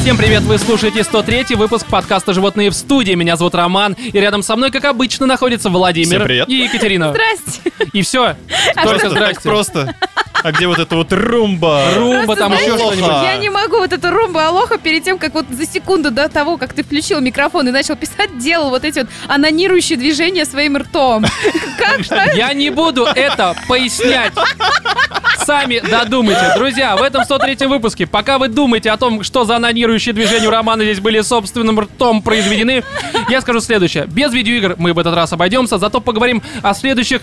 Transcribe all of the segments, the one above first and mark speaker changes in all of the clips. Speaker 1: Всем привет, вы слушаете 103 выпуск подкаста «Животные в студии». Меня зовут Роман, и рядом со мной, как обычно, находится Владимир
Speaker 2: Всем привет.
Speaker 1: и Екатерина.
Speaker 3: Здрасте.
Speaker 1: И все. Только
Speaker 2: Просто так
Speaker 1: здрасте.
Speaker 2: просто. А где вот это вот румба?
Speaker 1: Румба, там
Speaker 3: Просто,
Speaker 1: еще
Speaker 2: знаете,
Speaker 1: что-нибудь.
Speaker 2: А.
Speaker 3: Я не могу вот эту румба алоха перед тем, как вот за секунду до того, как ты включил микрофон и начал писать, делал вот эти вот анонирующие движения своим ртом. Как что?
Speaker 1: Я не буду это пояснять. Сами додумайте. Друзья, в этом 103 выпуске, пока вы думаете о том, что за анонирующие движения у Романа здесь были собственным ртом произведены, я скажу следующее. Без видеоигр мы в этот раз обойдемся, зато поговорим о следующих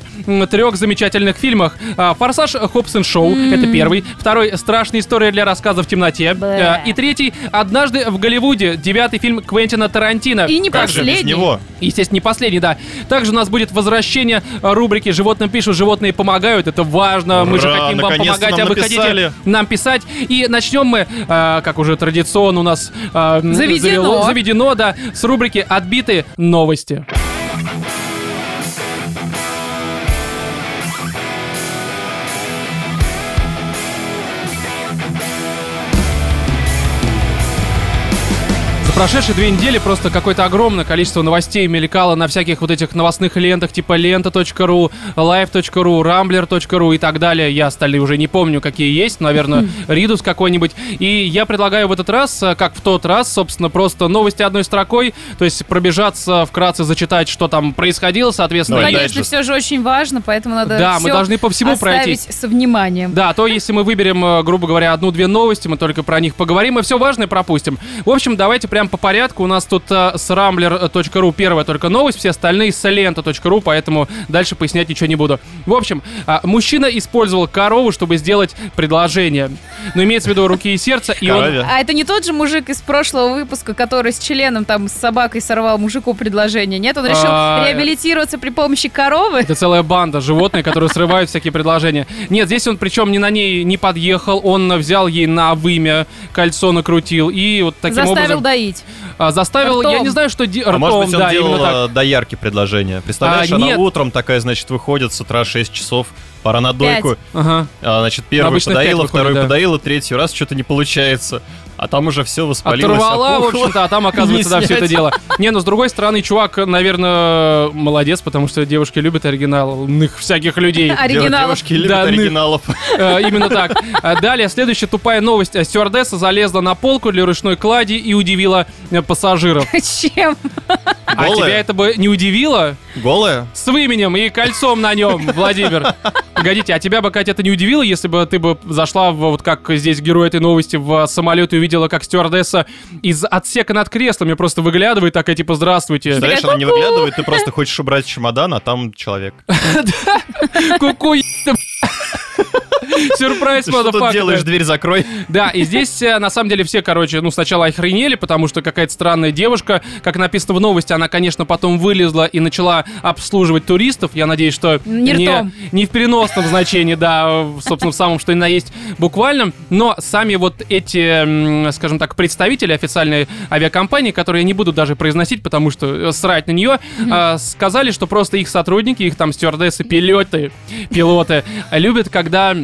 Speaker 1: трех замечательных фильмах. А, «Форсаж Хобсон Шоу» — это первый. Второй — «Страшная история для рассказа в темноте».
Speaker 3: Бэ.
Speaker 1: Э, И третий — «Однажды в Голливуде» — девятый фильм Квентина Тарантино.
Speaker 3: И не
Speaker 2: Как же без
Speaker 3: последний.
Speaker 2: него?
Speaker 1: Естественно, не последний, да. Также у нас будет возвращение э, рубрики «Животным пишут, животные помогают». Это важно, мы же
Speaker 2: Ура,
Speaker 1: хотим вам
Speaker 2: наконец-то
Speaker 1: помогать, а
Speaker 2: нам
Speaker 1: вы
Speaker 2: написали.
Speaker 1: хотите нам писать. И начнем мы, э, как уже традиционно у нас э, м,
Speaker 3: Заведено.
Speaker 1: завело- заведено, да, с рубрики «Отбитые новости». За прошедшие две недели просто какое-то огромное количество новостей мелькало на всяких вот этих новостных лентах типа лента.ру, live.ru, rambler.ru и так далее. Я остальные уже не помню, какие есть. Наверное, Ридус какой-нибудь. И я предлагаю в этот раз, э, как в тот раз, собственно, просто новости одной строкой, то есть пробежаться, вкратце зачитать, что там происходило, соответственно.
Speaker 2: Давай,
Speaker 1: и-
Speaker 2: дальше.
Speaker 3: Конечно, все же очень важно, поэтому надо
Speaker 1: Да, мы
Speaker 3: всё
Speaker 1: должны по всему
Speaker 3: оставить
Speaker 1: пройтись.
Speaker 3: со вниманием.
Speaker 1: Да, то если мы выберем, э, грубо говоря, одну-две новости, мы только про них поговорим и все важное пропустим. В общем, давайте прям по порядку. У нас тут э, с rambler.ru первая только новость, все остальные с lenta.ru, поэтому дальше пояснять ничего не буду. В общем, а, мужчина использовал корову, чтобы сделать предложение. Но имеется в виду руки и сердце, и он...
Speaker 2: Корове.
Speaker 3: А это не тот же мужик из прошлого выпуска, который с членом там с собакой сорвал мужику предложение. Нет, он решил
Speaker 1: А,
Speaker 3: реабилитироваться при помощи коровы.
Speaker 1: Это целая банда животных, которые срывают всякие предложения. Нет, здесь он причем не на ней не подъехал, он взял ей на вымя, кольцо накрутил и вот таким
Speaker 3: Заставил
Speaker 1: образом...
Speaker 3: доить.
Speaker 1: А, заставил, я
Speaker 3: Ртом.
Speaker 1: не знаю, что де-
Speaker 2: А может быть,
Speaker 1: ртом,
Speaker 2: он
Speaker 1: да,
Speaker 2: делал
Speaker 1: именно так.
Speaker 2: э, доярке предложение. Представляешь,
Speaker 1: А,
Speaker 2: она
Speaker 1: нет.
Speaker 2: утром такая, значит, выходит с утра 6 часов, пора на
Speaker 3: Пять.
Speaker 2: дойку.
Speaker 1: Ага.
Speaker 2: А, значит, первую
Speaker 1: Обычно в пять
Speaker 2: подоила,
Speaker 1: выходит,
Speaker 2: вторую
Speaker 1: да.
Speaker 2: подоила, третью раз что-то не получается. А там уже все воспалилось,
Speaker 1: Оторвала, в
Speaker 2: опухло.
Speaker 1: общем-то, а там, оказывается,
Speaker 2: Не
Speaker 1: да, все это
Speaker 2: снять.
Speaker 1: дело. Не, ну, с другой стороны, чувак, наверное, молодец, потому что девушки любят оригинальных всяких людей.
Speaker 2: Дев-
Speaker 3: Оригинал.
Speaker 2: Девушки любят
Speaker 1: Да, ну.
Speaker 2: оригиналов.
Speaker 1: Э, Именно так. А Далее, следующая тупая новость. Э, Стюардесса залезла на полку для ручной клади и удивила э, пассажиров.
Speaker 3: Чем?
Speaker 1: А
Speaker 2: Голая?
Speaker 1: тебя это бы не удивило?
Speaker 2: Голая?
Speaker 1: С именем и кольцом на нем, Владимир. Погодите, а тебя бы, Катя, это не удивило, если бы ты бы зашла, в, вот как здесь герой этой новости, в а, самолет и увидела, как стюардесса из отсека над креслами просто выглядывает, такая типа «Здравствуйте».
Speaker 2: Представляешь,
Speaker 3: такая,
Speaker 2: она не
Speaker 3: «Ку-ку».
Speaker 2: выглядывает, ты просто хочешь убрать чемодан, а там человек.
Speaker 1: Ку-ку, е- Сюрприз,
Speaker 2: Ты что тут
Speaker 1: motherfucker.
Speaker 2: делаешь, дверь закрой.
Speaker 1: Да, и здесь э, на самом деле все, короче, ну сначала охренели, потому что какая-то странная девушка, как написано в новости, она, конечно, потом вылезла и начала обслуживать туристов. Я надеюсь, что
Speaker 3: Не ртом.
Speaker 1: не в переносном значении, да, в, собственно, в самом что ни на есть буквальном. Но сами вот эти, м, скажем так, представители официальной авиакомпании, которые я не буду даже произносить, потому что э, срать на нее, э, сказали, что просто их сотрудники, их там стюардессы, пилоты, пилоты любят, когда...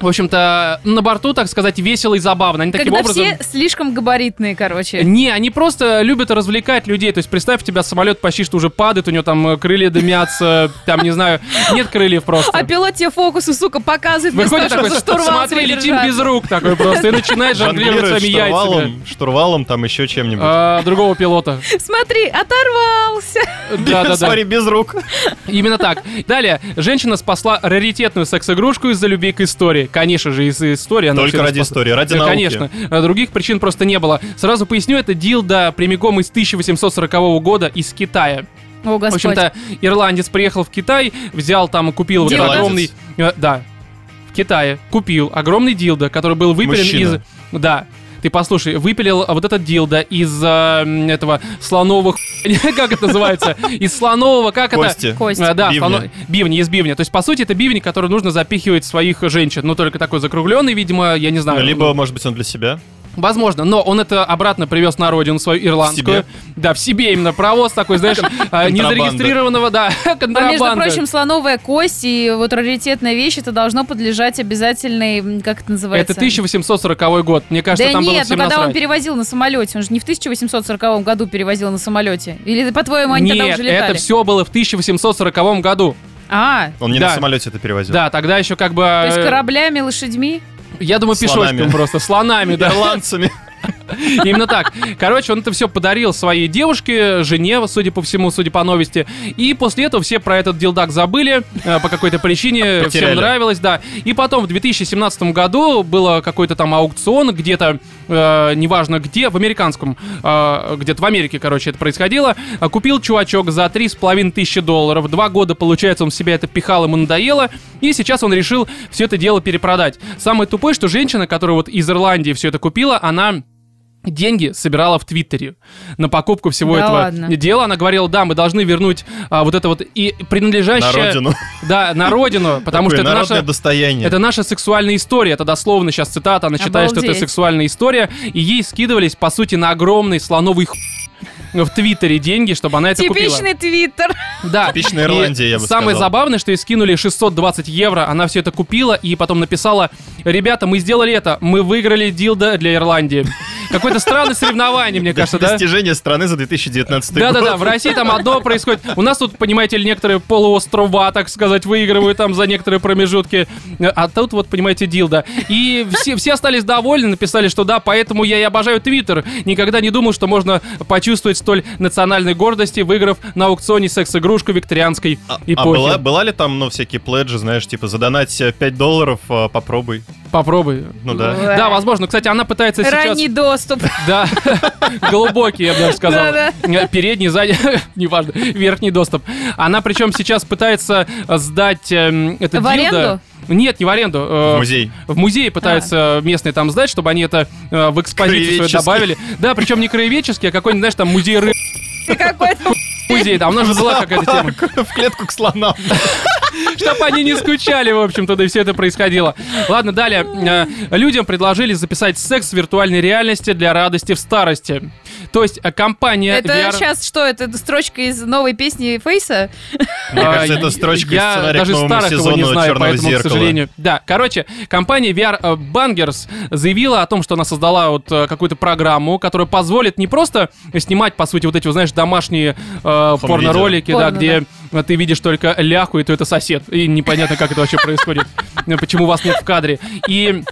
Speaker 1: В общем-то, на борту, так сказать, весело и забавно. Они таким
Speaker 3: Когда
Speaker 1: образом...
Speaker 3: все слишком габаритные, короче.
Speaker 1: Не, они просто любят развлекать людей. То есть представь, у тебя самолет почти что уже падает, у него там э, крылья дымятся, там, не знаю, нет крыльев просто.
Speaker 3: А пилот тебе фокусы, сука, показывает
Speaker 1: Выходит
Speaker 3: вместо того,
Speaker 1: такой,
Speaker 3: чтобы штурвал
Speaker 1: смотри,
Speaker 3: свой
Speaker 1: летим
Speaker 3: держать.
Speaker 1: без рук такой просто, и начинает жонглировать
Speaker 2: Жонглирует
Speaker 1: своими яйцами.
Speaker 2: штурвалом, штурвалом, там еще чем-нибудь.
Speaker 1: А, Другого пилота.
Speaker 3: Смотри, оторвался.
Speaker 1: Да-да-да.
Speaker 2: Смотри, без рук.
Speaker 1: Именно так. Далее. Женщина спасла раритетную секс-игрушку из-за любви к истории. Конечно же, из истории. она
Speaker 2: Только
Speaker 1: вообще
Speaker 2: ради
Speaker 1: спасла.
Speaker 2: истории, ради
Speaker 1: Да,
Speaker 2: науки.
Speaker 1: Конечно. А Других причин просто не было. Сразу поясню, это дилда прямиком из 1840 года из Китая.
Speaker 3: О,
Speaker 1: В
Speaker 3: господи.
Speaker 1: общем-то, ирландец приехал в Китай, взял там, купил вот этот
Speaker 3: Дилдо?
Speaker 1: огромный... э, Да. В Китае купил огромный дилдо, который был выпилен
Speaker 2: Мужчина.
Speaker 1: из... Да. Ты послушай, выпилил вот этот дилдо из э, м, этого слоновых... Как это называется? Из слонового, как это?
Speaker 2: Кости.
Speaker 3: Кость.
Speaker 1: А, да,
Speaker 2: Бивни.
Speaker 1: слоно- бивни, из бивня. То есть, по сути, это бивни, который нужно запихивать своих женщин. Ну, только такой закругленный, видимо, я не знаю.
Speaker 2: Либо, может быть, он для себя.
Speaker 1: Возможно, но он это обратно привез на родину свою ирландскую.
Speaker 2: себе.
Speaker 1: Да, в себе именно провоз такой, знаешь, а, незарегистрированного, да,
Speaker 3: А между
Speaker 1: контрабанды.
Speaker 3: прочим, слоновая кость и вот раритетная вещь, это должно подлежать обязательной, м, как это называется?
Speaker 1: Это 1840 год. Мне кажется,
Speaker 3: да
Speaker 1: там было
Speaker 3: нет,
Speaker 1: всем
Speaker 3: ну когда он
Speaker 1: насрать.
Speaker 3: перевозил на самолете, он же не в 1840 году перевозил на самолете. Или, по-твоему, они тогда
Speaker 1: Нет,
Speaker 3: уже летали?
Speaker 1: это все было в 1840 году.
Speaker 3: А,
Speaker 2: Он не
Speaker 1: Да.
Speaker 2: на самолете это перевозил.
Speaker 1: Да, тогда еще как бы...
Speaker 3: то есть
Speaker 1: э,
Speaker 3: кораблями, лошадьми?
Speaker 1: Я думаю,
Speaker 2: Слонами.
Speaker 1: пешочком просто, слонами, да.
Speaker 2: Ирландцами.
Speaker 1: Именно так. Короче, он это все подарил своей девушке, жене, судя по всему, судя по новости. И после этого все про этот дилдак забыли, э, по какой-то причине всем
Speaker 2: Потеряли.
Speaker 1: нравилось, да. И потом в 2017 году было какой-то там аукцион где-то, э, неважно где, в американском, э, где-то в Америке, короче, это происходило. А Купил чувачок за 3,5 тысячи долларов. Два года, получается, он в себя это пихал, ему надоело. И сейчас он решил все это дело перепродать. Самое тупое, что женщина, которая вот из Ирландии все это купила, она деньги собирала в Твиттере на покупку всего
Speaker 3: Да
Speaker 1: этого
Speaker 3: ладно.
Speaker 1: дела. Она говорила, да, мы должны вернуть а, вот это вот и принадлежащее...
Speaker 2: На родину.
Speaker 1: Да, на родину, потому что
Speaker 2: Такое
Speaker 1: это
Speaker 2: народное
Speaker 1: наша...
Speaker 2: достояние.
Speaker 1: Это наша сексуальная история, это дословно сейчас цитата, она считает, что это
Speaker 3: Обалдеть.
Speaker 1: сексуальная история, и ей скидывались, по сути, на огромный слоновый хуй в Твиттере деньги, чтобы она это купила.
Speaker 3: Типичный твиттер.
Speaker 1: Да.
Speaker 2: Типичная
Speaker 1: И
Speaker 2: Ирландия, я бы
Speaker 1: Самое
Speaker 2: сказал.
Speaker 1: забавное, что ей скинули 620 евро, она все это купила и потом написала, ребята, мы сделали это, мы выиграли дилда для Ирландии. Какое-то странное соревнование, мне кажется, да?
Speaker 2: Достижение страны за 2019 год.
Speaker 1: Да-да-да, в России там одно происходит. У нас тут, понимаете ли, некоторые полуострова, так сказать, выигрывают там за некоторые промежутки. А тут вот, понимаете, дилда. И все, все остались довольны, написали, что да, поэтому я и обожаю Твиттер. Никогда не думал, что можно почувствовать столь национальной гордости, выиграв на аукционе секс-игрушку викторианской
Speaker 2: А, а
Speaker 1: эпохи.
Speaker 2: была, была ли там, ну, всякие пледжи, знаешь, типа, задонать э, 5 долларов, а, попробуй.
Speaker 1: Попробуй.
Speaker 2: Ну да.
Speaker 1: Да, возможно. Кстати, она пытается сейчас...
Speaker 3: Ранний доступ.
Speaker 1: Да, глубокий, я бы даже сказал.
Speaker 3: Да-да.
Speaker 1: Передний, задний, неважно, верхний доступ. Она причем сейчас пытается э, сдать эм, это
Speaker 3: В
Speaker 1: дилдо.
Speaker 3: аренду?
Speaker 1: Нет, не в аренду. э,
Speaker 2: В музей.
Speaker 1: В музее
Speaker 3: А.
Speaker 1: пытаются местные там сдать, чтобы они это э, в экспозицию свою
Speaker 2: Краеведческий.
Speaker 1: добавили. Да, причем не краеведческий, а какой-нибудь, знаешь, там музей рыб.
Speaker 3: Какой-то
Speaker 1: Музей, там у нас же была какая-то тема.
Speaker 2: В клетку к слонам.
Speaker 1: Чтобы они не скучали, в общем-то, да и все это происходило. Ладно, далее. Э, Людям предложили записать секс в виртуальной реальности для радости в старости. То есть э, компания
Speaker 3: Это
Speaker 1: VR
Speaker 3: сейчас что, это строчка из новой песни Фейса?
Speaker 2: Мне
Speaker 1: А,
Speaker 2: кажется,
Speaker 1: я-
Speaker 2: это строчка из
Speaker 1: я
Speaker 2: сценария к
Speaker 1: даже
Speaker 2: новому
Speaker 1: старых его не
Speaker 2: сезону
Speaker 1: знаю,
Speaker 2: «Черного
Speaker 1: поэтому, К
Speaker 2: зеркала».
Speaker 1: сожалению. Да, короче, компания VR э, Bangers заявила о том, что она создала вот э, какую-то программу, которая позволит не просто снимать, по сути, вот эти, вот, знаешь, домашние э, порно-ролики, да,
Speaker 3: Порно,
Speaker 1: где э, ты видишь только ляху, и то это сосед. И непонятно, как это вообще происходит, э, почему вас нет в кадре. И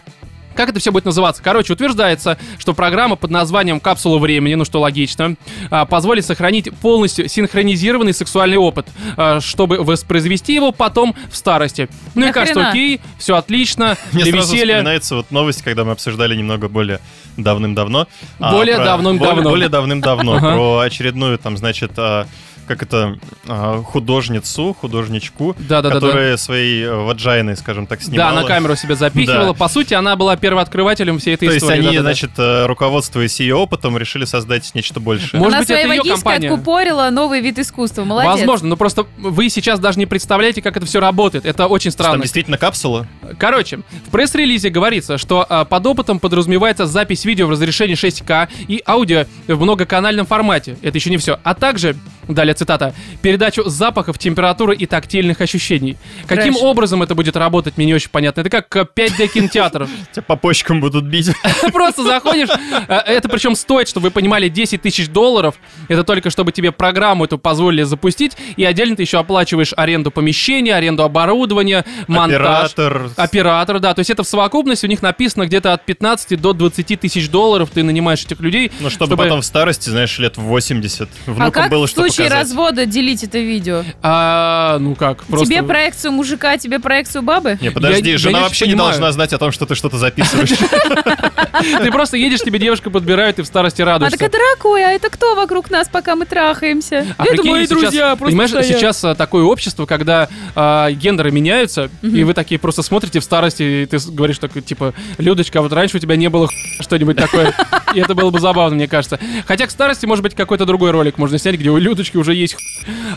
Speaker 1: как это все будет называться? Короче, утверждается, что программа под названием «Капсула времени», ну что логично, а, позволит сохранить полностью синхронизированный сексуальный опыт, а, чтобы воспроизвести его потом в старости. Ну и
Speaker 3: Нахрена?
Speaker 1: кажется, окей, все отлично,
Speaker 2: Мне
Speaker 1: для
Speaker 2: сразу
Speaker 1: веселья.
Speaker 2: вспоминается вот новость, когда мы обсуждали немного более давным-давно. а,
Speaker 1: Более
Speaker 2: про-
Speaker 1: давным-давно.
Speaker 2: Более, более давным-давно.
Speaker 1: Ага.
Speaker 2: Про очередную, там, значит, а, как это, а, художницу, художничку,
Speaker 1: Да-да-да-да.
Speaker 2: которая своей э, ваджайной, скажем так,
Speaker 1: Да,
Speaker 2: снимала.
Speaker 1: на камеру себя запихивала.
Speaker 2: Да.
Speaker 1: По сути, она была первооткрывателем всей этой
Speaker 2: То есть
Speaker 1: истории.
Speaker 2: они,
Speaker 1: да-да-да.
Speaker 2: значит, э, руководствуясь ее опытом, решили создать нечто большее.
Speaker 1: Может
Speaker 3: Она
Speaker 1: быть,
Speaker 3: своей
Speaker 1: это ее
Speaker 3: вагиской
Speaker 1: компания.
Speaker 3: откупорила новый вид искусства. Молодец.
Speaker 1: Возможно, но просто вы сейчас даже не представляете, как это все работает. Это очень
Speaker 2: Там
Speaker 1: странно.
Speaker 2: действительно капсула.
Speaker 1: Короче, в пресс-релизе говорится, что а, под опытом подразумевается запись видео в разрешении 6К и аудио в многоканальном формате. Это еще не все. А также, далее цитата, передачу запахов, температуры и тактильных ощущений. Каким
Speaker 3: Трэш.
Speaker 1: образом это будет работать, мне не очень понятно. Это как э, 5D кинотеатр.
Speaker 2: Тебя по почкам будут бить.
Speaker 1: Ты просто заходишь, э, это причем стоит, чтобы вы понимали, 10 тысяч долларов. Это только чтобы тебе программу эту позволили запустить. И отдельно ты еще оплачиваешь аренду помещения, аренду оборудования, монтаж.
Speaker 2: Оператор.
Speaker 1: Оператор, да. То есть это в совокупности у них написано где-то от 15 до 20 тысяч долларов ты нанимаешь этих людей.
Speaker 2: Ну, чтобы потом в старости, знаешь, лет в 80
Speaker 3: А
Speaker 2: внукам
Speaker 3: как
Speaker 2: было
Speaker 3: в
Speaker 2: что
Speaker 3: случае
Speaker 2: показать.
Speaker 3: развода делить это видео?
Speaker 1: А, ну как, просто...
Speaker 3: Тебе проекцию мужика, тебе проекцию бабы? А
Speaker 2: Не, подожди,
Speaker 1: я
Speaker 2: жена
Speaker 1: не
Speaker 2: вообще не
Speaker 1: понимаю.
Speaker 2: должна знать о том, что ты что-то записываешь.
Speaker 1: Ты просто едешь, тебе девушка подбирает, и в старости
Speaker 3: А
Speaker 1: радуешься.
Speaker 3: так это ракой, а это кто вокруг нас, пока мы трахаемся?
Speaker 1: А
Speaker 3: это
Speaker 1: прикинь,
Speaker 3: мои
Speaker 1: сейчас-
Speaker 3: друзья, просто
Speaker 1: Понимаешь,
Speaker 3: стоят.
Speaker 1: сейчас а, такое общество, когда а, гендеры меняются, и вы такие просто смотрите в старости, и ты с- говоришь так, типа, Людочка, а вот раньше у тебя не было хуя», что-нибудь такое. И это было бы забавно, мне кажется. Хотя к старости, может быть, какой-то другой ролик можно снять, где у Людочки уже есть хуй.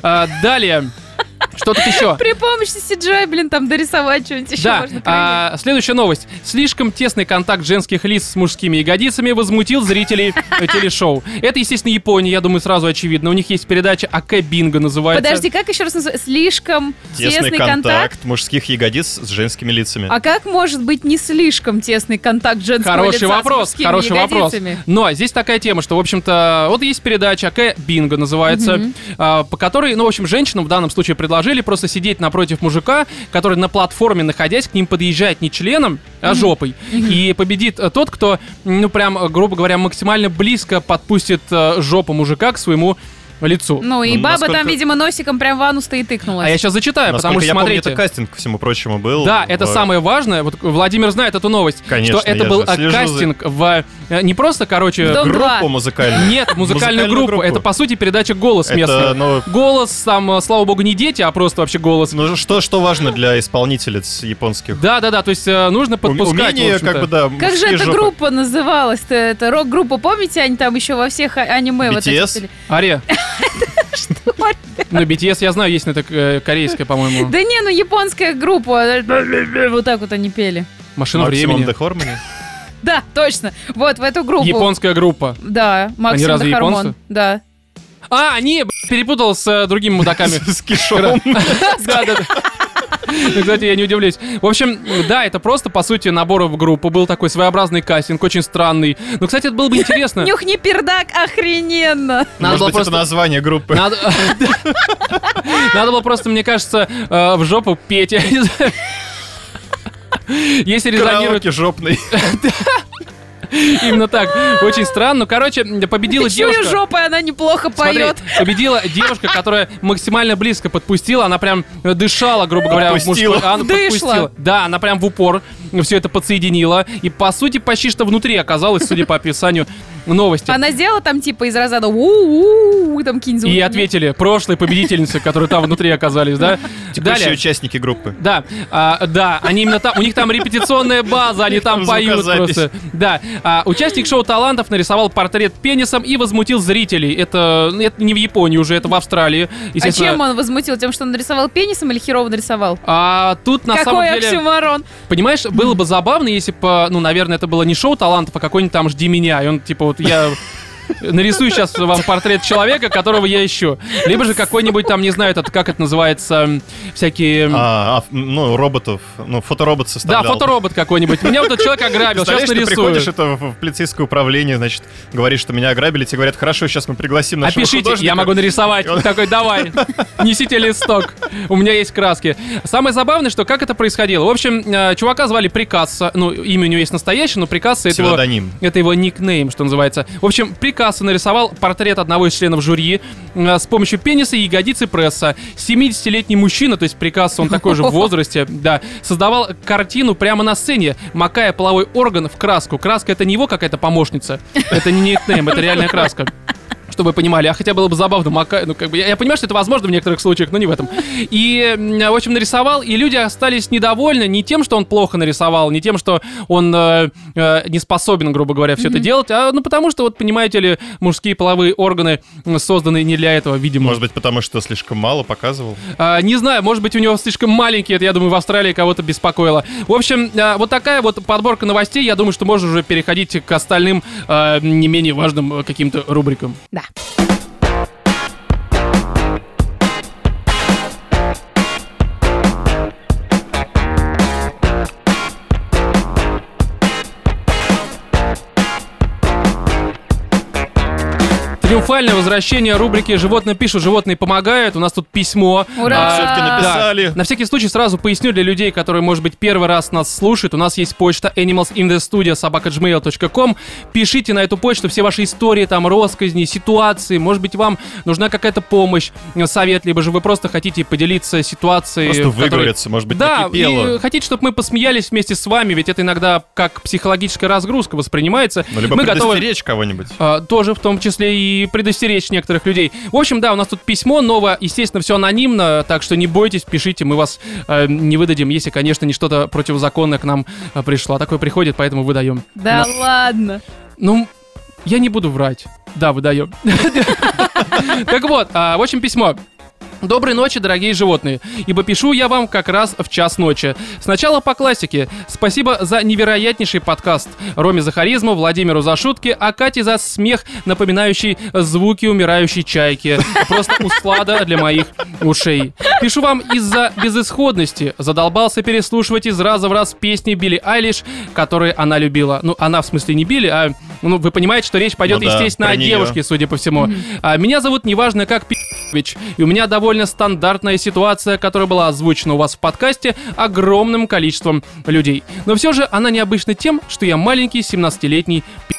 Speaker 1: А, Далее. Что тут еще?
Speaker 3: При помощи CGI, блин, там дорисовать что-нибудь еще
Speaker 1: Да,
Speaker 3: можно. крайне.
Speaker 1: а, следующая новость. Слишком тесный контакт женских лиц с мужскими ягодицами возмутил зрителей э, телешоу. Это, естественно, Япония, я думаю, сразу очевидно. У них есть передача АК Бинго называется.
Speaker 3: Подожди, как еще раз называется? Слишком
Speaker 2: Тесный
Speaker 3: тесный
Speaker 2: контакт,
Speaker 3: контакт.
Speaker 2: мужских ягодиц с женскими лицами.
Speaker 3: А как может быть не слишком тесный контакт женского
Speaker 1: Хороший
Speaker 3: лица с
Speaker 1: вопрос,
Speaker 3: мужскими
Speaker 1: хороший вопрос.
Speaker 3: ягодицами?
Speaker 1: Но здесь такая тема, что, в общем-то, вот есть передача АК Бинго называется, а, по которой, ну, в общем, женщинам в данном случае предложили просто сидеть напротив мужика, который на платформе, находясь, к ним подъезжает не членом, а жопой. И победит э, тот, кто, ну, прям, э, грубо говоря, максимально близко подпустит э, жопу мужика к своему лицу.
Speaker 3: Ну и
Speaker 2: Ну,
Speaker 3: баба там,
Speaker 2: насколько-
Speaker 3: видимо, носиком прям в анус и тыкнулась.
Speaker 1: А я сейчас зачитаю,
Speaker 2: Насколько
Speaker 1: потому что,
Speaker 2: я
Speaker 1: смотрите...
Speaker 2: помню, это кастинг, ко всему прочему, был.
Speaker 1: Да, это
Speaker 2: в-
Speaker 1: самое важное. Вот Владимир знает эту новость.
Speaker 2: Конечно,
Speaker 1: что это
Speaker 2: я
Speaker 1: был
Speaker 2: же
Speaker 1: э,
Speaker 2: слежу за-
Speaker 1: кастинг в э, не просто, короче,
Speaker 3: В дом два.
Speaker 2: Группу музыкальную.
Speaker 1: Нет, музыкальную
Speaker 2: Музыкальную
Speaker 1: группу.
Speaker 2: группу.
Speaker 1: Это по сути передача голос
Speaker 2: Это,
Speaker 1: местный.
Speaker 2: ну,
Speaker 1: Голос, там, э, слава богу, не дети, а просто вообще голос.
Speaker 2: ну, что, что важно для исполнителец японских?
Speaker 1: Да, да, да, то есть э, нужно
Speaker 2: Ум-
Speaker 1: подпускать.
Speaker 2: умение,
Speaker 1: в общем-то.
Speaker 2: как бы, да,
Speaker 3: Как же
Speaker 2: мужские
Speaker 3: эта
Speaker 2: жопы.
Speaker 3: группа называлась-то? Это рок-группа, помните, они там еще во всех а- аниме вот
Speaker 2: BTS?
Speaker 3: эти были?
Speaker 1: Аре. Ну, BTS, я знаю, есть, но это э, корейская, по-моему.
Speaker 3: Да не, ну японская группа. Вот так вот они пели.
Speaker 1: Машина
Speaker 2: Максимум
Speaker 1: времени.
Speaker 2: Де Хормани.
Speaker 3: Да, точно. Вот, в эту группу.
Speaker 1: Японская группа.
Speaker 3: Да,
Speaker 1: Они
Speaker 3: Максим
Speaker 1: разве
Speaker 3: Дехармон.
Speaker 1: японцы?
Speaker 3: Да.
Speaker 1: А, не, б***ь, перепутал с э, другими мудаками.
Speaker 2: С кишом.
Speaker 1: Да, да, да. Ну, Кстати, я не удивлюсь. В общем, да, это просто, по сути, набор в группу. Был такой своеобразный кастинг, очень странный. Ну, кстати, это было бы интересно.
Speaker 3: Нюхни пердак, охрененно.
Speaker 1: Надо
Speaker 2: Может
Speaker 1: было
Speaker 2: быть, это
Speaker 1: просто
Speaker 2: название группы.
Speaker 1: Надо, Надо было просто, мне кажется, э, в жопу петь. Я не знаю. Если резонирует
Speaker 2: Караоке жопный.
Speaker 1: именно так, очень странно. Ну, короче, победила
Speaker 3: Чую
Speaker 1: девушка.
Speaker 3: жопой, она неплохо
Speaker 1: Смотри,
Speaker 3: поет.
Speaker 1: победила девушка, которая максимально близко подпустила, она прям э, дышала, грубо говоря, в
Speaker 2: Подпустила.
Speaker 1: мужской- а, она
Speaker 3: Дышла.
Speaker 1: подпустила. Да, она прям в упор все это подсоединила. И, по сути, почти что внутри оказалась, судя по описанию новости.
Speaker 3: Она сделала там типа из разряда у там кинь
Speaker 1: И ответили, прошлые победительницы, которые там внутри оказались, да?
Speaker 2: Текущие участники группы.
Speaker 1: Да, а, да, они именно там, у них там репетиционная база, они там
Speaker 2: Там
Speaker 1: поют
Speaker 2: звукозапись.
Speaker 1: просто. Да, А, участник шоу талантов нарисовал портрет пенисом и возмутил зрителей. Это, ну, это не в Японии уже, это в Австралии.
Speaker 3: А
Speaker 1: Естественно,
Speaker 3: чем он возмутил? Тем, что он нарисовал пенисом или херово нарисовал?
Speaker 1: а, тут на
Speaker 3: Какой
Speaker 1: самом деле,
Speaker 3: оксюмарон?
Speaker 1: понимаешь, было бы забавно, если бы, ну, наверное, это было не шоу талантов, а какой-нибудь там «Жди меня», и он типа вот я нарисую сейчас вам портрет человека, которого я ищу. Либо же какой-нибудь там, не знаю, этот, как это называется, м, всякие... м,
Speaker 2: А, а, ну, роботов. Ну, фоторобот
Speaker 1: Да,
Speaker 2: составлял.
Speaker 1: фоторобот какой-нибудь. Меня вот этот человек ограбил, сейчас
Speaker 2: Представляешь, ты
Speaker 1: нарисую.
Speaker 2: приходишь это в в полицейское управление, значит, говоришь, что меня ограбили, тебе говорят, хорошо, сейчас мы пригласим нашего
Speaker 1: Опишите,
Speaker 2: художника.
Speaker 1: я могу нарисовать.
Speaker 2: И он-
Speaker 1: Такой, давай, несите листок. У меня есть краски. Самое забавное, что как это происходило. В общем, э, чувака звали Прикасса. Ну, имя у него есть настоящее, но Прикасса это его...
Speaker 2: Псевдоним.
Speaker 1: Это его никнейм, что называется. В общем, Прикасса нарисовал портрет одного из членов жюри э, с помощью пениса и ягодицы пресса. 70-летний мужчина, то есть Прикасса, он такой же в возрасте, да, создавал картину прямо на сцене, макая половой орган в краску. Краска — это не его какая-то помощница, это не никнейм, это реальная краска чтобы вы понимали, а хотя было бы забавно макая, ну как бы я, я понимаю, что это возможно в некоторых случаях, но не в этом. И м, в общем нарисовал, и люди остались недовольны не тем, что он плохо нарисовал, не тем, что он э, э, не способен, грубо говоря, все это делать, а ну потому что вот понимаете ли, мужские половые органы м, созданы не для этого, видимо.
Speaker 2: Может быть, потому что слишком мало показывал.
Speaker 1: А, не знаю, может быть, у него слишком маленький, это, я думаю, в Австралии кого-то беспокоило. В общем, а, вот такая вот подборка новостей. Я думаю, что можно уже переходить к остальным а, не менее важным э, каким-то рубрикам.
Speaker 3: Да.
Speaker 1: Триумфальное возвращение рубрики «Животные пишут, животные помогают». У нас тут письмо.
Speaker 3: Ура!
Speaker 1: А,
Speaker 2: Всё-таки
Speaker 1: да.
Speaker 2: написали.
Speaker 1: На всякий случай сразу поясню для людей, которые, может быть, первый раз нас слушают. У нас есть почта animalsinthestudio.gmail.com. Пишите на эту почту все ваши истории, там, россказни, ситуации. Может быть, вам нужна какая-то помощь, э, совет, либо же вы просто хотите поделиться ситуацией.
Speaker 2: Просто
Speaker 1: в которой-
Speaker 2: выговориться, может быть,
Speaker 1: да,
Speaker 2: накипело.
Speaker 1: и хотите, чтобы мы посмеялись вместе с вами, ведь это иногда как психологическая разгрузка воспринимается.
Speaker 2: Ну, либо
Speaker 1: мы готовы
Speaker 2: предостеречь кого-нибудь.
Speaker 1: а, тоже в том числе и предостеречь некоторых людей. В общем, да, у нас тут письмо новое, естественно, все анонимно, так что не бойтесь, пишите, мы вас э, не выдадим, если, конечно, не что-то противозаконное к нам э, пришло. А такое приходит, поэтому выдаем.
Speaker 3: Да ладно.
Speaker 1: Ну, я не буду врать. Да, выдаем. Так вот, а, в общем, письмо. Доброй ночи, дорогие животные, ибо пишу я вам как раз в час ночи. Сначала по классике. Спасибо за невероятнейший подкаст. Роме за харизму, Владимиру за шутки, а Кате за смех, напоминающий звуки умирающей чайки. Просто услада для моих ушей. Пишу вам из-за безысходности. Задолбался переслушивать из раза в раз песни Билли Айлиш, которые она любила. Ну, она в смысле не Билли, а... Ну, вы понимаете, что речь пойдет,
Speaker 2: Ну да,
Speaker 1: естественно,
Speaker 2: про
Speaker 1: о
Speaker 2: неё.
Speaker 1: девушке, судя по всему. А, меня зовут неважно как пи***. Петрович. И у меня довольно стандартная ситуация, которая была озвучена у вас в подкасте огромным количеством людей. Но все же она необычна тем, что я маленький 17-летний пи***.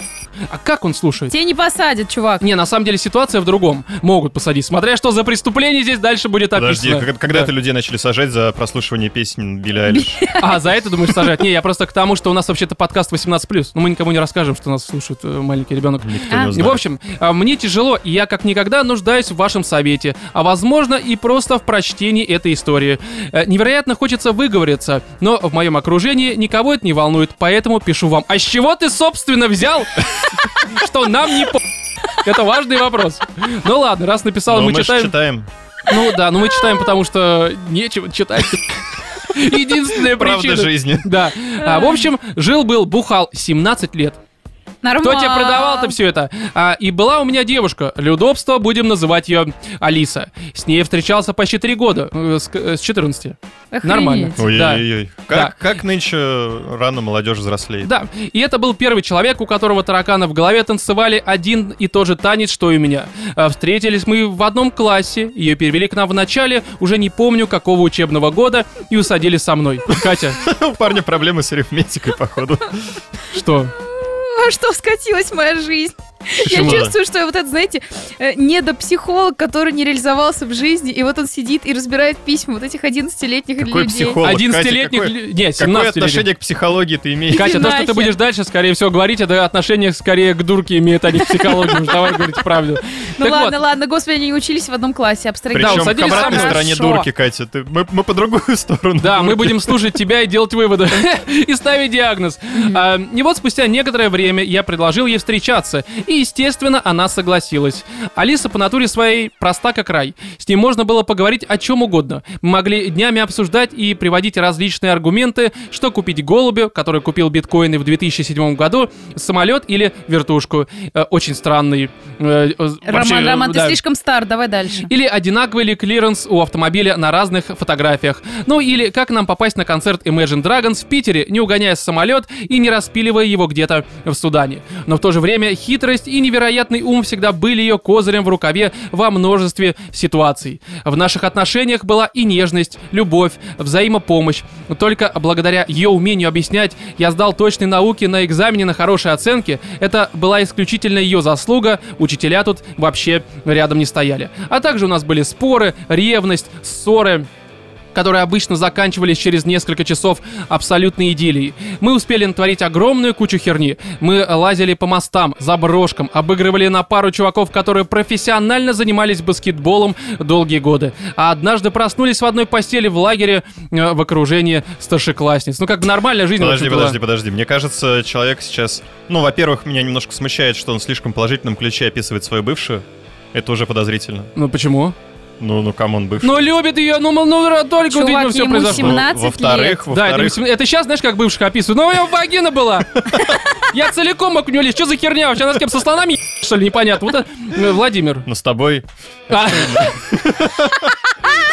Speaker 1: А как он слушает?
Speaker 3: Тебя не посадят, чувак.
Speaker 1: Не, на самом деле ситуация в другом. Могут посадить. Смотря что за преступление здесь дальше будет
Speaker 2: Подожди,
Speaker 1: описано.
Speaker 2: как- когда
Speaker 1: Да.
Speaker 2: это людей начали сажать за прослушивание песен Билли Айлиш?
Speaker 1: А, за это, думаешь, сажать? Не, я просто к тому, что у нас вообще-то подкаст 18+. Но мы никому не расскажем, что нас слушает э, маленький ребенок.
Speaker 2: Никто
Speaker 3: А.
Speaker 2: не
Speaker 1: И, в
Speaker 2: узнал.
Speaker 1: общем, а, мне тяжело, и я как никогда нуждаюсь в вашем совете, а возможно и просто в прочтении этой истории. Э, Невероятно хочется выговориться, но в моем окружении никого это не волнует, поэтому пишу вам. А с чего ты, собственно, взял, что нам не по... Это важный вопрос. Ну ладно, раз написал,
Speaker 2: Но
Speaker 1: мы
Speaker 2: мы ж
Speaker 1: читаем.
Speaker 2: читаем.
Speaker 1: Ну да, но мы читаем, потому что нечего читать. Единственная
Speaker 2: Правда
Speaker 1: причина.
Speaker 2: жизни.
Speaker 1: Да. А, в общем, жил-был, бухал 17 лет. Кто
Speaker 3: Нормально.
Speaker 1: тебе продавал-то все это? А, и была у меня девушка. Для удобства будем называть ее Алиса. С ней встречался почти три года. э, С, э, с 14. Нормально.
Speaker 2: Ой-ой-ой.
Speaker 1: Да.
Speaker 2: Как, как нынче рано молодежь взрослеет?
Speaker 1: Да, и это был первый человек, у которого тараканы в голове танцевали один и тот же танец, что и у меня. А, Встретились мы в одном классе, ее перевели к нам в начале, уже не помню какого учебного года, и усадили со мной. Катя,
Speaker 2: У парня проблемы с арифметикой, походу.
Speaker 1: что?
Speaker 3: Во что скатилась моя жизнь?
Speaker 2: Почему?
Speaker 3: Я чувствую, что я вот это, знаете, э, недопсихолог, который не реализовался в жизни, и вот он сидит и разбирает письма вот этих 11-летних людей.
Speaker 2: Какой психолог? Катя,
Speaker 1: 11-летних...
Speaker 2: какой-
Speaker 1: лю- Не,
Speaker 2: Какое
Speaker 1: 17-летних.
Speaker 2: отношение к психологии ты имеешь?
Speaker 1: Катя, то, что ты
Speaker 3: нахер.
Speaker 1: будешь дальше, скорее всего, говорить, это отношение скорее к дурке имеет, а не к психологии. Уж Давай говорить правду.
Speaker 3: Ну
Speaker 1: Так
Speaker 3: ладно, ладно, господи, они учились в одном классе, абстрагировать.
Speaker 1: Да,
Speaker 2: Причем к
Speaker 1: усадили
Speaker 2: обратной
Speaker 1: сам-
Speaker 2: стороне
Speaker 3: Хорошо.
Speaker 2: дурки, Катя. Ты- мы, мы по другую сторону.
Speaker 1: Да, мы
Speaker 2: дурки.
Speaker 1: будем слушать тебя и делать выводы. И ставить диагноз. А, И вот спустя некоторое время я предложил ей встречаться. И, естественно, она согласилась. Алиса по натуре своей проста как рай. С ней можно было поговорить о чем угодно. Мы могли днями обсуждать и приводить различные аргументы, что купить голубю, который купил биткоины в 2007 году, самолет или вертушку. Э, Очень странный. э, э, вообще,
Speaker 3: Роман, Роман, ты
Speaker 1: да.
Speaker 3: слишком стар, давай дальше.
Speaker 1: Или одинаковый ли клиренс у автомобиля на разных фотографиях. Ну или как нам попасть на концерт Imagine Dragons в Питере, не угоняя самолет и не распиливая его где-то в Судане. Но в то же время хитрость и невероятный ум всегда были ее козырем в рукаве во множестве ситуаций. В наших отношениях была и нежность, любовь, взаимопомощь. Но только благодаря ее умению объяснять, я сдал точной науки на экзамене на хорошие оценки. Это была исключительно ее заслуга, учителя тут вообще рядом не стояли. А также у нас были споры, ревность, ссоры которые обычно заканчивались через несколько часов абсолютной идиллией. Мы успели натворить огромную кучу херни. Мы лазили по мостам, заброшкам, обыгрывали на пару чуваков, которые профессионально занимались баскетболом долгие годы. А однажды проснулись в одной постели в лагере э, в окружении старшеклассниц. Ну, как бы нормальная жизнь. в
Speaker 2: Подожди,
Speaker 1: общем-то,
Speaker 2: подожди,
Speaker 1: была.
Speaker 2: подожди. Мне кажется, человек сейчас... Ну, во-первых, меня немножко смущает, что он в слишком положительном ключе описывает свою бывшую. Это уже подозрительно.
Speaker 1: Ну, почему?
Speaker 2: Ну, ну, камон, бывший.
Speaker 1: Ну, любит ее, ну, м- ну, только вот,
Speaker 3: Чувак,
Speaker 1: видимо, все
Speaker 3: ему
Speaker 1: произошло.
Speaker 3: 17
Speaker 2: Во-вторых,
Speaker 1: Да, это,
Speaker 2: во-вторых,
Speaker 1: сейчас, знаешь, как бывших описывают. Ну, у него вагина была. Я целиком мог в нее лезть. Что за херня вообще? Она с кем, со слонами, е- что ли, непонятно. Вот это, э, Владимир.
Speaker 2: но ну, с тобой,
Speaker 1: А.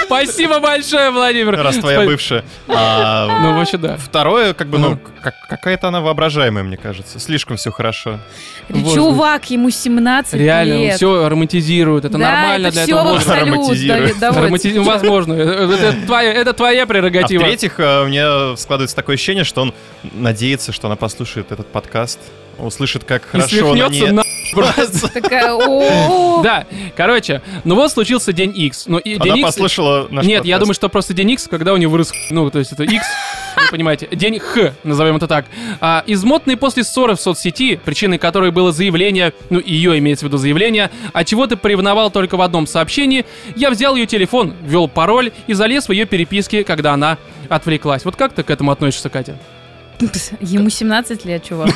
Speaker 1: Спасибо большое, Владимир.
Speaker 2: раз твоя
Speaker 1: Спа-
Speaker 2: бывшая. а,
Speaker 1: Ну, вообще, да.
Speaker 2: Второе, как бы, ну,
Speaker 1: Ну.
Speaker 2: как- какая-то она воображаемая, мне кажется. Слишком все хорошо.
Speaker 1: Вот.
Speaker 3: Чувак, ему 17
Speaker 1: Реально,
Speaker 3: лет.
Speaker 1: все романтизирует. Это
Speaker 3: Да,
Speaker 1: нормально
Speaker 3: это
Speaker 1: для
Speaker 3: всё
Speaker 1: этого
Speaker 3: в
Speaker 1: возраста.
Speaker 3: абсолют
Speaker 2: Романтизирует.
Speaker 3: дает- доводится.
Speaker 1: Романтизм, возможно. Это это твоя- это твоя
Speaker 2: А
Speaker 1: прерогатива.
Speaker 2: в-третьих, э, у меня складывается такое ощущение, что он надеется, что она послушает этот подкаст, услышит, как
Speaker 1: И
Speaker 2: хорошо он о ней
Speaker 1: свихнется на...
Speaker 2: отзывается.
Speaker 3: Такая, о
Speaker 1: Да, короче, ну вот случился день X. Ну, и
Speaker 2: Она
Speaker 1: день X...
Speaker 2: послушала наш
Speaker 1: Нет, я
Speaker 2: подкаст.
Speaker 1: думаю, что просто день X, когда у него вырос х- Ну, то есть это X, вы понимаете. День Х, назовем это так. А, измотанный после ссоры в соцсети, причиной которой было заявление, ну, ее имеется в виду заявление, а чего ты поревновал только в одном сообщении, я взял ее телефон, ввел пароль и залез в ее переписки, когда она отвлеклась. Вот как ты к этому относишься, Катя?
Speaker 3: Ему 17 лет, чувак.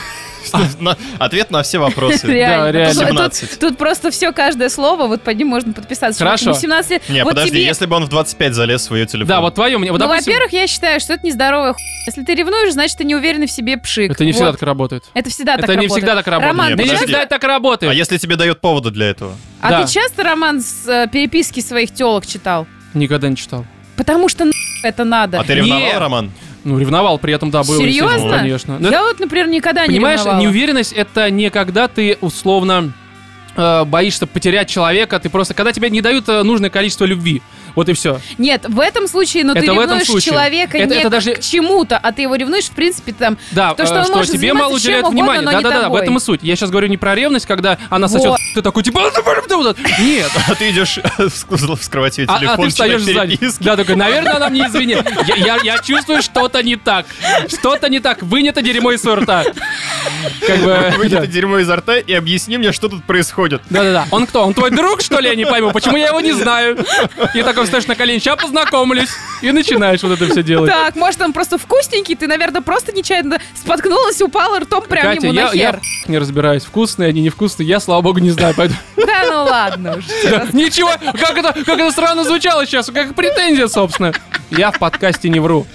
Speaker 2: На- Ответ на все вопросы.
Speaker 1: Да,
Speaker 3: Реально.
Speaker 1: реально.
Speaker 3: Тут- тут-
Speaker 2: 17.
Speaker 3: Тут, просто все, каждое слово, вот под ним можно подписаться.
Speaker 1: Хорошо.
Speaker 3: Чувак, ему 17 лет.
Speaker 2: Не,
Speaker 3: Вот
Speaker 2: подожди,
Speaker 3: тебе-
Speaker 2: если бы он в 25 залез в свою телефон.
Speaker 1: Да, вот твое мнение. Вот,
Speaker 3: ну,
Speaker 1: допустим,
Speaker 3: во-первых, я считаю, что это нездоровая хуйня. Если ты ревнуешь, значит, ты не уверенный в себе пшик.
Speaker 1: это не всегда
Speaker 3: Вот.
Speaker 1: так работает.
Speaker 3: Это всегда
Speaker 1: Это
Speaker 3: так
Speaker 1: не
Speaker 3: работает.
Speaker 1: всегда так работает.
Speaker 3: Роман,
Speaker 2: Не,
Speaker 1: Да
Speaker 3: ты
Speaker 1: не
Speaker 2: подожди.
Speaker 3: часто-
Speaker 1: всегда так
Speaker 2: А
Speaker 1: работает.
Speaker 2: если тебе дает повода для этого?
Speaker 3: а
Speaker 1: Да.
Speaker 3: ты часто, Роман, с э, переписки своих телок читал?
Speaker 1: Никогда не читал.
Speaker 3: Потому что нахуй это надо.
Speaker 2: А ты
Speaker 1: Не.
Speaker 2: ревновал, Роман?
Speaker 1: Ну, ревновал при этом, да, был. естественно,
Speaker 3: Серьезно?
Speaker 1: Конечно. Но
Speaker 3: Я вот, например, никогда
Speaker 1: Понимаешь,
Speaker 3: не ревновала.
Speaker 1: неуверенность это не когда ты условно э, боишься потерять человека, ты просто, когда тебе не дают э, нужное количество любви, вот и все.
Speaker 3: Нет, в этом случае, но ты
Speaker 1: Это в этом
Speaker 3: ревнуешь
Speaker 1: случае.
Speaker 3: человека
Speaker 1: Это-
Speaker 3: не
Speaker 1: это даже-
Speaker 3: к чему-то, а ты его ревнуешь, в принципе, там...
Speaker 1: Да, э,
Speaker 3: То, что он может
Speaker 1: тебе
Speaker 3: заниматься
Speaker 1: мало
Speaker 3: чем
Speaker 1: уделяют
Speaker 3: угодно,
Speaker 1: внимания.
Speaker 3: но
Speaker 1: Да,
Speaker 3: не
Speaker 1: да, да, в
Speaker 3: тобой.
Speaker 1: этом и суть. Я сейчас говорю не про ревность, когда она сосет,
Speaker 3: Вот.
Speaker 1: ты такой типа. Нет.
Speaker 2: А ты идешь вскру- вскрывать ее
Speaker 1: А, а ты
Speaker 2: телефон,
Speaker 1: встаешь
Speaker 2: читать
Speaker 1: сзади.
Speaker 2: переписки.
Speaker 1: Да, такой, наверное, она мне извинит. Я, я- я чувствую, что-то не так. Что-то не так. Вынято дерьмо из своего рта. Как бы,
Speaker 2: Вынь
Speaker 1: да.
Speaker 2: это дерьмо изо рта и объясни мне, что тут происходит.
Speaker 1: Да-да-да. Он кто? Он твой друг, что ли? Я не пойму. Почему я его не знаю? И такой встаешь на колени, сейчас познакомлюсь. И начинаешь вот это все делать.
Speaker 3: Так, может, он просто вкусненький, ты, наверное, просто нечаянно споткнулась, упала ртом прямо
Speaker 1: Катя,
Speaker 3: ему
Speaker 1: я,
Speaker 3: на
Speaker 1: я
Speaker 3: хер.
Speaker 1: в не разбираюсь, вкусные они, невкусные, я, слава богу, не знаю, поэтому...
Speaker 3: Да ну ладно уж.
Speaker 1: Да, Ничего, как это, как это странно звучало сейчас, как претензия, собственно. Я в подкасте не вру.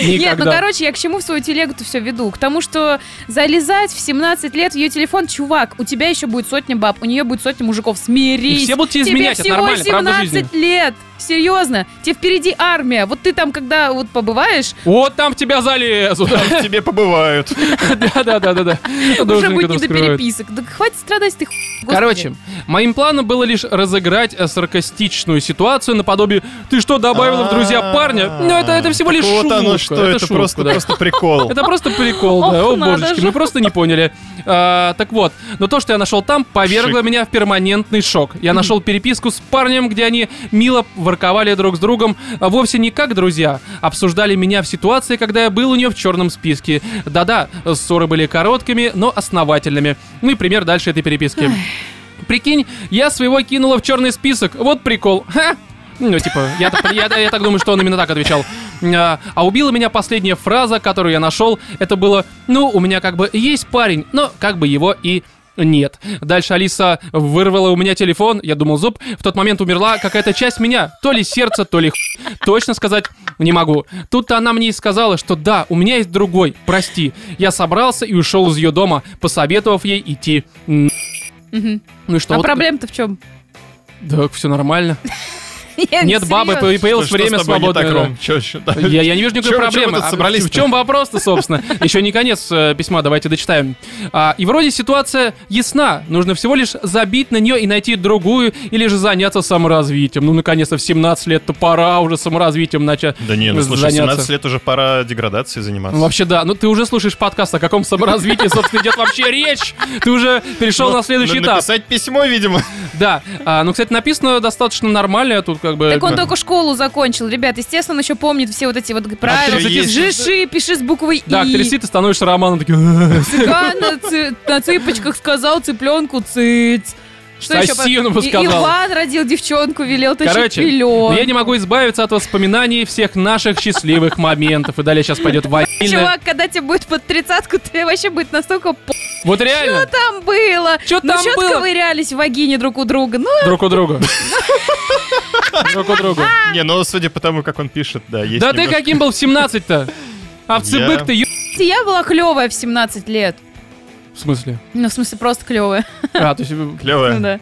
Speaker 3: Нет, ну
Speaker 1: Никогда.
Speaker 3: короче, я к чему в свою телегу-то все веду? К тому, что залезать в 17 лет в ее телефон, чувак, у тебя еще будет сотня баб, у нее будет сотня мужиков, смирись.
Speaker 1: И все будут тебе изменять, это
Speaker 3: всего
Speaker 1: нормально, правда
Speaker 3: 17
Speaker 1: жизни.
Speaker 3: лет, серьезно, тебе впереди армия, вот ты там, когда вот побываешь,
Speaker 1: Вот там в тебя залезут.
Speaker 2: Там тебе побывают.
Speaker 1: Да-да-да-да.
Speaker 3: уже
Speaker 1: Должненько
Speaker 3: будет не
Speaker 1: там
Speaker 3: до
Speaker 1: скроют.
Speaker 3: переписок. Да хватит страдать, ты хуй, господи.
Speaker 1: Короче, моим планом было лишь разыграть э, саркастичную ситуацию наподобие «Ты что, добавила в друзья парня?» Ну, это, это всего лишь
Speaker 2: А. Вот
Speaker 1: шутка.
Speaker 2: оно что, это
Speaker 1: шутка,
Speaker 2: просто
Speaker 1: да.
Speaker 2: просто прикол.
Speaker 1: Это просто прикол, да.
Speaker 3: Ох,
Speaker 1: О,
Speaker 3: надо
Speaker 1: божечки,
Speaker 3: же.
Speaker 1: мы просто не поняли. А, Так вот, но то, что я нашел там, повергло
Speaker 2: Шик.
Speaker 1: меня в перманентный шок. Я нашел переписку с парнем, где они мило ворковали друг с другом, а вовсе не как друзья. Обсуждали меня в ситуации, когда я был у нее в черном списке. Да-да, ссоры были короткими, но основательными. Ну и пример дальше этой переписки. Прикинь, я своего кинула в черный список. Вот прикол. Ха! Ну, типа, я так, я- я так думаю, что он именно так отвечал. А, а убила меня последняя фраза, которую я нашел. Это было, ну, у меня как бы есть парень, но как бы его и нет. Дальше Алиса вырвала у меня телефон, я думал зуб. В тот момент умерла какая-то часть меня. То ли сердце, то ли хуй. Точно сказать не могу. Тут-то она мне и сказала, что да, у меня есть другой, прости. Я собрался и ушел из ее дома, посоветовав ей идти. н-
Speaker 3: Мгм.
Speaker 1: Ну и что?
Speaker 3: а
Speaker 1: вот-
Speaker 3: проблема-то в чем?
Speaker 1: да, все нормально. Нет бабы, по- появилось
Speaker 2: Что- что
Speaker 1: время
Speaker 2: с тобой не
Speaker 1: свободное.
Speaker 2: так,
Speaker 1: да.
Speaker 2: Ром? Чё- чё- да.
Speaker 1: Я, я не вижу никакой
Speaker 2: Чё- чё вы
Speaker 1: проблемы.
Speaker 2: тут
Speaker 1: А
Speaker 2: собрались-то?
Speaker 1: в чем вопрос-то, собственно? Еще не конец э, письма, давайте дочитаем. А, и вроде ситуация ясна. Нужно всего лишь забить на нее и найти другую, или же заняться саморазвитием. Ну, наконец-то, в 17 лет-то пора уже саморазвитием начать.
Speaker 2: Да не, ну слушай,
Speaker 1: заняться.
Speaker 2: 17 лет уже пора деградации
Speaker 1: Ну,
Speaker 2: заниматься.
Speaker 1: вообще, да. Ну, ты уже слушаешь подкаст, о каком саморазвитии, собственно, идет вообще речь. Ты уже перешел на следующий
Speaker 2: Надо
Speaker 1: этап.
Speaker 2: Ну, Написать письмо, видимо.
Speaker 1: Да. А, ну, кстати, написано достаточно нормально. Тут как бы...
Speaker 3: Так он только школу закончил, ребят. Естественно, он еще помнит все вот эти вот правила.
Speaker 2: еще есть-
Speaker 3: Жиши, пиши с буквой
Speaker 1: А Да,
Speaker 3: И.
Speaker 1: актриси ты становишься Романом таким...
Speaker 3: Цыган на, цы- на цыпочках сказал цыпленку цыц. Что еще?
Speaker 1: Сосину бы
Speaker 3: И-
Speaker 1: сказал.
Speaker 3: Иван родил девчонку, велел точить А
Speaker 1: Короче,
Speaker 3: пилен.
Speaker 1: но я не могу избавиться от воспоминаний всех наших счастливых моментов. И далее сейчас пойдет ванильная.
Speaker 3: Чувак, когда тебе будет под тридцатку, ты вообще будет настолько по...
Speaker 1: Вот реально,
Speaker 3: там было.
Speaker 1: Чё
Speaker 3: ну,
Speaker 1: там
Speaker 3: чё
Speaker 1: было?
Speaker 3: отковырялись в вагине друг у друга. Ну,
Speaker 1: друг у друга. Друг у друга.
Speaker 2: Не, ну судя по тому, как он пишет, да, есть
Speaker 1: Да ты
Speaker 2: немножко-
Speaker 1: каким был в 17-то? А в
Speaker 2: Я-
Speaker 1: Цыбык ты ё-
Speaker 3: я была клевая в 17 лет.
Speaker 1: В смысле?
Speaker 3: Ну, в смысле, просто клевая.
Speaker 1: А, то есть э,
Speaker 2: Клёвая.
Speaker 3: Ну да.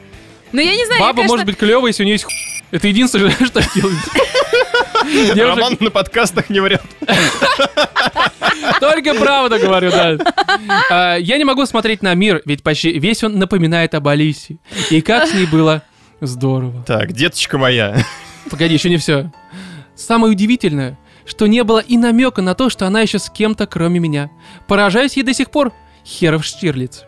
Speaker 3: Ну, я не знаю, я,
Speaker 1: баба
Speaker 3: конечно,
Speaker 1: может быть клевая, если у нее есть хуй. Это единственное, что я делаю. Девушек-
Speaker 2: Роман на подкастах не врет.
Speaker 1: Только правду говорю, да. А, Я не могу смотреть на мир, ведь почти весь он напоминает об Алисе. И как с ней было здорово.
Speaker 2: Так, деточка моя.
Speaker 1: Погоди, еще не все. Самое удивительное, что не было и намека на то, что она еще с кем-то, кроме меня. Поражаюсь ей до сих пор. Херов Штирлиц.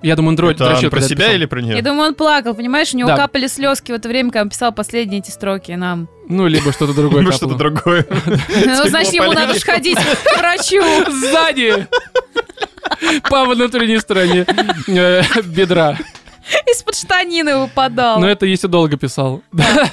Speaker 1: Я думаю, он дрочит.
Speaker 2: Это
Speaker 1: дрочил,
Speaker 2: он про
Speaker 1: когда
Speaker 2: себя
Speaker 1: писал.
Speaker 2: или про
Speaker 3: Я
Speaker 2: нее?
Speaker 3: думаю, он плакал, понимаешь, у него
Speaker 1: Да.
Speaker 3: капали слезки в это время, когда он писал последние эти строки нам.
Speaker 1: Ну, либо что-то другое.
Speaker 2: Ну, что-то
Speaker 1: капало.
Speaker 2: другое.
Speaker 1: Типа,
Speaker 3: Ну, значит, ему надо ж ходить к врачу.
Speaker 1: Сзади! По внутренней стороне э, бедра. Ну,
Speaker 3: Из-под штанины выпадал.
Speaker 1: Но это если долго писал. Да.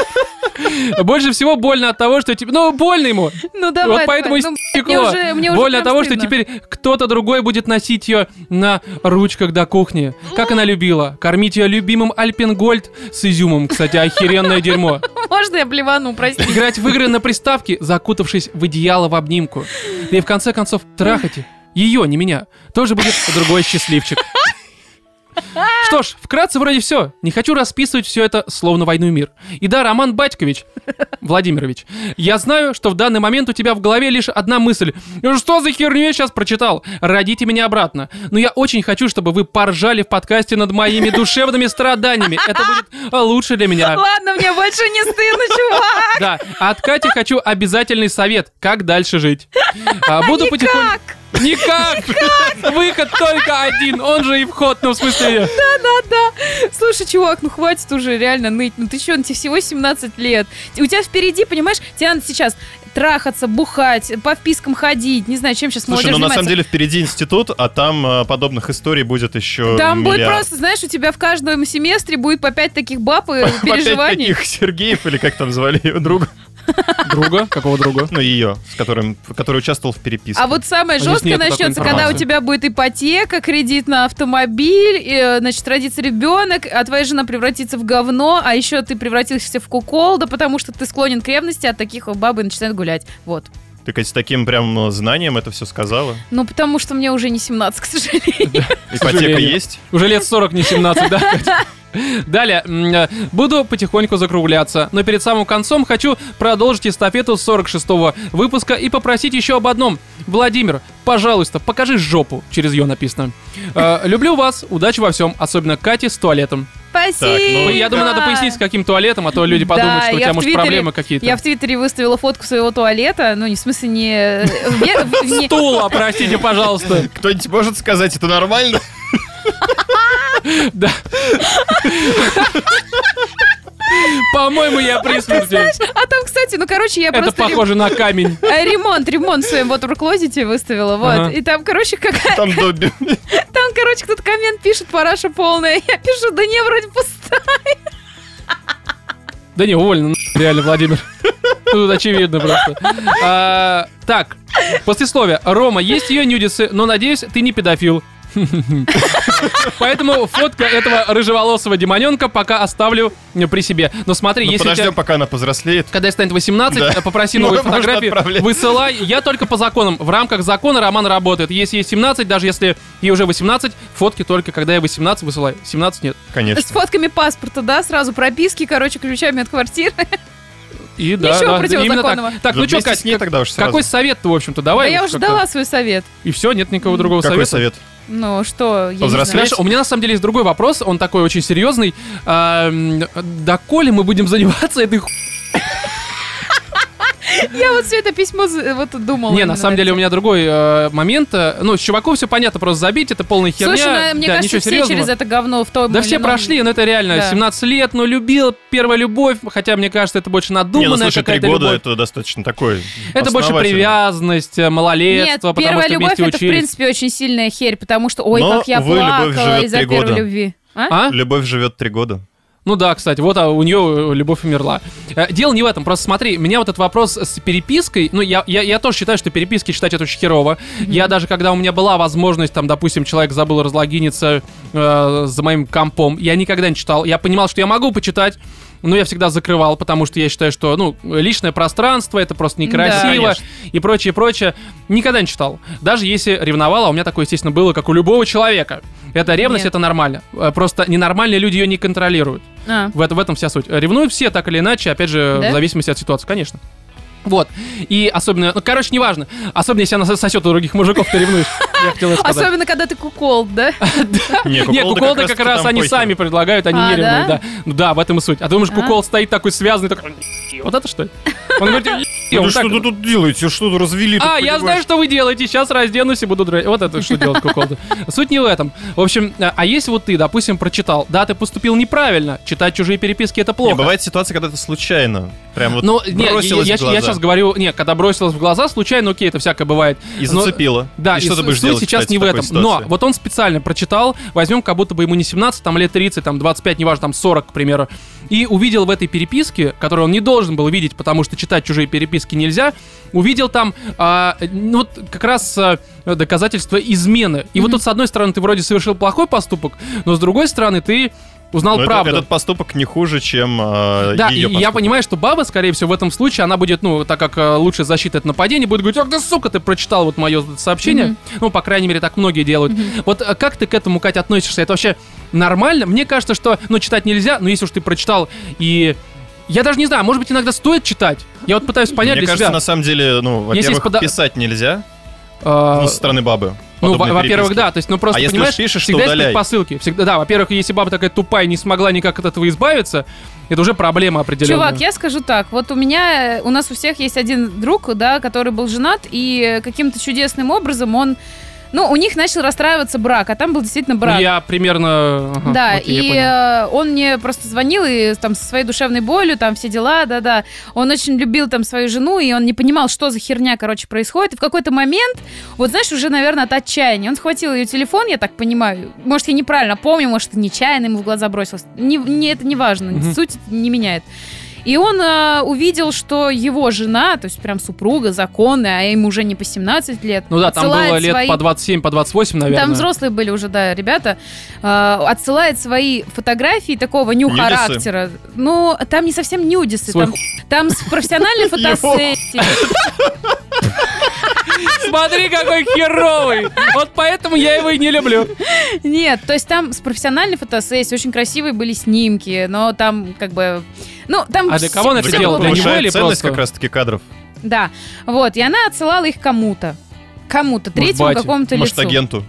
Speaker 1: Больше всего больно от того, что... тебе- Ну, больно ему.
Speaker 3: Ну давай.
Speaker 1: вот поэтому и
Speaker 3: давай. Ну,
Speaker 1: стекло.
Speaker 3: мне уже- мне уже
Speaker 1: Больно от
Speaker 3: прям
Speaker 1: того, что
Speaker 3: стыдно.
Speaker 1: теперь кто-то другой будет носить ее на ручках до кухни. Как
Speaker 3: Ну.
Speaker 1: она любила. Кормить ее любимым альпенгольд с изюмом. Кстати, охеренное дерьмо.
Speaker 3: Можно я блевану, прости.
Speaker 1: Играть в игры на приставке, закутавшись в одеяло в обнимку. Да и в конце концов, трахайте. Ее, не меня. Тоже будет другой счастливчик. Что ж, вкратце вроде все. Не хочу расписывать все это словно войну и мир. И да, Роман Батькович, Владимирович, я знаю, что в данный момент у тебя в голове лишь одна мысль. «Э, Что за херню я сейчас прочитал? Родите меня обратно. Но я очень хочу, чтобы вы поржали в подкасте над моими душевными страданиями. Это будет лучше для меня.
Speaker 3: Ладно, мне больше не стыдно, чувак.
Speaker 1: Да, а от Кати хочу обязательный совет, как дальше жить. А, буду потихоньку...
Speaker 3: Как?
Speaker 1: Никак! Выход только один, он же и вход, ну в смысле...
Speaker 3: Слушай, чувак, ну хватит уже реально ныть. Ну ты чё, ну, тебе всего 17 лет. У тебя впереди, понимаешь, тебе надо сейчас трахаться, бухать, по впискам ходить. Не знаю, чем сейчас
Speaker 2: Слушай,
Speaker 3: молодежь
Speaker 2: ну на самом деле
Speaker 3: занимается.
Speaker 2: впереди институт, а там э, подобных историй будет
Speaker 1: Э,
Speaker 2: еще
Speaker 3: Там будет
Speaker 2: миллиард.
Speaker 3: просто, знаешь, у тебя в каждом семестре будет по пять таких баб и
Speaker 2: Опять
Speaker 3: переживаний.
Speaker 2: таких Сергеев, или как там звали ее друга,
Speaker 1: Друга? Какого друга?
Speaker 2: ну ее, с которым, который участвовал в переписке.
Speaker 3: А вот самое
Speaker 1: здесь
Speaker 3: жесткое
Speaker 1: нету такой
Speaker 3: начнется, когда у
Speaker 1: информации.
Speaker 3: тебя будет ипотека, кредит на автомобиль, и, э, значит, родится ребенок, а твоя жена превратится в говно, а еще ты превратился в кукол, да потому что ты склонен к ревности, а таких бабы начинают гулять. Вот.
Speaker 2: Ты, Кать, с таким прям ну, знанием это все сказала.
Speaker 3: Ну, потому что мне уже не 17, к сожалению.
Speaker 2: Ипотека
Speaker 1: сожалению.
Speaker 2: есть?
Speaker 1: Уже лет 40, не 17, да? Катя? Далее, м, э, буду потихоньку закругляться, но перед самым концом хочу продолжить эстафету 46-го выпуска и попросить еще об одном. Владимир, пожалуйста, покажи жопу, через ее написано. Э, люблю вас, удачи во всем, особенно Кате с туалетом.
Speaker 3: Спасибо.
Speaker 2: ну,
Speaker 1: Ой, Я думаю, надо пояснить, с каким туалетом, а то люди подумают,
Speaker 3: Да,
Speaker 1: что у
Speaker 3: я
Speaker 1: тебя,
Speaker 3: в
Speaker 1: может,
Speaker 3: Твиттере-
Speaker 1: проблемы какие-то.
Speaker 3: Я в Твиттере выставила фотку своего туалета, ну, не в смысле, не... э, ве- в- не-
Speaker 1: Тула, простите, пожалуйста.
Speaker 2: Кто-нибудь может сказать, это нормально?
Speaker 1: Да. По-моему, я при смерти.
Speaker 3: А там, кстати, ну, короче, я
Speaker 1: Это
Speaker 3: просто...
Speaker 1: похоже на камень.
Speaker 3: Э, Ремонт, ремонт в своем вот клозете выставила, вот.
Speaker 1: Ага.
Speaker 3: И там, короче, какая,
Speaker 2: Там Добби.
Speaker 3: там, короче, кто-то коммент пишет, параша полная. Я пишу, да не, вроде пусто.
Speaker 1: Да не, уволен, нахуй, реально, Владимир. Тут очевидно просто. А, так, послесловие. Рома, есть ее нюдисы, но, надеюсь, ты не педофил. Поэтому фотка этого рыжеволосого демоненка пока оставлю при себе. Но смотри,
Speaker 2: Ну,
Speaker 1: если у тебя-
Speaker 2: подождем, пока она повзрослеет.
Speaker 1: Когда ей станет 18,
Speaker 2: Да.
Speaker 1: э, попроси новые
Speaker 2: Можно
Speaker 1: фотографии,
Speaker 2: отправлять.
Speaker 1: высылай. Я только по законам. В рамках закона Роман работает. Если ей 17, даже если ей уже 18, фотки только когда ей 18 высылай. 17 нет.
Speaker 3: С
Speaker 2: Конечно.
Speaker 3: фотками паспорта, да, сразу прописки, короче, ключами от квартиры. А
Speaker 1: И да, да,
Speaker 3: Ничего
Speaker 1: именно
Speaker 3: противозаконного.
Speaker 1: так. Так, ну
Speaker 2: Вместе
Speaker 1: что,
Speaker 2: с
Speaker 1: Кать,
Speaker 2: ней
Speaker 1: как-
Speaker 2: тогда уж сразу.
Speaker 1: какой совет ты, в общем-то,
Speaker 3: Да
Speaker 1: давай?
Speaker 3: я
Speaker 1: вот
Speaker 3: уже
Speaker 1: как-то.
Speaker 3: дала свой совет.
Speaker 1: И все, нет никого другого
Speaker 2: Какой
Speaker 1: совета.
Speaker 2: совет?
Speaker 3: Ну, что, я не знаю.
Speaker 2: Повзрослеть?
Speaker 1: Знаешь, у меня на самом деле есть другой вопрос, он такой очень серьезный. А, м, доколе мы будем заниматься этой ху...
Speaker 3: Я вот все это письмо за- вот думала.
Speaker 1: Не, на
Speaker 3: именно
Speaker 1: самом
Speaker 3: над
Speaker 1: деле у
Speaker 3: этим.
Speaker 1: меня другой э, момент. Э, Ну, с чуваком все понятно, просто забить, это полная херня.
Speaker 3: Слушай, ну, мне
Speaker 1: да,
Speaker 3: кажется,
Speaker 1: ничего
Speaker 3: все
Speaker 1: серьезного.
Speaker 3: через это говно в том
Speaker 1: Да
Speaker 3: или
Speaker 1: все
Speaker 3: ином-
Speaker 1: прошли, но это реально.
Speaker 3: Да.
Speaker 1: 17 лет, но любил, первая любовь, хотя, мне кажется, это больше
Speaker 2: Не, ну
Speaker 1: надуманная
Speaker 2: слушай, три
Speaker 1: какая-то
Speaker 2: года
Speaker 1: любовь.
Speaker 2: это достаточно такой
Speaker 1: Это больше
Speaker 2: основательный.
Speaker 1: привязанность, э,
Speaker 3: Нет,
Speaker 1: малолетство, потому
Speaker 3: первая
Speaker 1: что
Speaker 3: любовь
Speaker 1: вместе
Speaker 3: это, в
Speaker 1: учились.
Speaker 3: принципе, очень сильная херь, потому что, ой,
Speaker 2: Но
Speaker 3: как я
Speaker 2: вы, любовь
Speaker 3: плакала
Speaker 2: живет
Speaker 3: из-за
Speaker 2: три
Speaker 3: первой
Speaker 2: года.
Speaker 3: любви. А?
Speaker 1: А?
Speaker 2: Любовь живет три года.
Speaker 1: Ну да, кстати, вот а, у нее любовь умерла. Э, Дело не в этом, просто смотри, меня вот этот вопрос с перепиской, ну я, я, я тоже считаю, что переписки читать это очень херово. Я даже, когда у меня была возможность, там, допустим, человек забыл разлогиниться э, за моим компом, я никогда не читал. Я понимал, что я могу почитать, но я всегда закрывал, потому что я считаю, что, ну, личное пространство, это просто некрасиво
Speaker 2: Да.
Speaker 1: и прочее, прочее. Никогда не читал. Даже если ревновала, у меня такое, естественно, было, как у любого человека. Это ревность,
Speaker 3: Нет.
Speaker 1: это нормально. Э, Просто ненормальные люди ее не контролируют.
Speaker 3: А.
Speaker 1: В, это- в этом вся суть. Ревнуют все так или иначе, опять же,
Speaker 3: Да?
Speaker 1: в зависимости от ситуации, конечно. Вот. И особенно, ну, короче, неважно. Особенно, если она сосет у других мужиков, ты ревнуешь. Я хотел это сказать.
Speaker 3: Особенно, когда ты кукол, да?
Speaker 2: Не,
Speaker 1: Нет, куколды как
Speaker 2: раз-таки
Speaker 1: раз
Speaker 2: там
Speaker 1: они
Speaker 2: похер.
Speaker 1: сами предлагают, они
Speaker 3: А,
Speaker 1: не ревнуют,
Speaker 3: да?
Speaker 1: да. Ну да, в этом и суть. А думаешь,
Speaker 3: А.
Speaker 1: кукол стоит такой связанный, такой, вот это что ли? Он говорит, «Е,
Speaker 2: Ну
Speaker 1: вот
Speaker 2: ты что
Speaker 1: так».
Speaker 2: вы тут делаете? Что тут развели?
Speaker 1: А,
Speaker 2: тут,
Speaker 1: я
Speaker 2: понимаешь?
Speaker 1: знаю, что вы делаете. Сейчас разденусь и буду драть. Вот это что делать куколда. Суть не в этом. В общем, э, а если вот ты, допустим, прочитал, да, ты поступил неправильно, читать чужие переписки это
Speaker 2: Не,
Speaker 1: плохо.
Speaker 2: бывает ситуация, когда это случайно. Прям вот
Speaker 1: Ну, не, я,
Speaker 2: бросилось в глаза
Speaker 1: сейчас говорю, не, когда бросилось в глаза, случайно, окей, это всякое бывает.
Speaker 2: И
Speaker 1: Но-
Speaker 2: зацепило.
Speaker 1: да,
Speaker 2: и что
Speaker 1: с-
Speaker 2: ты будешь
Speaker 1: суть
Speaker 2: делать,
Speaker 1: сейчас
Speaker 2: кстати,
Speaker 1: не
Speaker 2: в
Speaker 1: в
Speaker 2: такой
Speaker 1: этом. Но
Speaker 2: ситуации?
Speaker 1: вот он специально прочитал, возьмем, как будто бы ему не 17, там лет 30, там 25, неважно, там 40, к примеру, и увидел в этой переписке, которую он не должен был видеть, потому что читать чужие переписки нельзя, увидел там, а, ну, вот как раз а, доказательство измены. И вот
Speaker 3: Мгм.
Speaker 1: тут, с одной стороны, ты вроде совершил плохой поступок, но с другой стороны, ты узнал
Speaker 2: Но Ну, это-
Speaker 1: правду.
Speaker 2: этот поступок не хуже, чем э,
Speaker 1: Да,
Speaker 2: ее
Speaker 1: и я
Speaker 2: поступок.
Speaker 1: понимаю, что баба, скорее всего, в этом случае, она будет, ну, так как э, лучшая защита от нападения, будет говорить, ах ты, сука, ты прочитал вот мое сообщение.
Speaker 3: Мгм.
Speaker 1: Ну, по крайней мере, так многие делают. Вот э, как ты к этому, Катя, относишься? Это вообще нормально? Мне кажется, что, ну, читать нельзя, но если уж ты прочитал и... Я даже не знаю, может быть, иногда стоит читать? Я вот пытаюсь понять
Speaker 2: Мне
Speaker 1: для
Speaker 2: кажется,
Speaker 1: себя.
Speaker 2: на самом деле, ну,
Speaker 1: Если
Speaker 2: во-первых,
Speaker 1: есть пода-
Speaker 2: писать нельзя,
Speaker 1: Э,
Speaker 2: ну, со стороны бабы.
Speaker 1: Ну, во-
Speaker 2: подобные
Speaker 1: во-первых,
Speaker 2: переписки.
Speaker 1: да, то есть, ну просто
Speaker 2: А если уж
Speaker 1: понимаешь,
Speaker 2: пишешь, то
Speaker 1: всегда есть
Speaker 2: удаляй.
Speaker 1: предпосылки. Всегда, да, во-первых, если баба такая тупая и не смогла никак от этого избавиться, это уже проблема определенная.
Speaker 3: Чувак, я скажу так. Вот у меня, э, у нас у всех есть один друг, да, который был женат, и э, каким-то чудесным образом он, ну, у них начал расстраиваться брак, а там был действительно брак.
Speaker 1: Ну, Я примерно... ага,
Speaker 3: Да,
Speaker 1: окей, я
Speaker 3: и
Speaker 1: понял.
Speaker 3: э, он мне просто звонил и там со своей душевной болью, там все дела, да-да. Он очень любил там свою жену, и он не понимал, что за херня, короче, происходит. И в какой-то момент, вот знаешь, уже, наверное, от отчаяния, он схватил ее телефон, я так понимаю. Может, я неправильно помню, может, нечаянно ему в глаза бросилось. Не, не- это не важно,
Speaker 1: Мгм.
Speaker 3: суть это не меняет. И он э, увидел, что его жена, то есть прям супруга законная, а ему уже не по 17 лет,
Speaker 1: Ну да, там
Speaker 3: отсылает
Speaker 1: было лет
Speaker 3: свои
Speaker 1: по 27, по 28, наверное.
Speaker 3: там взрослые были уже, да, ребята. Э, отсылает свои фотографии такого ню-характера. Ну, там не совсем нюдисы.
Speaker 1: Свой
Speaker 3: Там, там с профессиональной фотосессией.
Speaker 1: Смотри, какой херовый! Вот поэтому я его и не люблю.
Speaker 3: Нет, то есть там с профессиональной фотосессией очень красивые были снимки, но там как бы... Ну, там...
Speaker 1: А для кого она
Speaker 3: вс-
Speaker 1: это
Speaker 3: всё
Speaker 1: делала?
Speaker 3: было
Speaker 1: Для него
Speaker 2: Повышает
Speaker 1: или
Speaker 2: ценность
Speaker 1: просто?
Speaker 2: как раз-таки кадров.
Speaker 3: Да, вот, и она отсылала их кому-то. Кому-то, третьему
Speaker 1: бате,
Speaker 3: какому-то
Speaker 2: Может,
Speaker 3: лицу.
Speaker 2: агенту.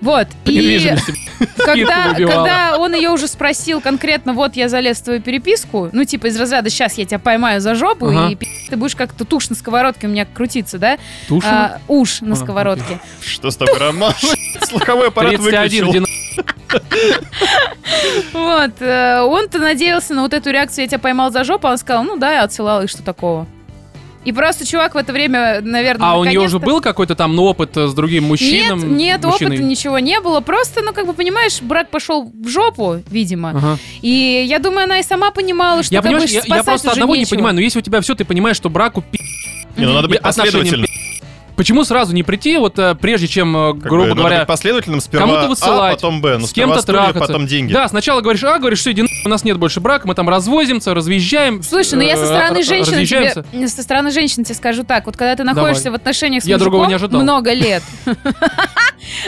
Speaker 3: Вот, и
Speaker 1: Недвижимости.
Speaker 3: когда,
Speaker 1: Кирку выбивала.
Speaker 3: когда он ее уже спросил конкретно, вот я залез в твою переписку, ну типа из разряда «сейчас я тебя поймаю за жопу»
Speaker 1: Ага.
Speaker 3: и пи***, ты будешь как-то туш на сковородке у меня крутиться, да?
Speaker 1: Тушина?
Speaker 3: А, уж на
Speaker 1: А,
Speaker 3: сковородке.
Speaker 2: Что с тобой, Роман? Слуховой аппарат
Speaker 1: 31
Speaker 2: выключил.
Speaker 1: дина-
Speaker 3: Вот, э, он-то надеялся на вот эту реакцию «я тебя поймал за жопу», а он сказал «ну да, я отсылал, и что такого?» И просто чувак в это время, наверное,
Speaker 1: А у нее
Speaker 3: наконец-то-
Speaker 1: уже был какой-то там ну, опыт э, с другим
Speaker 3: Нет,
Speaker 1: мужчином?
Speaker 3: нет,
Speaker 1: мужчиной?
Speaker 3: опыта ничего не было. Просто, ну, как бы, понимаешь, брак пошел в жопу, видимо.
Speaker 1: Ага.
Speaker 3: И я думаю, она и сама понимала,
Speaker 1: А.
Speaker 3: что
Speaker 1: Я,
Speaker 3: как бы
Speaker 1: понимаешь, я, я
Speaker 3: спасать
Speaker 1: просто
Speaker 3: уже
Speaker 1: одного не
Speaker 3: нечего.
Speaker 1: понимаю, но если у тебя все, ты понимаешь, что браку пи***,
Speaker 2: Не, ну надо быть
Speaker 1: Отношениям
Speaker 2: последовательным.
Speaker 1: почему сразу не прийти, вот э, прежде чем, э,
Speaker 2: Как бы ну,
Speaker 1: грубо
Speaker 2: надо
Speaker 1: говоря,
Speaker 2: быть последовательным сперва
Speaker 1: кому-то
Speaker 2: А,
Speaker 1: высылать,
Speaker 2: потом Б. Ну,
Speaker 1: с кем-то
Speaker 2: сперва стулья,
Speaker 1: трахаться.
Speaker 2: потом деньги.
Speaker 1: Да, сначала говоришь, а, говоришь, все, иди нахуй, у нас нет больше брака, мы там развозимся, разъезжаем.
Speaker 3: Слушай, ну я со
Speaker 1: э,
Speaker 3: стороны
Speaker 1: р-
Speaker 3: женщины
Speaker 1: разъезжаемся.
Speaker 3: тебе, со стороны женщины тебе скажу так, вот когда ты находишься в отношениях с
Speaker 1: Я другого
Speaker 3: мужиком
Speaker 1: не ожидал.
Speaker 3: много лет,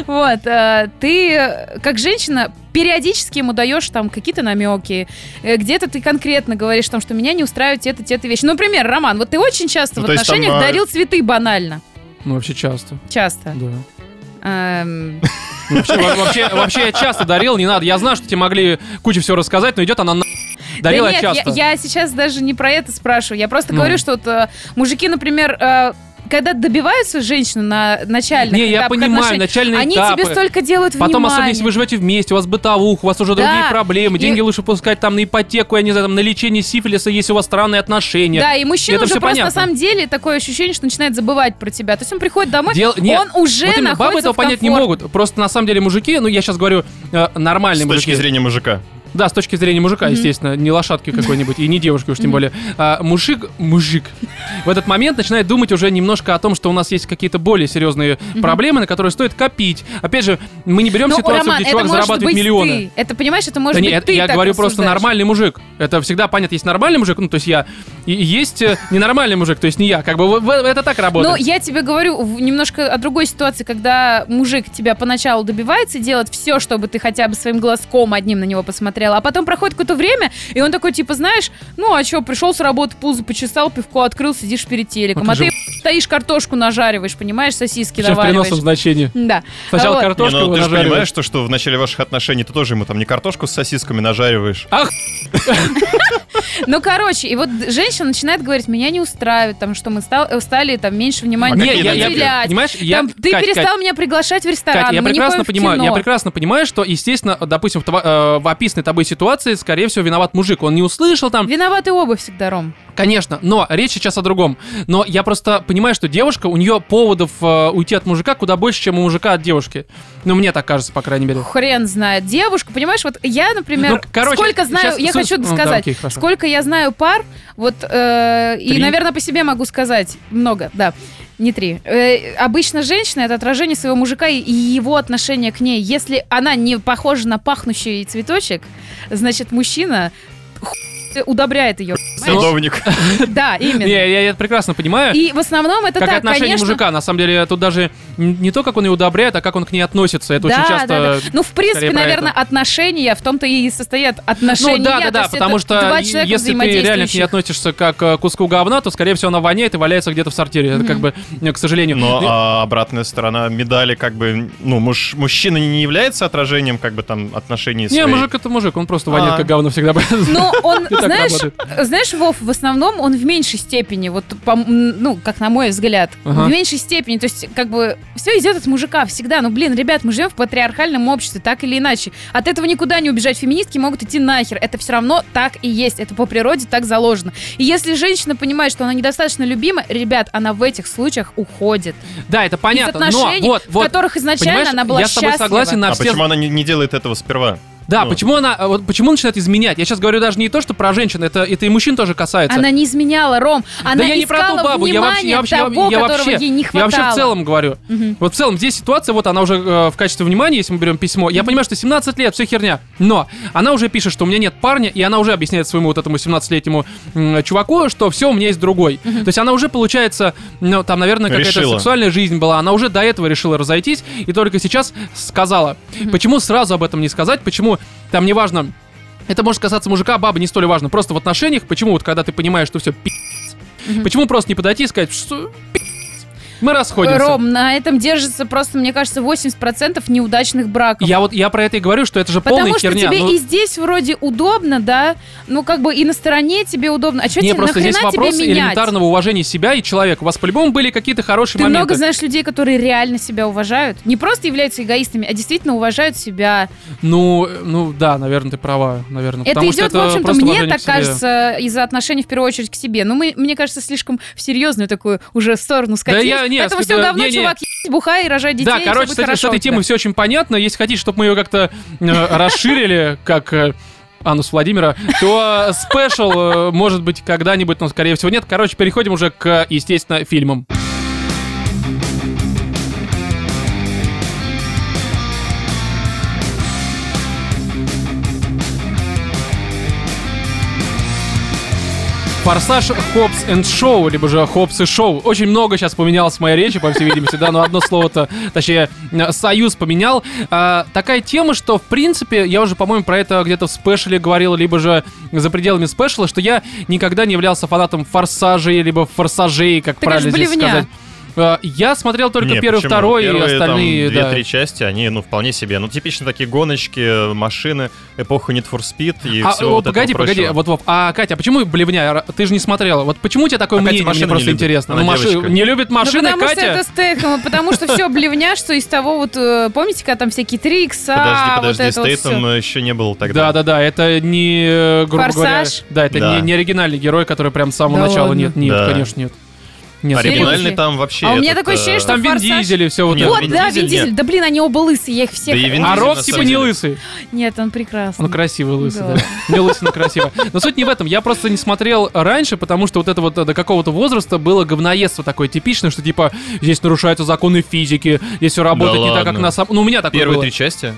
Speaker 3: вот, э, ты э, как женщина периодически ему даешь там какие-то намеки, э, где-то ты конкретно говоришь там, что меня не устраивают те-то, те-то вещи. Ну, Например, Роман, вот ты очень часто
Speaker 2: Ну,
Speaker 3: в
Speaker 2: то есть там,
Speaker 3: отношениях
Speaker 2: а,
Speaker 3: дарил цветы банально.
Speaker 1: Ну, вообще часто,
Speaker 3: Часто.
Speaker 1: да.
Speaker 3: Эм,
Speaker 1: Ну, Вообще, во- вообще, вообще я часто дарил, не надо. Я знаю, что тебе могли кучу всего рассказать, но идет она на... Дарила
Speaker 3: да нет,
Speaker 1: часто.
Speaker 3: Я, я сейчас даже не про это спрашиваю. Я просто
Speaker 1: Ну.
Speaker 3: говорю, что вот, э, мужики, например, э, когда добиваются женщины на начальных
Speaker 1: Не, я
Speaker 3: этапах
Speaker 1: понимаю,
Speaker 3: отношений,
Speaker 1: начальные
Speaker 3: Они
Speaker 1: этапы.
Speaker 3: тебе столько делают
Speaker 1: Потом, особенно
Speaker 3: внимания.
Speaker 1: если вы живете вместе, у вас бытовух, у вас уже
Speaker 3: Да.
Speaker 1: другие проблемы, деньги
Speaker 3: И-
Speaker 1: лучше пускать там на ипотеку, я не знаю, там на лечение сифилиса, если у вас странные отношения.
Speaker 3: Да, и мужчина
Speaker 1: Это
Speaker 3: уже
Speaker 1: всё
Speaker 3: просто
Speaker 1: понятно.
Speaker 3: на самом деле такое ощущение, что начинает забывать про тебя. То есть он приходит домой,
Speaker 1: Дел- нет,
Speaker 3: он уже
Speaker 1: вот именно,
Speaker 3: находится
Speaker 1: бабы этого
Speaker 3: в
Speaker 1: понять не
Speaker 3: комфорт.
Speaker 1: могут. Просто на самом деле мужики, ну я сейчас говорю э,
Speaker 2: С
Speaker 1: нормальные
Speaker 2: точки
Speaker 1: мужики.
Speaker 2: зрения мужика.
Speaker 1: Да, с точки зрения мужика,
Speaker 3: Мгм.
Speaker 1: естественно, не лошадки какой-нибудь и не девушки уж тем
Speaker 3: Мгм.
Speaker 1: более. А, мужик, мужик в этот момент начинает думать уже немножко о том, что у нас есть какие-то более серьезные проблемы, на которые стоит копить. Опять же, мы не берем
Speaker 3: Ну,
Speaker 1: ситуацию,
Speaker 3: Роман,
Speaker 1: где
Speaker 3: это
Speaker 1: чувак
Speaker 3: может
Speaker 1: зарабатывает
Speaker 3: быть
Speaker 1: миллионы.
Speaker 3: ты. Это, понимаешь, это может
Speaker 1: Да не,
Speaker 3: быть
Speaker 1: это-
Speaker 3: ты
Speaker 1: я
Speaker 3: так
Speaker 1: говорю просто
Speaker 3: рассуждаешь.
Speaker 1: нормальный мужик. Это всегда понятно, есть нормальный мужик, ну то есть я, и и есть э, ненормальный мужик, то есть не я. Как бы в- в- это так
Speaker 3: Ну,
Speaker 1: работает.
Speaker 3: я тебе говорю в- немножко о другой ситуации, когда мужик тебя поначалу добивается, делает все, чтобы ты хотя бы своим глазком одним на него посмотрела, а потом проходит какое-то время, и он такой, типа, знаешь, ну, а что, пришел с работы, пузо почесал, пивко открыл, сидишь перед телеком,
Speaker 1: Ну,
Speaker 3: а
Speaker 1: ты
Speaker 3: ты стоишь картошку нажариваешь, понимаешь, сосиски
Speaker 1: Сейчас в переносном
Speaker 3: навариваешь.
Speaker 1: значении.
Speaker 3: Да.
Speaker 1: Сначала
Speaker 3: Вот.
Speaker 2: Не,
Speaker 1: картошку
Speaker 2: ну, ты же
Speaker 1: нажариваешь.
Speaker 2: понимаешь, что, что в начале ваших отношений ты тоже ему там не картошку с сосисками нажариваешь.
Speaker 3: Ну, короче, и вот женщина начинает говорить, меня не устраивает, там, что мы стал- э, стали там меньше внимания
Speaker 2: Не,
Speaker 1: Не,
Speaker 2: какие
Speaker 1: я, я-
Speaker 3: уделять.
Speaker 1: понимаешь, я,
Speaker 3: Там, ты
Speaker 1: Кать, Кать,
Speaker 3: перестал меня приглашать в ресторан.
Speaker 1: Катя, я
Speaker 3: мы не
Speaker 1: прекрасно
Speaker 3: ходим в
Speaker 1: понимаю, я
Speaker 3: кино.
Speaker 1: прекрасно понимаю, что, естественно, допустим, в, тва- э, в описанной тобой ситуации, скорее всего, виноват мужик. Он не услышал там.
Speaker 3: Виноваты оба всегда, Ром.
Speaker 1: Конечно, но речь сейчас о другом. Но я просто понимаю, что девушка, у нее поводов э, уйти от мужика куда больше, чем у мужика от девушки. Ну, мне так кажется, по крайней мере.
Speaker 3: Хрен знает. Девушка, понимаешь, вот я, например,
Speaker 1: Ну, короче,
Speaker 3: сколько знаю,
Speaker 1: щас-
Speaker 3: я
Speaker 1: су-
Speaker 3: хочу
Speaker 1: ну, да,
Speaker 3: сказать,
Speaker 1: окей, хорошо.
Speaker 3: сколько я знаю пар, вот, э, и,
Speaker 1: Три?
Speaker 3: наверное, по себе могу сказать много, да. Не три. Э, обычно женщина это отражение своего мужика и, и его отношения к ней. Если она не похожа на пахнущий цветочек, значит мужчина ху- удобряет ее.
Speaker 1: Ну,
Speaker 2: Садовник.
Speaker 3: Да,
Speaker 1: Не,
Speaker 3: именно.
Speaker 1: я, я это прекрасно понимаю.
Speaker 3: И в основном это
Speaker 1: как
Speaker 3: так,
Speaker 1: отношение
Speaker 3: конечно.
Speaker 1: мужика. На самом деле, тут даже н- не то, как он ее удобряет, а как он к ней относится. Это
Speaker 3: да,
Speaker 1: очень
Speaker 3: да,
Speaker 1: часто.
Speaker 3: да. Ну, в принципе,
Speaker 1: про
Speaker 3: наверное, отношения в том-то и состоят отношения.
Speaker 1: Ну да,
Speaker 3: то
Speaker 1: да, да,
Speaker 3: есть
Speaker 1: потому
Speaker 3: это
Speaker 1: что
Speaker 3: два
Speaker 1: е-
Speaker 3: человека
Speaker 1: если ты реально к ней
Speaker 3: взаимодействующих.
Speaker 1: относишься как э, к куску говна, то, скорее всего, она воняет и валяется где-то в сортире. Это как бы, э, к сожалению.
Speaker 2: Но
Speaker 1: Ты-
Speaker 2: а, обратная сторона медали, как бы, ну, муж, мужчина не является отражением, как бы, там, отношений
Speaker 1: Не,
Speaker 2: своей.
Speaker 1: мужик это мужик, он просто воняет
Speaker 2: А.
Speaker 1: как говно всегда.
Speaker 3: Но он,
Speaker 1: так
Speaker 3: знаешь,
Speaker 1: работает.
Speaker 3: знаешь, Вов, в основном он в меньшей степени, вот, по м- ну, как на мой взгляд,
Speaker 1: Ага.
Speaker 3: в меньшей степени, то есть, как бы, все идет от мужика всегда. Ну, блин, ребят, мы живем в патриархальном обществе, так или иначе. От этого никуда не убежать. Феминистки могут идти нахер. Это все равно так и есть. Это по природе так заложено. И если женщина понимает, что она недостаточно любима, ребят, она в этих случаях уходит.
Speaker 1: Да, это понятно.
Speaker 3: Из
Speaker 1: Но
Speaker 3: отношений,
Speaker 1: вот,
Speaker 3: в
Speaker 1: вот.
Speaker 3: которых изначально
Speaker 1: Понимаешь,
Speaker 3: она была
Speaker 1: я с тобой
Speaker 3: счастлива.
Speaker 1: согласен на
Speaker 2: А
Speaker 1: все
Speaker 2: почему она не, не делает этого сперва?
Speaker 1: Да,
Speaker 2: Ну.
Speaker 1: почему она, а вот почему начинает изменять? Я сейчас говорю даже не то, что про женщин, это, это и мужчин тоже касается.
Speaker 3: Она не изменяла, Ром. Она
Speaker 1: да я не про
Speaker 3: искала
Speaker 1: ту бабу, я вообще, я
Speaker 3: внимание
Speaker 1: вообще,
Speaker 3: того,
Speaker 1: я
Speaker 3: которого
Speaker 1: вообще,
Speaker 3: ей не
Speaker 1: я
Speaker 3: хватало.
Speaker 1: вообще в целом говорю.
Speaker 3: Мгм.
Speaker 1: Вот в целом здесь ситуация, вот она уже э, в качестве внимания, если мы берем письмо, я понимаю, что 17 лет, все херня, но она уже пишет, что у меня нет парня, и она уже объясняет своему вот этому 17-летнему м, чуваку, что все, у меня есть другой. То есть она уже, получается, ну, там, наверное, какая-то
Speaker 2: Решила.
Speaker 1: сексуальная жизнь была, она уже до этого решила разойтись, и только сейчас сказала. Почему сразу об этом не сказать, почему, там, неважно, это может касаться мужика, бабы, не столь важно. Просто в отношениях, почему вот когда ты понимаешь, что все почему просто не подойти и сказать, что пи***ц, мы расходимся.
Speaker 3: Ром, на этом держится просто, мне кажется, 80% неудачных браков.
Speaker 1: Я вот я про это и говорю, что это же
Speaker 3: Потому
Speaker 1: полная
Speaker 3: что
Speaker 1: херня.
Speaker 3: тебе
Speaker 1: ну,
Speaker 3: и здесь вроде удобно, да, ну как бы и на стороне тебе удобно. А что
Speaker 1: не,
Speaker 3: тебе
Speaker 1: просто
Speaker 3: нахрена
Speaker 1: здесь вопрос
Speaker 3: тебе менять?
Speaker 1: элементарного уважения себя и человека. У вас по-любому были какие-то хорошие
Speaker 3: Ты
Speaker 1: моменты.
Speaker 3: много знаешь людей, которые реально себя уважают. Не просто являются эгоистами, а действительно уважают себя.
Speaker 1: Ну, э, ну да, наверное, ты права, наверное.
Speaker 3: это
Speaker 1: Ну, потому что
Speaker 3: идет,
Speaker 1: это
Speaker 3: в общем-то,
Speaker 1: просто
Speaker 3: мне
Speaker 1: уважение
Speaker 3: так
Speaker 1: к себе.
Speaker 3: кажется, из-за отношений в первую очередь к себе. Ну, мы, мне кажется, слишком в серьезную такую уже сторону скатились.
Speaker 1: я- не,
Speaker 3: Поэтому
Speaker 1: ск-
Speaker 3: все
Speaker 1: да,
Speaker 3: говно,
Speaker 1: не, не.
Speaker 3: чувак, ебись, бухай, рожай детей,
Speaker 1: Да,
Speaker 3: и всё
Speaker 1: короче,
Speaker 3: будет
Speaker 1: с, этой- с
Speaker 3: хорошо у
Speaker 1: этой
Speaker 3: тебя.
Speaker 1: темой все очень понятно. Если хотите, чтобы мы ее как-то э, расширили, как э, анус Владимира, то э, спешл э, может быть когда-нибудь, но скорее всего нет. Короче, переходим уже к, естественно, фильмам. Форсаж Хопс энд Шоу, либо же Хопс и Шоу. Очень много сейчас поменялось в моей речи, по всей видимости, да, но одно слово-то, точнее, э, союз поменял. А, такая тема, что, в принципе, я уже, по-моему, про это где-то в спешле говорил, либо же за пределами спешла, что я никогда не являлся фанатом форсажей, либо форсажей, как
Speaker 3: Ты,
Speaker 1: правильно
Speaker 3: конечно,
Speaker 1: здесь
Speaker 3: блевня.
Speaker 1: сказать. А, Я смотрел только
Speaker 2: Не,
Speaker 1: первый,
Speaker 2: почему?
Speaker 1: второй
Speaker 2: Первые,
Speaker 1: и
Speaker 2: там,
Speaker 1: остальные, да.
Speaker 2: две-три части, они, ну, вполне себе. Ну, типично такие гоночки, машины, эпоха Need for Speed и
Speaker 1: А,
Speaker 2: всего
Speaker 1: о,
Speaker 2: вот этого
Speaker 1: погоди, погоди,
Speaker 2: прочего.
Speaker 1: вот, Вов, а Катя, а почему блевня? Р- Ты же не смотрела. Вот почему у тебя такое
Speaker 2: А Катя
Speaker 1: мнение? Мне
Speaker 2: машины не
Speaker 1: просто
Speaker 2: любит.
Speaker 1: интересно.
Speaker 2: Она
Speaker 1: ну, маши-
Speaker 2: девочка.
Speaker 1: не любит
Speaker 3: Ну,
Speaker 1: машины,
Speaker 3: потому
Speaker 1: Катя?
Speaker 3: что это стейком, потому что все блевня, что из того вот, э, помните, когда там всякие три икса,
Speaker 2: Подожди, подожди, ну,
Speaker 3: вот это вот
Speaker 2: Стейтем
Speaker 3: всё.
Speaker 2: еще не был тогда.
Speaker 1: Да, да, да, это не, э, грубо
Speaker 3: Форсаж?
Speaker 1: говоря, да, это
Speaker 2: Да.
Speaker 1: Не, не оригинальный герой, который прям с самого
Speaker 3: Да
Speaker 1: начала
Speaker 3: ладно.
Speaker 1: нет, нет,
Speaker 2: Да.
Speaker 1: конечно нет. Нет,
Speaker 3: Оригинальный
Speaker 2: А Оригинальный там вообще...
Speaker 3: А у меня
Speaker 2: этот,
Speaker 3: такое ощущение,
Speaker 2: э,
Speaker 1: серьезно.
Speaker 3: что
Speaker 1: Там Вин
Speaker 3: «Форсаж»?
Speaker 1: Дизель и все вот
Speaker 2: Нет,
Speaker 1: это.
Speaker 3: Вот,
Speaker 2: Вин
Speaker 3: да,
Speaker 2: Дизель
Speaker 3: Вин Дизель.
Speaker 2: нет.
Speaker 3: Да блин, они оба лысые, я их
Speaker 2: Да
Speaker 3: всех...
Speaker 2: и Вин
Speaker 1: А
Speaker 2: Дизель,
Speaker 1: Роб
Speaker 2: на
Speaker 1: типа
Speaker 2: самом
Speaker 1: не
Speaker 2: деле.
Speaker 1: лысый.
Speaker 3: Нет, он прекрасный. Ну,
Speaker 1: Он красивый лысый,
Speaker 3: Да.
Speaker 1: да. Не лысый, но красивый. Но суть не в этом. Я просто не смотрел раньше, потому что вот это вот э, до какого-то возраста было говноедство такое типичное, что типа здесь нарушаются законы физики, здесь все работает не так, как
Speaker 2: ладно.
Speaker 1: на самом... Ну, у меня такое
Speaker 2: Первые
Speaker 1: было.
Speaker 2: три части?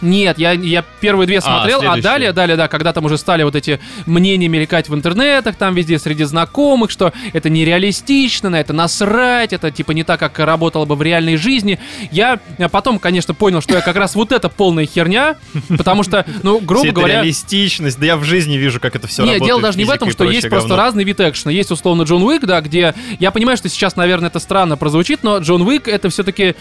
Speaker 1: Нет, я, я первые две смотрел, а,
Speaker 2: следующие.
Speaker 1: далее, далее, да, когда там уже стали вот эти мнения мелькать в интернетах, там везде среди знакомых, что это нереалистично, на это насрать, это типа не так, как работало бы в реальной жизни. Я э, потом, конечно, понял, что я как раз вот это полная херня, потому что, ну, грубо
Speaker 2: Вся эта
Speaker 1: говоря...
Speaker 2: реалистичность, да я в жизни вижу, как это все
Speaker 1: Нет,
Speaker 2: работает.
Speaker 1: дело даже не в
Speaker 2: физика
Speaker 1: этом,
Speaker 2: и
Speaker 1: что
Speaker 2: прочее
Speaker 1: есть просто
Speaker 2: говно.
Speaker 1: разный вид экшена. Есть условно Джон Уик, да, где я понимаю, что сейчас, наверное, это странно прозвучит, но Джон Уик это все-таки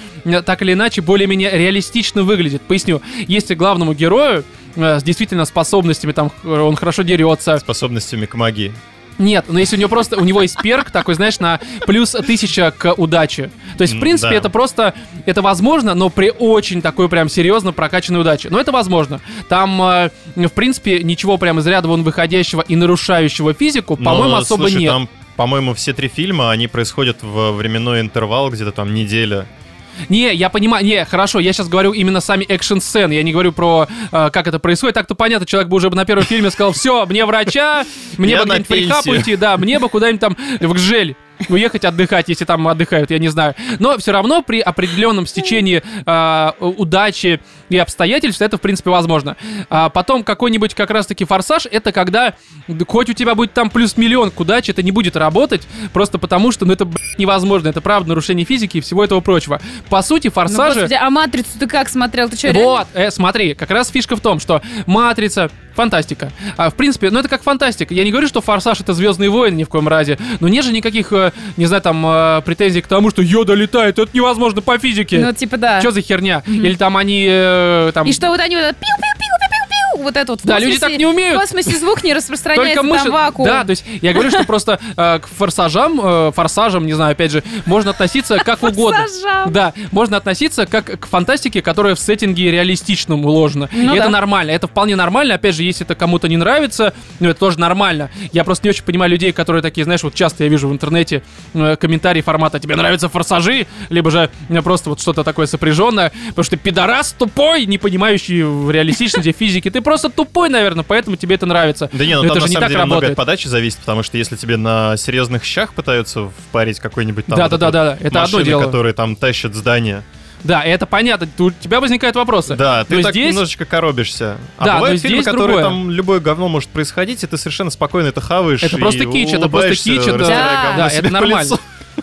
Speaker 1: так или иначе более-менее реалистично выглядит. Поясню, если главному герою э, с действительно способностями, там х- он хорошо дерется,
Speaker 2: Способностями к магии.
Speaker 1: Нет, но если у него просто, у него есть перк такой, знаешь, на плюс тысяча к удаче. То есть, в
Speaker 2: М,
Speaker 1: принципе,
Speaker 2: да.
Speaker 1: это просто, это возможно, но при очень такой прям серьезно прокачанной удаче. Но это возможно. Там, э, в принципе, ничего прям из ряда вон выходящего и нарушающего физику,
Speaker 2: Но,
Speaker 1: по-моему, особо
Speaker 2: Ну, слушай,
Speaker 1: нет.
Speaker 2: там, по-моему, все три фильма, они происходят в временной интервал где-то там неделя.
Speaker 1: Не, я понимаю, не, хорошо, я сейчас говорю именно сами экшн-сцены, я не говорю про э, как это происходит, так-то понятно, человек бы уже бы на первом фильме сказал, все, мне врача, мне
Speaker 2: Я
Speaker 1: бы
Speaker 2: на
Speaker 1: где-нибудь в рехаб
Speaker 2: пенсию».
Speaker 1: уйти, да, мне бы куда-нибудь там в Гжель уехать отдыхать, если там отдыхают, я не знаю. Но все равно при определенном стечении э, удачи и обстоятельств это, в принципе, возможно. А потом какой-нибудь как раз-таки форсаж, это когда д- хоть у тебя будет там плюс миллион к удаче, это не будет работать, просто потому что, ну, это блядь, невозможно, это правда нарушение физики и всего этого прочего. По сути,
Speaker 3: Ну,
Speaker 1: форсажи...
Speaker 3: господи, а «Матрицу» ты как смотрел? Ты что,
Speaker 1: Вот, э, смотри, как раз фишка в том, что Матрица, фантастика. А, в принципе, ну это как фантастика. Я не говорю, что Форсаж это Звездные войны ни в коем разе. Но нет же никаких, э, не знаю, там э, претензий к тому, что Йода летает, это невозможно по физике.
Speaker 3: Ну, типа, да.
Speaker 1: Что за херня? Или там они э, там.
Speaker 3: И что вот они вот это пиу-пиу-пиу-пиу-пиу, вот это вот в
Speaker 1: Да,
Speaker 3: космосе-
Speaker 1: люди так не умеют.
Speaker 3: В космосе звук не распространяется,
Speaker 1: Только
Speaker 3: там
Speaker 1: мыши.
Speaker 3: вакуум.
Speaker 1: Да, то есть я говорю, что просто э, к форсажам, э, форсажам, не знаю, опять же, можно относиться как угодно.
Speaker 3: Форсажам.
Speaker 1: Да, можно относиться как к фантастике, которая в сеттинге реалистичном уложена.
Speaker 3: Ну
Speaker 1: и это
Speaker 3: да.
Speaker 1: нормально, это вполне нормально. Опять же, если это кому-то не нравится, ну это тоже нормально. Я просто не очень понимаю людей, которые такие, знаешь, вот часто я вижу в интернете э, комментарии формата «Тебе нравятся форсажи?» Либо же э, просто вот что-то такое сопряженное, потому что ты пидорас тупой, не понимающий в реалистичности физики. Ты просто тупой, наверное, поэтому тебе это нравится.
Speaker 2: Да не, ну
Speaker 1: Но
Speaker 2: там
Speaker 1: это
Speaker 2: на
Speaker 1: же не
Speaker 2: самом
Speaker 1: так
Speaker 2: деле много от
Speaker 1: работает.
Speaker 2: подачи зависит, потому что если тебе на серьезных щах пытаются впарить какой-нибудь там...
Speaker 1: Да,
Speaker 2: вот
Speaker 1: да,
Speaker 2: этот
Speaker 1: да, да, это одно
Speaker 2: машины,
Speaker 1: дело.
Speaker 2: которые там тащат здание.
Speaker 1: Да, и это понятно. У тебя возникают вопросы.
Speaker 2: Да, ты
Speaker 1: Но
Speaker 2: так
Speaker 1: здесь...
Speaker 2: немножечко коробишься. А
Speaker 1: Да, но
Speaker 2: бывают фильмы,
Speaker 1: здесь
Speaker 2: которые
Speaker 1: другое.
Speaker 2: там любое говно может происходить, и ты совершенно спокойно это хаваешь.
Speaker 1: Это
Speaker 2: и
Speaker 1: просто кич, это просто
Speaker 2: улыбаешься,
Speaker 1: кич, это-
Speaker 2: растирая
Speaker 3: Да.
Speaker 2: говно
Speaker 1: Да,
Speaker 2: себе
Speaker 1: это
Speaker 2: по
Speaker 1: нормально.
Speaker 2: лицу.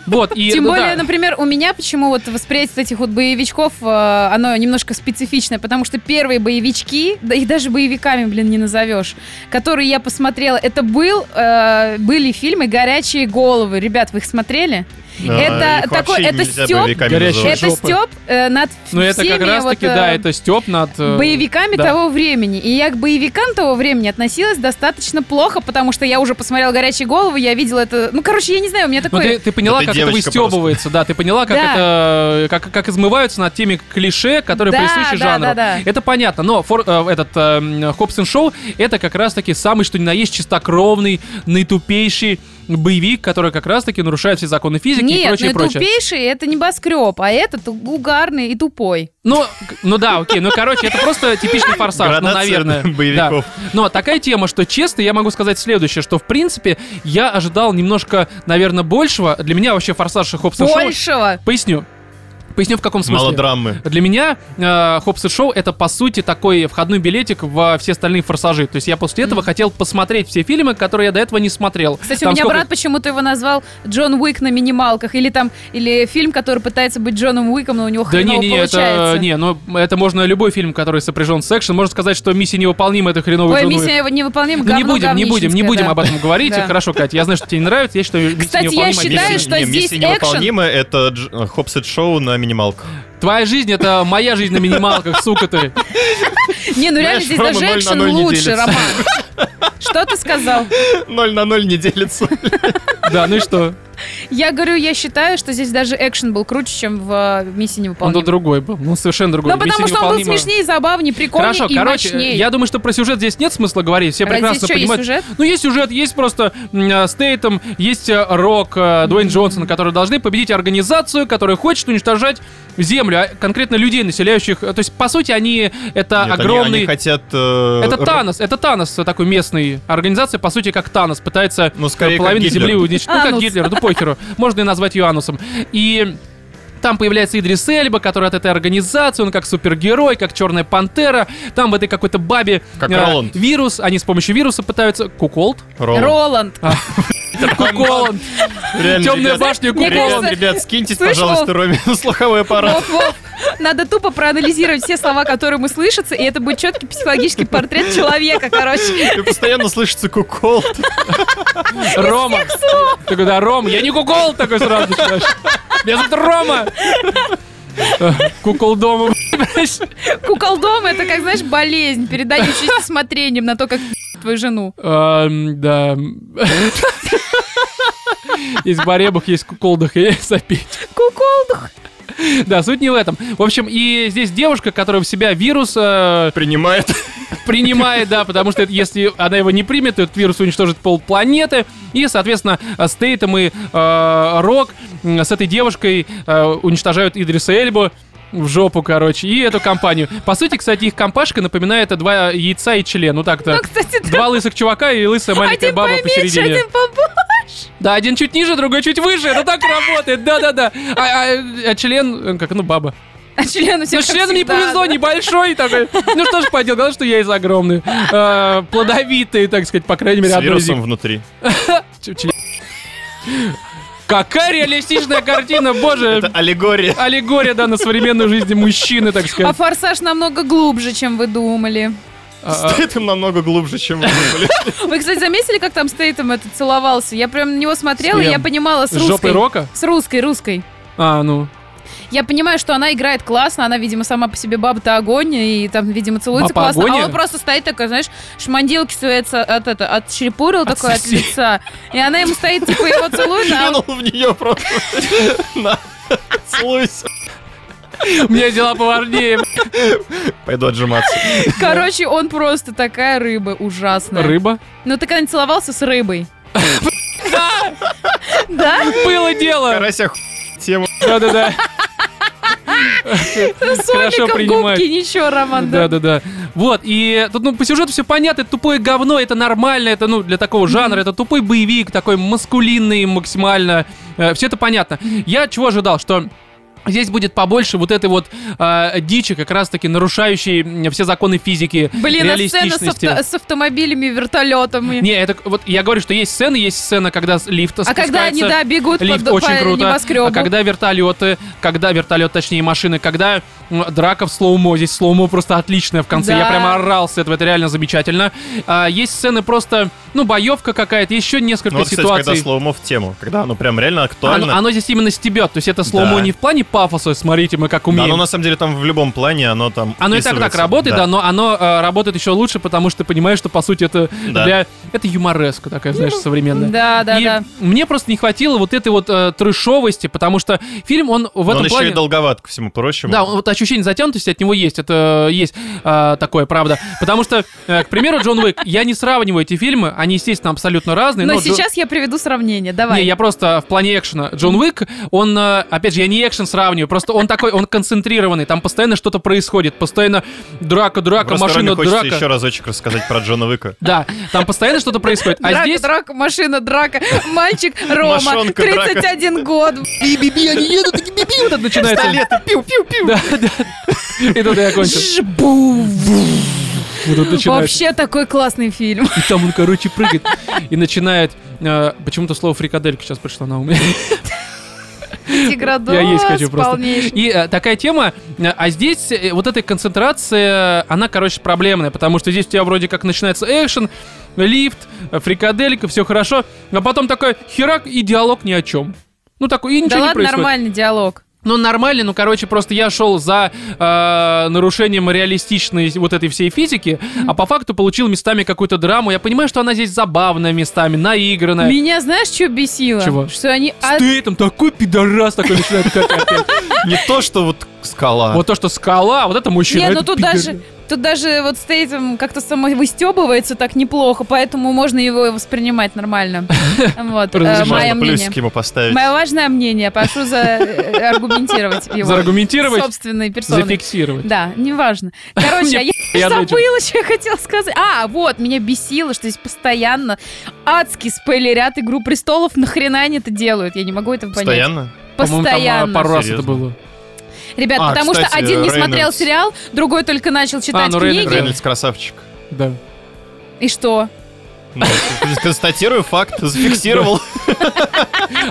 Speaker 1: Вот, и,
Speaker 3: Тем
Speaker 1: ну
Speaker 3: более,
Speaker 1: да.
Speaker 3: например, у меня почему вот восприятие этих вот боевичков, э, оно немножко специфичное, потому что первые боевички, да их даже боевиками, блин, не назовешь, которые я посмотрела, это был, э, были фильмы «Горячие головы». Ребят, вы их смотрели?
Speaker 2: Да,
Speaker 3: Это
Speaker 2: их
Speaker 3: такой-
Speaker 2: вообще
Speaker 3: это
Speaker 2: нельзя
Speaker 3: стёб.
Speaker 2: боевиками
Speaker 1: Горячий
Speaker 2: называть.
Speaker 1: Жопы.
Speaker 3: Это Степ над
Speaker 1: Ну это
Speaker 3: всеми
Speaker 1: как раз таки,
Speaker 3: вот, э,
Speaker 1: да, это Степ над... э,
Speaker 3: боевиками
Speaker 1: да.
Speaker 3: того времени. И я к боевикам того времени относилась достаточно плохо, потому что я уже посмотрела «Горячие головы», я видела это... Ну, короче, я не знаю, у меня
Speaker 1: Ну,
Speaker 3: такое...
Speaker 1: ты, ты поняла,
Speaker 2: Да ты
Speaker 1: как это
Speaker 2: девочка
Speaker 1: выстебывается, да, ты поняла, как
Speaker 3: Да.
Speaker 1: это, э, как, как измываются над теми клише, которые
Speaker 3: Да,
Speaker 1: присущи
Speaker 3: да,
Speaker 1: жанру.
Speaker 3: да, да.
Speaker 1: Это понятно, но фор- э, этот э, Хобсон Шоу это как раз-таки самый, что ни на есть, чистокровный, наитупейший боевик, который как раз-таки нарушает все законы физики и
Speaker 3: Нет,
Speaker 1: прочее,
Speaker 3: ну,
Speaker 1: прочее.
Speaker 3: тупейший это небоскреб, а этот угарный и тупой.
Speaker 1: Ну, к- ну да, окей. Ну, короче, это просто типичный форсаж, ну,
Speaker 2: Градация
Speaker 1: наверное.
Speaker 2: боевиков.
Speaker 1: Да. Но такая тема, что честно, я могу сказать следующее, что, в принципе, я ожидал немножко, наверное, большего. Для меня вообще форсаж и Хобсон Шоу...
Speaker 3: Большего.
Speaker 1: Поясню. Поясню, в каком смысле.
Speaker 2: Мало драмы.
Speaker 1: Для меня э, Хопс и Шоу это по сути такой входной билетик во все остальные форсажи. То есть я после этого хотел посмотреть все фильмы, которые я до этого не смотрел.
Speaker 3: Кстати,
Speaker 1: Там
Speaker 3: у меня
Speaker 1: сколько-
Speaker 3: брат почему-то его назвал Джон Уик на минималках. Или там, или фильм, который пытается быть Джоном Уиком, но у него
Speaker 1: Да не,
Speaker 3: хреново
Speaker 1: не, не,
Speaker 3: получается.
Speaker 1: это не, ну это можно любой фильм, который сопряжен с экшен. Можно сказать, что миссия невыполнима, это хреновый
Speaker 3: Ой,
Speaker 1: Джон Уик.
Speaker 3: миссия его невыполнима,
Speaker 1: Ну, не
Speaker 3: говно
Speaker 1: будем, не будем, не
Speaker 3: говнищенское,
Speaker 1: будем
Speaker 3: да.
Speaker 1: об этом говорить.
Speaker 3: Да.
Speaker 1: Хорошо, Кать, я знаю, что тебе не нравится, я считаю, что
Speaker 3: Кстати, я
Speaker 1: невыполнима
Speaker 3: считаю,
Speaker 1: миссия.
Speaker 3: что здесь экшен.
Speaker 2: невыполнима, это Дж- э, Хоббс и Шоу на минималках.
Speaker 1: Твоя жизнь это моя жизнь на минималках, сука ты.
Speaker 3: Не, ну реально
Speaker 2: Знаешь,
Speaker 3: здесь
Speaker 2: Рома
Speaker 3: даже
Speaker 2: ноль на
Speaker 3: экшен
Speaker 2: ноль не
Speaker 3: лучше,
Speaker 2: делится.
Speaker 3: Роман. Что ты сказал?
Speaker 2: Ноль на ноль не делится.
Speaker 1: Да, ну и что?
Speaker 3: Я говорю, я считаю, что здесь даже экшен был круче, чем в э, «Миссии
Speaker 1: Он тут
Speaker 3: невыполнима».
Speaker 1: другой был. Ну, совершенно другой.
Speaker 3: Ну, потому
Speaker 1: Миссия
Speaker 3: что он был
Speaker 1: невыполнима.
Speaker 3: смешнее, забавнее, прикольнее
Speaker 1: Хорошо,
Speaker 3: и
Speaker 1: короче,
Speaker 3: мощнее.
Speaker 1: я думаю, что про сюжет здесь нет смысла говорить. Все
Speaker 3: Разве
Speaker 1: прекрасно
Speaker 3: что, есть
Speaker 1: понимают.
Speaker 3: сюжет?
Speaker 1: Ну, есть сюжет, есть просто м, э, Стейтем, есть э, Рок, э, Дуэйн Джонсон, которые должны победить организацию, которая хочет уничтожать Землю, а конкретно людей, населяющих. э, То есть, по сути, они это
Speaker 2: Нет, они-
Speaker 1: огромный.
Speaker 2: Они хотят...
Speaker 1: Это
Speaker 2: Это
Speaker 1: Танос, это Танос э, такой местный организация, по сути, как Танос, пытается
Speaker 2: Ну, скорее,
Speaker 1: э, половину
Speaker 2: как Гитлер.
Speaker 1: земли уничтожить. Ну, как
Speaker 3: Анус.
Speaker 1: Гитлер, ну похеру. Можно и назвать ее Анусом. И там появляется Идрис Эльба, который от этой организации, он как супергерой, как Черная Пантера. Там в этой какой-то бабе
Speaker 2: Как
Speaker 1: э,
Speaker 2: Роланд.
Speaker 1: вирус, они с помощью вируса пытаются... Куколд?
Speaker 3: Роланд.
Speaker 1: Куколд! Темная башня
Speaker 3: мне
Speaker 1: Куколд!
Speaker 3: кажется,
Speaker 2: ребят, скиньтесь,
Speaker 3: слышь,
Speaker 2: пожалуйста, Роме на слуховой аппарат.
Speaker 3: Вов, Вов, надо тупо проанализировать все слова, которые ему слышатся, и это будет четкий психологический портрет человека, короче.
Speaker 2: И постоянно слышится кукол.
Speaker 1: Рома! Такой, да, Ром, я не Куколд! Такой сразу начинаешь. Меня зовут Рома! Э, Кукол дома, понимаешь?
Speaker 3: Куколдом это, как знаешь, болезнь, передающаяся смотрением на то, как твою жену.
Speaker 1: Эм, Да. Из баребах есть куколдах и сопи.
Speaker 3: Куколдух.
Speaker 1: Да, суть не в этом. В общем, и здесь девушка, которая в себя вирус э,
Speaker 2: Принимает.
Speaker 1: принимает, да, потому что это- если она его не примет, то этот вирус уничтожит полпланеты. И, соответственно, э, Стейтем и э, Рок м, с этой девушкой э, уничтожают Идриса Эльбу в жопу, короче, и эту компанию. По сути, кстати, их компашка напоминает э, два яйца и член. Ну так-то.
Speaker 3: Ну, кстати, да.
Speaker 1: Два лысых чувака и лысая маленькая
Speaker 3: Один
Speaker 1: баба
Speaker 3: поменьше,
Speaker 1: посередине.
Speaker 3: один побольше.
Speaker 1: Да, один чуть ниже, другой чуть выше. Это так работает, да-да-да. А, а- а член, э, как, ну, баба.
Speaker 3: А члену
Speaker 1: Ну,
Speaker 3: всем
Speaker 1: с членом не повезло,
Speaker 3: не
Speaker 1: небольшой такой. Ну, что ж поделать, главное, что я из огромный. Э, Плодовитый, так сказать, по крайней мере,
Speaker 2: С
Speaker 1: одной из них.
Speaker 2: вирусом внутри.
Speaker 1: Ч- член. Какая реалистичная картина,
Speaker 2: Это
Speaker 1: боже.
Speaker 2: аллегория.
Speaker 1: Аллегория, да, на современную жизнь мужчины, так
Speaker 3: А
Speaker 1: сказать.
Speaker 3: форсаж намного глубже, чем вы думали.
Speaker 1: А, а,
Speaker 2: Стоит им намного глубже, чем вы думали.
Speaker 3: Вы, кстати, заметили, как там Стейтем это целовался? Я прям на него смотрела,
Speaker 1: С
Speaker 3: и
Speaker 1: кем?
Speaker 3: я понимала с
Speaker 1: С жопой
Speaker 3: русской.
Speaker 1: рока?
Speaker 3: С русской, русской.
Speaker 1: А, ну.
Speaker 3: Я понимаю, что она играет классно, она, видимо, сама по себе баба-то огонь, и там, видимо, целуется
Speaker 1: Баба
Speaker 3: классно.
Speaker 1: огонь?
Speaker 3: А он просто стоит такой, знаешь, шмандилки суется от, это, от черепурил такой, от
Speaker 1: сосей.
Speaker 3: лица. И она ему стоит, типа, его целует, а
Speaker 1: Ну
Speaker 3: он-
Speaker 2: Кинул в нее просто. На. Целуйся.
Speaker 1: У меня дела поважнее.
Speaker 2: Пойду отжиматься.
Speaker 3: короче, он просто такая рыба ужасная.
Speaker 1: Рыба.
Speaker 3: Ну, ты когда-нибудь целовался с рыбой? Да?
Speaker 1: Было дело.
Speaker 2: Карася ху- тема.
Speaker 1: Да-да-да.
Speaker 3: С
Speaker 1: Хорошо
Speaker 3: сольником
Speaker 1: принимает.
Speaker 3: губки, ничего, Роман.
Speaker 1: Да, да, да. Вот, и тут, ну, по сюжету все понятно, это тупое говно, это нормально, это, ну, для такого жанра, это тупой боевик, такой маскулинный максимально, все это понятно. Я чего ожидал, что Здесь будет побольше вот этой вот э, дичи, как раз-таки нарушающей м, все законы физики,
Speaker 3: Блин, а сцена с,
Speaker 1: реалистичности.
Speaker 3: авто- с автомобилями, вертолетами.
Speaker 1: Не, это к- вот я говорю, что есть сцены, есть сцена, когда с лифта
Speaker 3: а когда они, да, бегут по,
Speaker 1: Лифт
Speaker 3: по
Speaker 1: очень круто.
Speaker 3: небоскребу.
Speaker 1: А когда вертолеты, когда вертолет, точнее машины, когда м, драка в слоумо, здесь слоумо просто отличное в конце. Я
Speaker 3: Да.
Speaker 1: прямо орал с этого, это реально замечательно. А, есть сцены просто, ну, боевка какая-то, еще несколько
Speaker 2: Ну, вот, кстати, когда
Speaker 1: ситуаций.
Speaker 2: слоумо в тему. Когда оно прям реально
Speaker 1: оно,
Speaker 2: актуально.
Speaker 1: оно здесь именно стебет, то есть это слоумо
Speaker 2: Да.
Speaker 1: не в плане пафоса, смотрите, мы как
Speaker 2: Да,
Speaker 1: умеем.
Speaker 2: оно на самом деле там в любом плане, оно там
Speaker 1: Оно и так так
Speaker 2: вписывается.
Speaker 1: работает, да, но оно э, работает еще лучше, потому что ты понимаешь, что по сути это
Speaker 2: Да.
Speaker 1: для это юмореска такая, знаешь, современная.
Speaker 3: Да, да,
Speaker 1: И
Speaker 3: да.
Speaker 1: Мне просто не хватило вот этой вот э, трешовости, потому что фильм он в
Speaker 2: Но
Speaker 1: этом
Speaker 2: он
Speaker 1: плане.
Speaker 2: еще и долговат ко всему прочему.
Speaker 1: Да, вот ощущение затянутости от него есть, это есть э, такое, правда. Потому что, э, к примеру, Джон Уик, я не сравниваю эти фильмы, они, естественно, абсолютно разные.
Speaker 3: Но
Speaker 1: Джо-
Speaker 3: сейчас я приведу сравнение, давай.
Speaker 1: ну, Не, я просто в плане экшена. Джон Уик, он, э, опять же, я не экшен сравниваю, просто он такой, он концентрированный, там постоянно что-то происходит, постоянно драка, драка,
Speaker 2: Просто
Speaker 1: машина,
Speaker 2: Роме хочется
Speaker 1: драка.
Speaker 2: еще разочек рассказать про Джона Уика.
Speaker 1: Да, там постоянно что-то происходит. А
Speaker 3: драка,
Speaker 1: здесь...
Speaker 3: драка, машина, драка, мальчик Рома,
Speaker 2: Мошонка, драка.
Speaker 3: 31 год.
Speaker 1: Би-би-би, они едут, такие би-би, вот это начинается.
Speaker 2: пиу-пиу-пиу.
Speaker 1: Да, да. И тут я кончил. Вот это начинается.
Speaker 3: Вообще такой классный фильм.
Speaker 1: И там он, короче, прыгает и начинает... э, Почему-то слово фрикаделька сейчас пришло на ум.
Speaker 3: Тиградос
Speaker 1: Я есть хочу просто.
Speaker 3: полнейший.
Speaker 1: И э, такая тема, э, а здесь э, вот эта концентрация, э, она, короче, проблемная, потому что здесь у тебя вроде как начинается экшен, лифт, э, фрикаделька, все хорошо, а потом такой херак и диалог ни о чем. Ну такой, и ничего
Speaker 3: Да
Speaker 1: не
Speaker 3: ладно,
Speaker 1: происходит.
Speaker 3: нормальный диалог.
Speaker 1: Ну, нормально, ну, короче, просто я шел за э, нарушением реалистичной вот этой всей физики, а по факту получил местами какую-то драму. Я понимаю, что она здесь забавная местами, наигранная.
Speaker 3: Меня знаешь, что бесило?
Speaker 1: Чего?
Speaker 3: Что они... а,
Speaker 1: Ты там такой пидорас такой начинает какать.
Speaker 2: Не то, что вот скала.
Speaker 1: Вот то, что скала, вот это мужчина.
Speaker 3: Не,
Speaker 1: а
Speaker 3: ну
Speaker 1: это
Speaker 3: тут
Speaker 1: пидор.
Speaker 3: даже, тут даже вот Стейтем как-то само выстебывается так неплохо, поэтому можно его воспринимать нормально. Вот, э,
Speaker 1: Разумеется,
Speaker 3: мое
Speaker 2: Можно
Speaker 3: мнение.
Speaker 2: плюсики ему поставить.
Speaker 3: Мое важное мнение, прошу зааргументировать его.
Speaker 1: Заргументировать,
Speaker 3: Собственные персоны.
Speaker 1: зафиксировать.
Speaker 3: Да, неважно. Короче, а я
Speaker 1: Я отвечу.
Speaker 3: забыла, что я хотела сказать. А, вот, меня бесило, что здесь постоянно адски спойлерят «Игру престолов». Нахрена они это делают? Я не могу этого понять.
Speaker 2: Постоянно?
Speaker 1: По-моему, там а, пару раз
Speaker 3: Постоянно.
Speaker 1: это
Speaker 2: Серьезно.
Speaker 1: было.
Speaker 3: Ребят,
Speaker 2: А,
Speaker 3: потому что
Speaker 2: кстати,
Speaker 3: один не смотрел
Speaker 2: Рейнольдс.
Speaker 3: сериал, другой только начал читать
Speaker 1: ну, Рейнольдс,
Speaker 3: книги.
Speaker 2: Рейнольдс красавчик.
Speaker 1: Да.
Speaker 3: И что?
Speaker 2: Ну, Констатирую факт, зафиксировал.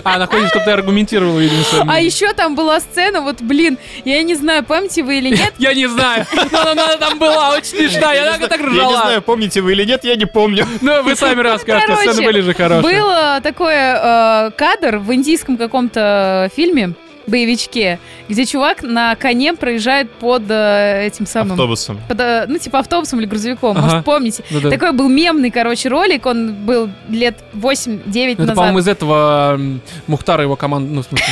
Speaker 1: А, она хочет, чтобы ты аргументировал, видимо, своё
Speaker 3: А
Speaker 1: мнение.
Speaker 3: еще там была сцена, вот, блин, я не знаю, помните вы или нет,
Speaker 1: Я не знаю. Но она- она там была очень смешная. Я так- так
Speaker 2: Я не
Speaker 1: ржала.
Speaker 2: знаю, помните вы или нет, я не помню.
Speaker 1: Ну, вы сами расскажете.
Speaker 3: Короче,
Speaker 1: Сцены были же хорошие.
Speaker 3: Был э, такой э, кадр в индийском каком-то фильме, боевичке, где чувак на коне проезжает под э, этим самым...
Speaker 2: автобусом.
Speaker 3: под, э, ну, типа автобусом или грузовиком,
Speaker 1: Ага.
Speaker 3: может, помните.
Speaker 1: Ну да.
Speaker 3: Такой был мемный, короче, ролик, он был лет 8-9
Speaker 1: Ну, Это,
Speaker 3: назад.
Speaker 1: по-моему, из этого м, Мухтара и его команда, ну, в смысле,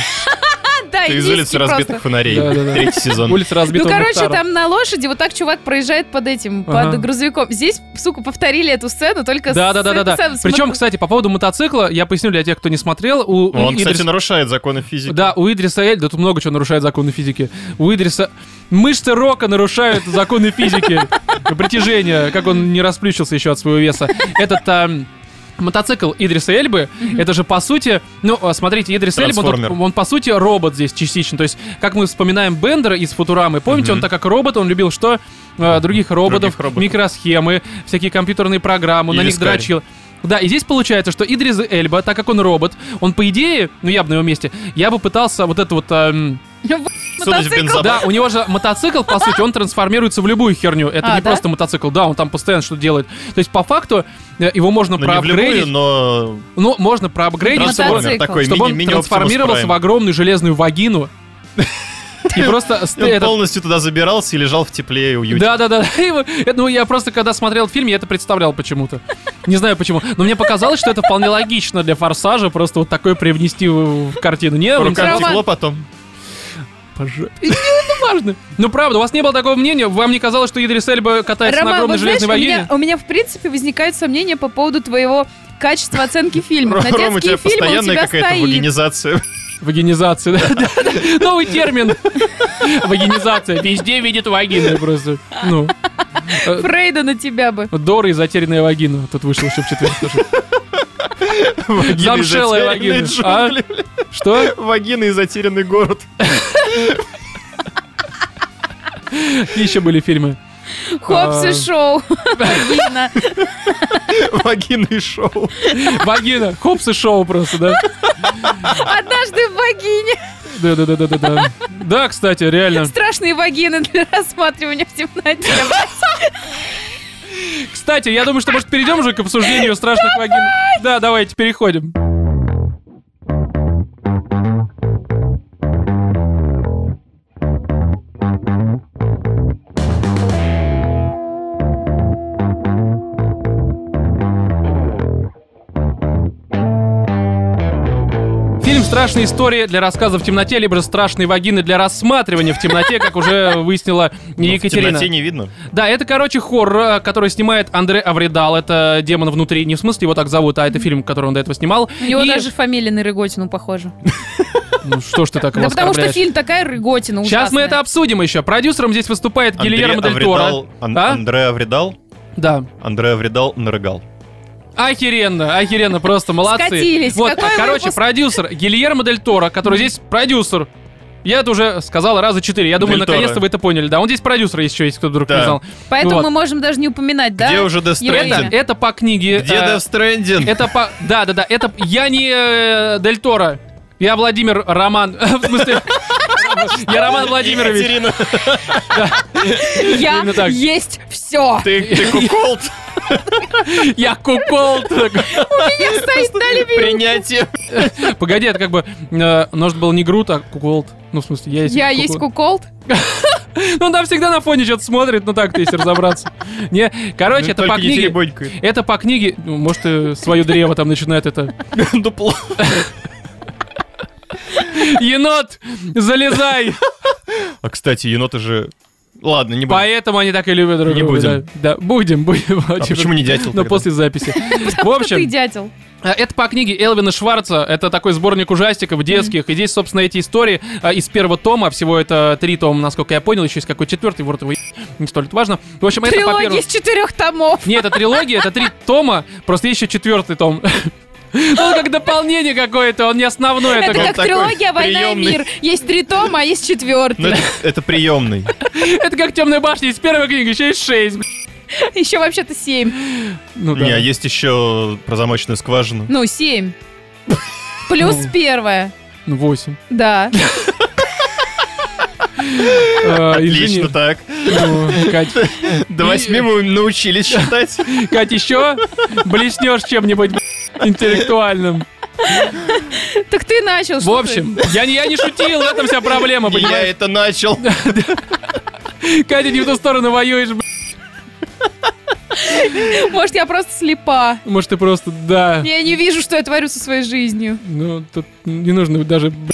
Speaker 3: Да,
Speaker 2: Ты из
Speaker 3: индийский
Speaker 2: улицы
Speaker 3: просто.
Speaker 2: разбитых фонарей.
Speaker 1: Да-да-да.
Speaker 2: Третий сезон.
Speaker 1: улица разбитого
Speaker 3: Ну, короче,
Speaker 1: Мухтара.
Speaker 3: там на лошади вот так чувак проезжает под этим,
Speaker 1: Ага.
Speaker 3: под грузовиком. Здесь, сука, повторили эту сцену, только
Speaker 1: Да,
Speaker 3: с-
Speaker 1: да, да, да,
Speaker 3: сам
Speaker 1: да.
Speaker 3: смотр-
Speaker 1: Причем, кстати, по поводу мотоцикла, я поясню для тех, кто не смотрел, у, у
Speaker 2: Он, кстати,
Speaker 1: Идриса-
Speaker 2: нарушает законы физики.
Speaker 1: Да, у Идриса Эль, да тут много чего нарушает законы физики. У Идриса мышцы Рока нарушают законы физики. Притяжение, как он не расплющился еще от своего веса. Этот а, мотоцикл Идриса Эльбы, это же по сути, ну, а, смотрите, Идрис Эльба, он,
Speaker 2: Трансформер.
Speaker 1: тут- он, по сути робот здесь частично. То есть, как мы вспоминаем Бендера из Футурамы, помните,
Speaker 2: Мгм.
Speaker 1: он так как робот, он любил что? А, Других роботов,
Speaker 2: Других роботов.
Speaker 1: микросхемы, всякие компьютерные программы,
Speaker 2: И
Speaker 1: на них
Speaker 2: вискарь.
Speaker 1: дрочил. Да, и здесь получается, что Идрис Эльба, так как он робот, он по идее, ну я бы на его месте, я бы пытался вот это вот... эм,
Speaker 2: Сунуть в
Speaker 3: Мотоцикл.
Speaker 2: бензобак.
Speaker 1: да, у него же мотоцикл, по сути, он трансформируется в любую херню. Это
Speaker 3: А,
Speaker 1: не
Speaker 3: да?
Speaker 1: просто мотоцикл, да, он там постоянно что делает. То есть по факту э, его можно
Speaker 2: Ну, не в
Speaker 1: проапгрейдить,
Speaker 2: любую, но...
Speaker 1: ну можно проапгрейдить,
Speaker 3: Мотоцикл.
Speaker 1: чтобы,
Speaker 2: Трансформер такой,
Speaker 1: чтобы он
Speaker 2: мини- мини Optimus
Speaker 1: трансформировался
Speaker 2: Prime.
Speaker 1: в огромную железную вагину. И просто... ст-
Speaker 2: И он
Speaker 1: этот-
Speaker 2: полностью туда забирался и лежал в тепле и уюте.
Speaker 1: Да, да, да. И вот- это, Ну, я просто, когда смотрел этот фильм, я это представлял почему-то. Не знаю почему. Но мне показалось, что это вполне логично для форсажа просто вот такое привнести в в картину. Не,
Speaker 2: По
Speaker 1: он
Speaker 2: рукам
Speaker 3: Роман.
Speaker 2: текло потом.
Speaker 1: по жопе. Не, Ну, важно. Ну, правда, у вас не было такого мнения? Вам не казалось, что Идрис Эльба катается на
Speaker 3: Роман,
Speaker 1: огромной
Speaker 3: вот знаешь,
Speaker 1: железной
Speaker 3: у меня,
Speaker 1: вагине?
Speaker 3: у меня, в принципе возникают сомнения по поводу твоего качества оценки
Speaker 2: Ро-
Speaker 3: фильмов. На
Speaker 2: Рома, у тебя
Speaker 3: детские фильмы у
Speaker 2: постоянная
Speaker 3: тебя
Speaker 2: какая-то
Speaker 3: стоит.
Speaker 2: вагинизация.
Speaker 1: Вагинизация, да, да, да. Новый термин. Вагинизация. Везде видит вагины просто. Ну.
Speaker 3: Фрейда на тебя бы.
Speaker 1: Дора и затерянная вагина. Тут вышел еще в четверг тоже.
Speaker 2: Вагины и
Speaker 1: Замшелая
Speaker 2: затерянные
Speaker 1: вагина. А?
Speaker 2: джунгли.
Speaker 1: Что?
Speaker 2: Вагины и затерянный город.
Speaker 1: Какие еще были фильмы?
Speaker 3: Хопс
Speaker 1: А.
Speaker 3: и шоу. Вагина.
Speaker 2: Вагины и шоу. Ну,
Speaker 1: Вагина. Хопс и шоу просто, да?
Speaker 3: Однажды в вагине.
Speaker 1: Да, да, да, да, да, да. Да, кстати, реально.
Speaker 3: Страшные вагины для рассматривания в темноте.
Speaker 1: Кстати, я думаю, что, может, перейдем уже к обсуждению страшных вагин. Да, давайте, переходим. Фильм «Страшные истории» для рассказа в темноте, либо же «Страшные вагины» для рассматривания в темноте, как уже выяснила
Speaker 2: Ну, В
Speaker 1: Екатерина.
Speaker 2: темноте не видно.
Speaker 1: Да, это, короче, хоррор, э, который снимает Андре Авридал. Это демон внутри. Не в смысле его так зовут, а это фильм, который он до этого снимал.
Speaker 3: У него
Speaker 1: И-
Speaker 3: даже фамилия на Рыготину похожа.
Speaker 1: Ну что ж ты так его
Speaker 3: Да потому что
Speaker 1: оскорбляешь?
Speaker 3: фильм такая Рыготина
Speaker 1: Сейчас мы это обсудим еще. Продюсером здесь выступает Гильермо Дель Торо.
Speaker 2: Авридал. Ан-
Speaker 1: А?
Speaker 2: Андре Авридал.
Speaker 1: Да.
Speaker 2: Андре Авридал нарыгал.
Speaker 1: Охеренно, охеренно, просто молодцы.
Speaker 3: Скатились.
Speaker 1: Вот,
Speaker 3: Какой
Speaker 1: короче,
Speaker 3: выпуск?
Speaker 1: продюсер Гильермо Дель Торо, который здесь продюсер. Я это уже сказал раза четыре. Я думаю,
Speaker 2: Дель Торо.
Speaker 1: наконец-то вы это поняли. Да, он здесь продюсер, если еще есть кто-то вдруг не
Speaker 2: Да.
Speaker 1: знал.
Speaker 3: Поэтому
Speaker 1: Ну Вот.
Speaker 3: мы можем даже не упоминать, да?
Speaker 2: Где уже Death
Speaker 3: Его
Speaker 1: Это,
Speaker 3: имя.
Speaker 2: Stranding?
Speaker 1: это по книге.
Speaker 2: Где
Speaker 1: э,
Speaker 2: Death Stranding?
Speaker 1: Это по... Да, да, да. Это... Я не э, Дель Торо. Я Владимир Роман. В смысле... Я Роман Владимирович.
Speaker 2: Екатерина,
Speaker 3: Я
Speaker 1: Именно так.
Speaker 3: есть все.
Speaker 2: ты, ты куколд?
Speaker 1: Я кукол.
Speaker 3: Я стоит на лебедь.
Speaker 2: Принятие.
Speaker 1: Погоди, это как бы... э, Может, был не Грут, а кукол. Ну, в смысле, я есть
Speaker 3: Я
Speaker 1: кукол.
Speaker 3: есть куколд.
Speaker 1: Ну, он там всегда на фоне что-то смотрит, ну так-то, если разобраться. Не, короче,
Speaker 2: Ну,
Speaker 1: это
Speaker 2: только
Speaker 1: по
Speaker 2: не
Speaker 1: книге...
Speaker 2: теребонькай.
Speaker 1: Это по книге... Ну, Может, э, свое древо там начинает это...
Speaker 2: Дупло.
Speaker 1: Енот, залезай!
Speaker 2: А, кстати, еноты же... Ладно, не будем. А
Speaker 1: Поэтому они так и любят друг
Speaker 2: Не
Speaker 1: друга.
Speaker 2: будем.
Speaker 1: Да, Да, будем, будем.
Speaker 2: А почему не дятел
Speaker 1: Но
Speaker 2: тогда?
Speaker 1: после записи. В
Speaker 3: Что ты
Speaker 1: общем,
Speaker 3: дятел?
Speaker 1: А, Это по книге Элвина Шварца. Это такой сборник ужастиков детских. И здесь, собственно, эти истории а, из первого тома. Всего это три тома, насколько я понял. Еще есть какой четвертый, вот его не столь важно. В общем, это по
Speaker 3: Трилогия
Speaker 1: первому...
Speaker 3: из четырех томов.
Speaker 1: Не, это трилогия, это три тома, просто еще четвертый том. Ну, Он как дополнение какое-то, он не основной.
Speaker 3: Это
Speaker 1: такой.
Speaker 3: как
Speaker 2: такой
Speaker 3: трилогия «Война и
Speaker 2: приемный.
Speaker 3: мир». Есть три тома, а есть
Speaker 2: Ну,
Speaker 3: четвертый.
Speaker 2: это, это приемный.
Speaker 1: Это как темная башня из первой книги, еще есть шесть. бля.
Speaker 3: Еще вообще-то семь.
Speaker 1: Ну
Speaker 2: Не, а
Speaker 1: да.
Speaker 2: есть еще про замочную скважину.
Speaker 3: Ну, семь. Плюс
Speaker 1: Ну.
Speaker 3: первая.
Speaker 1: Ну, восемь.
Speaker 3: Да.
Speaker 1: А,
Speaker 2: Отлично
Speaker 1: извини.
Speaker 2: так.
Speaker 1: Ну, Кать,
Speaker 2: До восьми мы
Speaker 1: А
Speaker 2: научились считать.
Speaker 1: Кать, еще блеснешь чем-нибудь бля, интеллектуальным.
Speaker 3: Так ты начал.
Speaker 1: В
Speaker 3: что
Speaker 1: общем, я, не- я не шутил, в этом вся проблема,
Speaker 2: И Я
Speaker 1: понимаешь?
Speaker 2: это начал.
Speaker 1: Катя, не в ту сторону воюешь, б***ь.
Speaker 3: ты. Может, я просто слепа.
Speaker 1: Может, ты просто, да.
Speaker 3: Я не вижу, что я творю со своей жизнью.
Speaker 1: Ну, тут не нужно даже б***ь,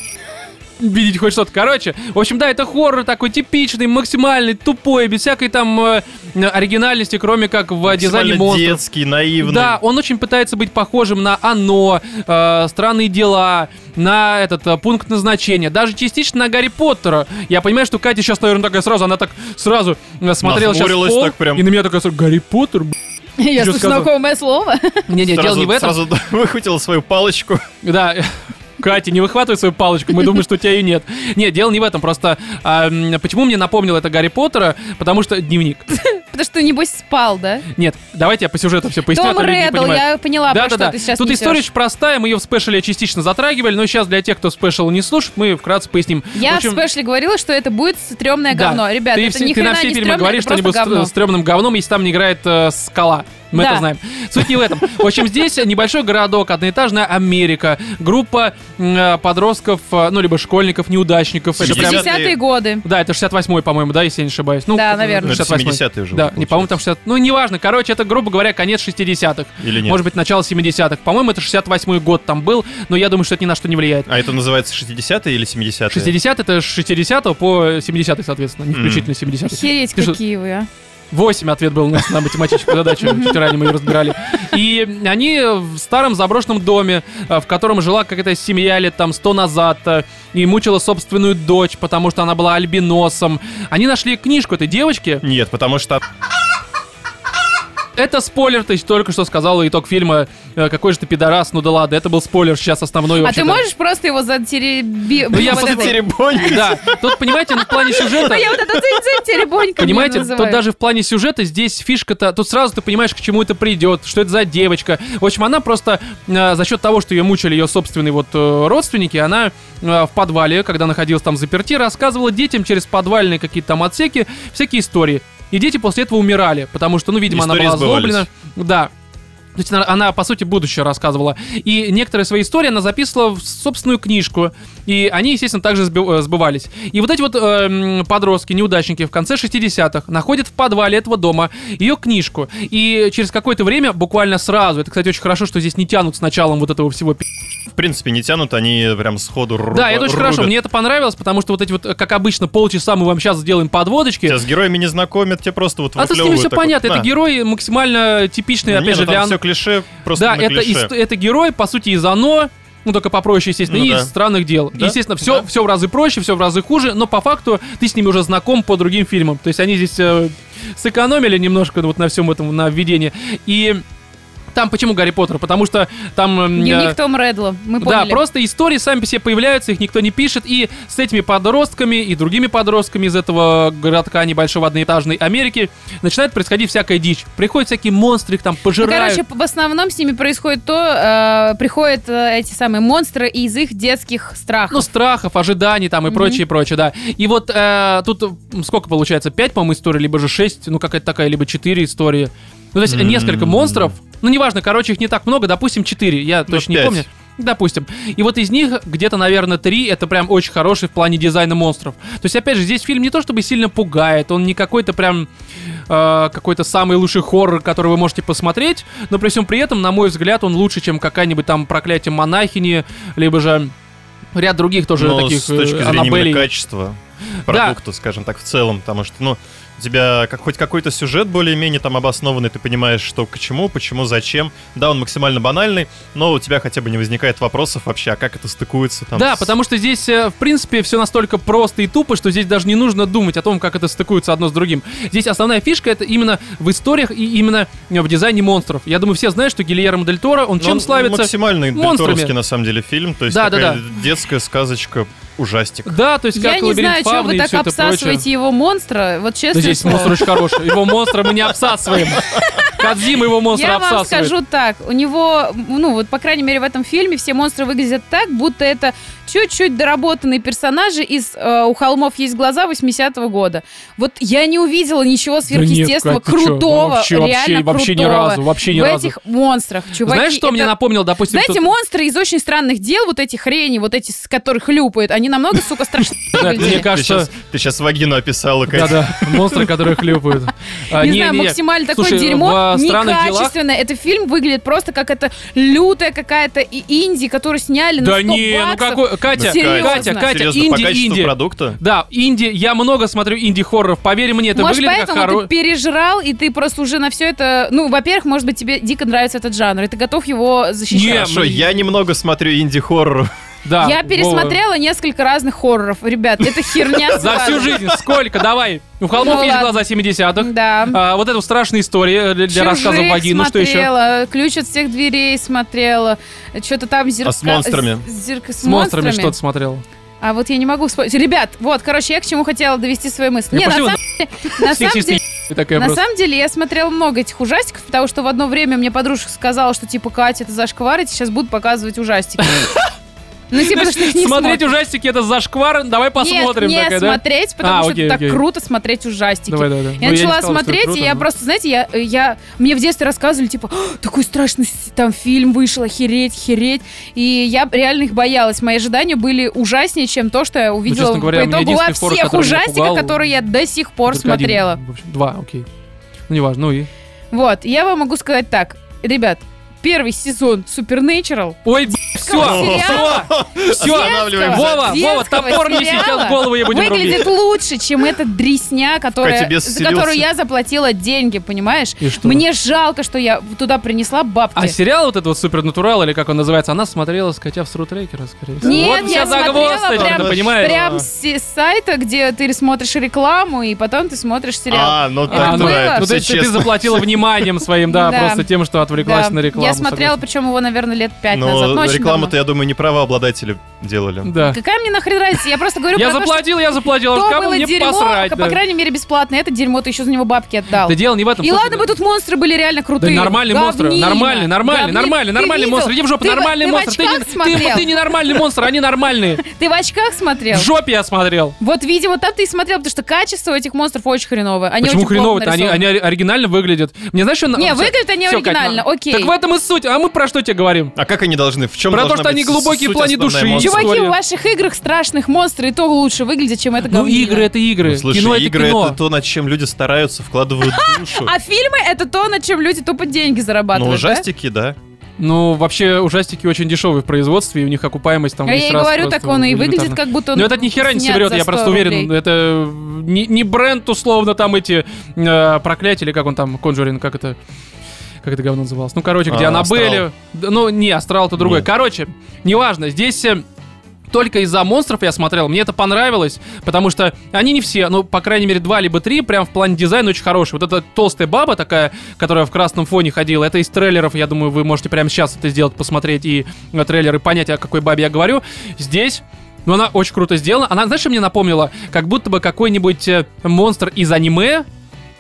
Speaker 1: видеть хоть что-то. Короче, в общем, да, это хоррор такой типичный, максимальный, тупой, без всякой там э, оригинальности, кроме как в э, дизайне
Speaker 2: Максимально
Speaker 1: монстров.
Speaker 2: детский, наивный.
Speaker 1: Да, он очень пытается быть похожим на «Оно», э, «Странные дела», на этот э, пункт назначения, даже частично на Гарри Поттера. Я понимаю, что Катя сейчас, наверное, такая сразу, она так сразу э, смотрела сейчас в
Speaker 2: Нахмурилась
Speaker 1: пол,
Speaker 2: так прям.
Speaker 1: и на меня такая сразу, Гарри Поттер?
Speaker 3: Я
Speaker 1: Чё
Speaker 3: слышу
Speaker 1: сказал?
Speaker 3: знакомое слово.
Speaker 1: Не-не, дело
Speaker 2: Сразу-
Speaker 1: не в этом. Ну,
Speaker 2: Сразу выхватила свою палочку.
Speaker 1: Да. Катя, не выхватывай свою палочку, мы думаем, что у тебя ее нет. Нет, дело не в этом, просто а, м, почему мне напомнил это Гарри Поттера? Потому что дневник.
Speaker 3: Потому что, небось, спал, да?
Speaker 1: Нет, давайте я по сюжету все поясню. а
Speaker 3: Том
Speaker 1: то люди не
Speaker 3: Реддл,
Speaker 1: понимают.
Speaker 3: я поняла, про что
Speaker 1: Да-да-да.
Speaker 3: ты сейчас
Speaker 1: Тут
Speaker 3: несёшь.
Speaker 1: история очень простая, мы ее в спешле частично затрагивали, но сейчас для тех, кто спешл не слушает, мы вкратце поясним. В
Speaker 3: Я
Speaker 1: общем,
Speaker 3: в спешле говорила, что это будет стрёмное
Speaker 1: да.
Speaker 3: говно. Ребят,
Speaker 1: ты,
Speaker 3: это
Speaker 1: все-
Speaker 3: ни
Speaker 1: ты на
Speaker 3: хрена
Speaker 1: все
Speaker 3: не
Speaker 1: фильмы
Speaker 3: стрёмное,
Speaker 1: говоришь,
Speaker 3: это
Speaker 1: что они будут
Speaker 3: просто говно.
Speaker 1: стрёмным говном, если там не играет э, скала. Мы это
Speaker 3: Да.
Speaker 1: знаем. Суть не в этом. В общем, здесь небольшой городок, одноэтажная Америка, группа м, э, подростков, э, ну, либо школьников, неудачников. Это прям-
Speaker 2: 60-е.
Speaker 3: 60-е годы.
Speaker 1: Да, это 68-й, по-моему, да, если я не ошибаюсь. Ну,
Speaker 3: Да, наверное.
Speaker 2: Ну, это
Speaker 1: 68-й.
Speaker 2: 70-е уже
Speaker 1: Да,
Speaker 2: было,
Speaker 1: не, по-моему, там 60... Ну, неважно. Короче, это, грубо говоря, конец 60-х.
Speaker 2: Или нет?
Speaker 1: Может быть, начало 70-х. По-моему, это 68-й год там был, но я думаю, что это ни на что не влияет.
Speaker 2: А это называется 60-е или 70-е?
Speaker 1: 60 это с 60 по 70 соответственно, не
Speaker 2: Мгм.
Speaker 1: включительно 70
Speaker 3: Охереть,
Speaker 1: Ты что-
Speaker 3: какие вы, а.
Speaker 1: 8 ответ был у нас на математическую задачу, чуть ранее мы ее разбирали. И они в старом заброшенном доме, э, в котором жила какая-то семья лет там 100 назад, э, и мучила собственную дочь, потому что она была альбиносом. Они нашли книжку этой девочки.
Speaker 2: Нет, потому что...
Speaker 1: Это спойлер, ты только что сказал итог фильма э, «Какой же ты пидорас, ну да ладно». Это был спойлер сейчас основной.
Speaker 3: А
Speaker 1: вообще-то.
Speaker 3: ты можешь просто его затеребить?
Speaker 1: Ну, я просто
Speaker 2: Теребонь.
Speaker 1: Да, тут, понимаете, ну, в плане сюжета...
Speaker 3: Я вот это цинь-цинь, теребонька мне
Speaker 1: Понимаете, тут
Speaker 3: называют.
Speaker 1: даже в плане сюжета здесь фишка-то, тут сразу ты понимаешь, к чему это придет, что это за девочка. В общем, она просто э, за счет того, что ее мучили ее собственные вот э, родственники, она э, в подвале, когда находилась там заперти, рассказывала детям через подвальные какие-то там отсеки всякие истории. И дети после этого умирали, потому что, ну, видимо,
Speaker 2: Истории
Speaker 1: она была
Speaker 2: сбывались.
Speaker 1: озлоблена. Да. То есть она, она, по сути, будущее рассказывала. И некоторые свои истории она записывала в собственную книжку. И они, естественно, также сби- э, сбывались. И вот эти вот э, м, подростки, неудачники в конце 60-х находят в подвале этого дома ее книжку. И через какое-то время, буквально сразу, это, кстати, очень хорошо, что здесь не тянут с началом вот этого всего пи***.
Speaker 2: В принципе, не тянут, они прям сходу ру-
Speaker 1: Да, это очень хорошо,
Speaker 2: рубят.
Speaker 1: мне это понравилось, потому что вот эти вот, э, как обычно, полчаса мы вам сейчас сделаем подводочки.
Speaker 2: Тебя с героями не знакомят, тебе просто вот
Speaker 1: А тут с ними
Speaker 2: выклёвывают
Speaker 1: все
Speaker 2: так вот,
Speaker 1: понятно,
Speaker 2: «На».
Speaker 1: это герои максимально типичные,
Speaker 2: Не,
Speaker 1: опять
Speaker 2: ну
Speaker 1: же,
Speaker 2: там
Speaker 1: для...
Speaker 2: все клише, просто
Speaker 1: Да,
Speaker 2: на
Speaker 1: это,
Speaker 2: клише.
Speaker 1: ис- это герой, по сути, из оно. Ну, только попроще, естественно,
Speaker 2: Ну
Speaker 1: и
Speaker 2: да.
Speaker 1: из странных дел.
Speaker 2: Да,
Speaker 1: Естественно, все,
Speaker 2: да.
Speaker 1: все в разы проще, все в разы хуже, но по факту ты с ними уже знаком по другим фильмам. То есть они здесь э, сэкономили немножко вот на всем этом, на введении. И там почему Гарри Поттер? Потому что там... эм, э,
Speaker 3: Дневник Том Реддла, мы
Speaker 1: да,
Speaker 3: поняли.
Speaker 1: просто истории сами по себе появляются, их никто не пишет, и с этими подростками и другими подростками из этого городка небольшого одноэтажной Америки начинает происходить всякая дичь. Приходят всякие монстры, их там
Speaker 3: Ну,
Speaker 1: пожирают.
Speaker 3: короче, в основном с ними происходит то, э, приходят э, эти самые монстры из их детских
Speaker 1: Ну,
Speaker 3: страхов.
Speaker 1: страхов, ожиданий там и
Speaker 3: Мгм.
Speaker 1: прочее, прочее, да. И вот э, тут м, сколько получается? 5, по-моему, историй, либо же 6, ну какая-то такая, либо 4 истории. Ну, то есть
Speaker 2: М.
Speaker 1: несколько монстров. Ну, неважно, короче, их не так много, допустим, 4, я
Speaker 2: Ну,
Speaker 1: точно не
Speaker 2: пять.
Speaker 1: помню. Допустим. И вот из них где-то, наверное, три это прям очень хороший в плане дизайна монстров. То есть, опять же, здесь фильм не то чтобы сильно пугает, он не какой-то прям э, какой-то самый лучший хоррор, который вы можете посмотреть, но при всем при этом, на мой взгляд, он лучше, чем какая-нибудь там проклятие монахини, либо же ряд других тоже
Speaker 2: Но
Speaker 1: таких
Speaker 2: Ну, с точки
Speaker 1: э,
Speaker 2: зрения именно
Speaker 1: Аннабелей.
Speaker 2: качества продукта, скажем так, в целом, потому что, ну, у тебя как, хоть какой-то сюжет более-менее там обоснованный, ты понимаешь, что к чему, почему, зачем. Да, он максимально банальный, но у тебя хотя бы не возникает вопросов вообще, а как это стыкуется там.
Speaker 1: Да,
Speaker 2: с-
Speaker 1: потому что здесь, э, в принципе, все настолько просто и тупо, что здесь даже не нужно думать о том, как это стыкуется одно с другим. Здесь основная фишка это именно в историях и именно э, в дизайне монстров. Я думаю, все знают, что Гильермо Дель Торо, он
Speaker 2: Но
Speaker 1: чем
Speaker 2: он
Speaker 1: славится?
Speaker 2: Максимально
Speaker 1: Монстрами.
Speaker 2: дельторовский, Ну, на самом деле, фильм. То есть
Speaker 1: Да, да,
Speaker 2: такая детская сказочка, ужастик.
Speaker 1: Да, то есть как
Speaker 3: Я не
Speaker 1: лабиринт
Speaker 3: знаю, что
Speaker 1: фавны
Speaker 3: вы
Speaker 1: и
Speaker 3: так
Speaker 1: всё это прочее.
Speaker 3: обсасываете его монстра, вот
Speaker 1: Да
Speaker 3: честно.
Speaker 1: здесь
Speaker 3: слово.
Speaker 1: монстр очень хороший. Его монстра мы не обсасываем. Кадзима его монстра
Speaker 3: Я вам
Speaker 1: обсасывает.
Speaker 3: скажу так, у него, ну вот, по крайней мере, в этом фильме все монстры выглядят так, будто это чуть-чуть доработанные персонажи из э, «У холмов есть глаза» 80-го года. Вот я не увидела ничего сверхъестественного,
Speaker 1: Кать, ты чё?
Speaker 3: крутого,
Speaker 1: Вообще, вообще,
Speaker 3: реально
Speaker 1: вообще ни
Speaker 3: крутого
Speaker 1: разу, вообще ни
Speaker 3: в
Speaker 1: разу.
Speaker 3: этих монстрах, чуваки.
Speaker 1: Знаешь, что мне
Speaker 3: это-
Speaker 1: напомнил, допустим...
Speaker 3: знаете,
Speaker 1: тот-
Speaker 3: монстры из очень странных дел, вот эти хрени, вот эти, с которых хлюпают, они намного, сука, страшнее
Speaker 1: мне
Speaker 3: выглядели.
Speaker 1: кажется...
Speaker 2: Ты сейчас вагину описала, Катя.
Speaker 1: Да-да, монстры, которые хлюпают. А,
Speaker 3: Не знаю, максимально такое
Speaker 1: Слушай,
Speaker 3: дерьмо,
Speaker 1: в, э, странных делах-
Speaker 3: некачественное. Этот фильм выглядит просто как это лютая какая-то и инди, которую сняли на 100
Speaker 1: Да не, ну
Speaker 3: баксов.
Speaker 1: какой... Катя,
Speaker 3: Серьезно.
Speaker 1: Катя, Катя,
Speaker 2: Серьезно, по
Speaker 1: Инди,
Speaker 2: качеству
Speaker 1: Инди.
Speaker 2: продукта?
Speaker 1: Да, Инди, я много смотрю инди-хорроров, поверь мне, это
Speaker 3: может,
Speaker 1: выглядит как
Speaker 3: поэтому
Speaker 1: хоро...
Speaker 3: ты пережрал, и ты просто уже на все это... Ну, во-первых, может быть, тебе дико нравится этот жанр, и ты готов его защищать.
Speaker 1: Не,
Speaker 2: Хорошо,
Speaker 1: мы-
Speaker 2: я немного смотрю инди-хоррор.
Speaker 1: Да,
Speaker 3: Я
Speaker 1: Вова.
Speaker 3: пересмотрела несколько разных хорроров. Ребят, это херня с
Speaker 1: За всю
Speaker 3: вами.
Speaker 1: жизнь, сколько, давай. У холмов
Speaker 3: Ну
Speaker 1: есть
Speaker 3: ладно.
Speaker 1: глаза 70-х.
Speaker 3: Да.
Speaker 1: А, вот это страшная история э, для, для
Speaker 3: Чужих
Speaker 1: рассказов Вагину. Что еще?
Speaker 3: смотрела, Ключ от всех дверей смотрела. Что-то там зерка...
Speaker 2: А с монстрами?
Speaker 3: с- зерка- с
Speaker 1: С монстрами
Speaker 3: монстрами.
Speaker 1: что-то смотрел.
Speaker 3: А вот я не могу вспомнить. Ребят, вот, короче, я к чему хотела довести свои мысли.
Speaker 1: Я
Speaker 3: Не, на
Speaker 1: пошла
Speaker 3: самом деле- на самом
Speaker 1: Сексист
Speaker 3: деле...
Speaker 1: и такая
Speaker 3: На
Speaker 1: просто.
Speaker 3: самом деле я смотрела много этих ужастиков, потому что в одно время мне подружка сказала, что типа Катя, это зашквар, и сейчас будут показывать ужастики. Ну, типа, потому что их не
Speaker 1: Смотреть
Speaker 3: смотрят.
Speaker 1: ужастики это зашквар. Давай посмотрим.
Speaker 3: Нет, не
Speaker 1: такая, да?
Speaker 3: смотреть, потому
Speaker 1: А,
Speaker 3: что
Speaker 1: окей,
Speaker 3: это
Speaker 1: окей.
Speaker 3: так круто смотреть ужастики.
Speaker 1: Давай, давай, давай. Ну,
Speaker 3: Я
Speaker 1: не
Speaker 3: начала
Speaker 1: сказал, что это
Speaker 3: смотреть,
Speaker 1: круто,
Speaker 3: и я
Speaker 1: но-
Speaker 3: просто, знаете, я, э, я, мне в детстве рассказывали, типа, «А, такой страшный с- там фильм вышел, охереть, хереть. И я реально их боялась. Мои ожидания были ужаснее, чем то, что я увидела
Speaker 1: Ну, честно говоря,
Speaker 3: по
Speaker 1: меня
Speaker 3: итогу во
Speaker 1: единственный хоррор,
Speaker 3: всех
Speaker 1: который меня
Speaker 3: ужастиках,
Speaker 1: пугал,
Speaker 3: которые я до сих пор
Speaker 1: Только один.
Speaker 3: смотрела.
Speaker 1: В общем, два, окей. Ну, неважно, ну и...
Speaker 3: Вот, я вам могу сказать так, ребят, первый сезон Supernatural.
Speaker 1: Ой, б... все,
Speaker 3: сериала?
Speaker 1: все, все.
Speaker 2: Останавливаемся.
Speaker 1: Вова, Вова,
Speaker 3: детского
Speaker 1: топор неси,
Speaker 3: сериала
Speaker 1: сейчас голову ей будем рубить.
Speaker 3: Выглядит лучше, чем эта дресня, которая,
Speaker 2: Катя бес
Speaker 3: за
Speaker 2: вселился.
Speaker 3: которую я заплатила деньги, понимаешь?
Speaker 1: И что?
Speaker 3: Мне жалко, что я туда принесла бабки.
Speaker 1: А сериал вот этот вот Супернатурал, или как он называется, она смотрела, скачав с рутрекера, скорее всего.
Speaker 3: Нет,
Speaker 1: вот
Speaker 3: я
Speaker 1: вся загвоздочка,
Speaker 3: смотрела
Speaker 1: ты
Speaker 2: прям-
Speaker 1: понимаешь?
Speaker 3: Прям с с сайта, где ты смотришь рекламу, и потом ты смотришь сериал.
Speaker 2: А, ну
Speaker 1: А,
Speaker 2: так
Speaker 1: ну,
Speaker 3: было.
Speaker 2: бывает,
Speaker 1: ну, то
Speaker 2: все
Speaker 1: есть ты
Speaker 2: честно.
Speaker 1: заплатила вниманием своим, да,
Speaker 3: Да.
Speaker 1: просто тем, что отвлеклась
Speaker 3: Да.
Speaker 1: на рекламу.
Speaker 3: Я смотрела, причем его, наверное, лет пять назад. Ну,
Speaker 2: Но
Speaker 3: очень
Speaker 2: рекламу-то,
Speaker 3: давно.
Speaker 2: я думаю, не правообладатели делали.
Speaker 1: согласен. Да.
Speaker 3: Какая мне нахрен разница? Я просто говорю
Speaker 1: Я
Speaker 3: про то, что
Speaker 1: заплатил, я заплатил, а
Speaker 3: то
Speaker 1: уж кому
Speaker 3: было
Speaker 1: мне
Speaker 3: дерьмо, а,
Speaker 1: посрать?
Speaker 3: по
Speaker 1: да.
Speaker 3: крайней мере, бесплатно. Это дерьмо, ты еще за него бабки отдал.
Speaker 1: Да дело не в этом.
Speaker 3: И
Speaker 1: слушай, да.
Speaker 3: ладно бы тут монстры были реально
Speaker 1: Да
Speaker 3: крутые.
Speaker 1: нормальные монстры,
Speaker 3: Говнина.
Speaker 1: нормальные, нормальные,
Speaker 3: Говнина.
Speaker 1: нормальные,
Speaker 3: Ты
Speaker 1: нормальные
Speaker 3: видел?
Speaker 1: монстры. Иди в жопу,
Speaker 3: Ты в-
Speaker 1: нормальные
Speaker 3: ты в
Speaker 1: монстры. Ты не-
Speaker 3: очках
Speaker 1: Ты
Speaker 3: смотрел?
Speaker 1: ты не нормальный монстр, они нормальные.
Speaker 3: Ты в очках
Speaker 1: В
Speaker 3: смотрел?
Speaker 1: жопе я смотрел.
Speaker 3: Вот, видимо, там ты и смотрел, потому что качество этих монстров очень хреновое. Они
Speaker 1: Почему
Speaker 3: очень плохо
Speaker 1: хреново-то? Они,
Speaker 3: нарисованы.
Speaker 1: они ори- оригинально выглядят. Мне знаешь, что... на-
Speaker 3: Не,
Speaker 1: всё-
Speaker 3: выглядят они
Speaker 1: всё, Кать,
Speaker 3: оригинально,
Speaker 1: на-
Speaker 3: окей.
Speaker 1: Так в этом и суть. А мы про что тебе говорим?
Speaker 2: А как они должны? В чем
Speaker 1: Про то,
Speaker 2: должна
Speaker 1: что
Speaker 2: быть
Speaker 1: они глубокие
Speaker 2: суть
Speaker 1: в плане
Speaker 2: основная
Speaker 1: души.
Speaker 2: монстра?
Speaker 1: Чувак,
Speaker 3: Чуваки,
Speaker 1: история.
Speaker 3: в ваших играх страшных монстры и то лучше выглядят, чем это
Speaker 1: Ну,
Speaker 3: говнина.
Speaker 1: игры — это игры.
Speaker 2: Ну, слушай,
Speaker 1: кино — это
Speaker 2: игры
Speaker 1: кино.
Speaker 2: это то, над чем люди стараются, вкладывают душу.
Speaker 3: А фильмы — это то, над чем люди тупо деньги
Speaker 2: Ну,
Speaker 3: зарабатывают,
Speaker 2: ужастики, да.
Speaker 1: Ну, вообще, ужастики очень дешевые в производстве, и у них окупаемость
Speaker 3: да?
Speaker 1: там
Speaker 3: А
Speaker 1: в
Speaker 3: я и
Speaker 1: 10 раз
Speaker 3: говорю,
Speaker 1: просто
Speaker 3: так он и выглядит,
Speaker 1: элементарно.
Speaker 3: как будто он
Speaker 1: Ну, это от ни хера не
Speaker 3: снят
Speaker 1: соберет,
Speaker 3: за
Speaker 1: я
Speaker 3: 100
Speaker 1: просто уверен. ну,
Speaker 3: рублей.
Speaker 1: Это э, не, не бренд, условно, там эти э, проклятия, или как он там, Конжурин, как это... Как это говно называлось? Ну, короче, где
Speaker 2: А,
Speaker 1: Аннабель... Да, Ну, не, Астрал-то другой.
Speaker 2: Не.
Speaker 1: Короче, неважно, здесь... э, Только из-за монстров я смотрел, мне это понравилось, потому что они не все, ну, по крайней мере, два либо три, прям в плане дизайна очень хорошие. Вот эта толстая баба такая, которая в красном фоне ходила, это из трейлеров, я думаю, вы можете прямо сейчас это сделать, посмотреть и э, трейлер, и понять, о какой бабе я говорю. Здесь но она очень круто сделана. Она, знаешь, что мне напомнила? Как будто бы какой-нибудь э, монстр из аниме.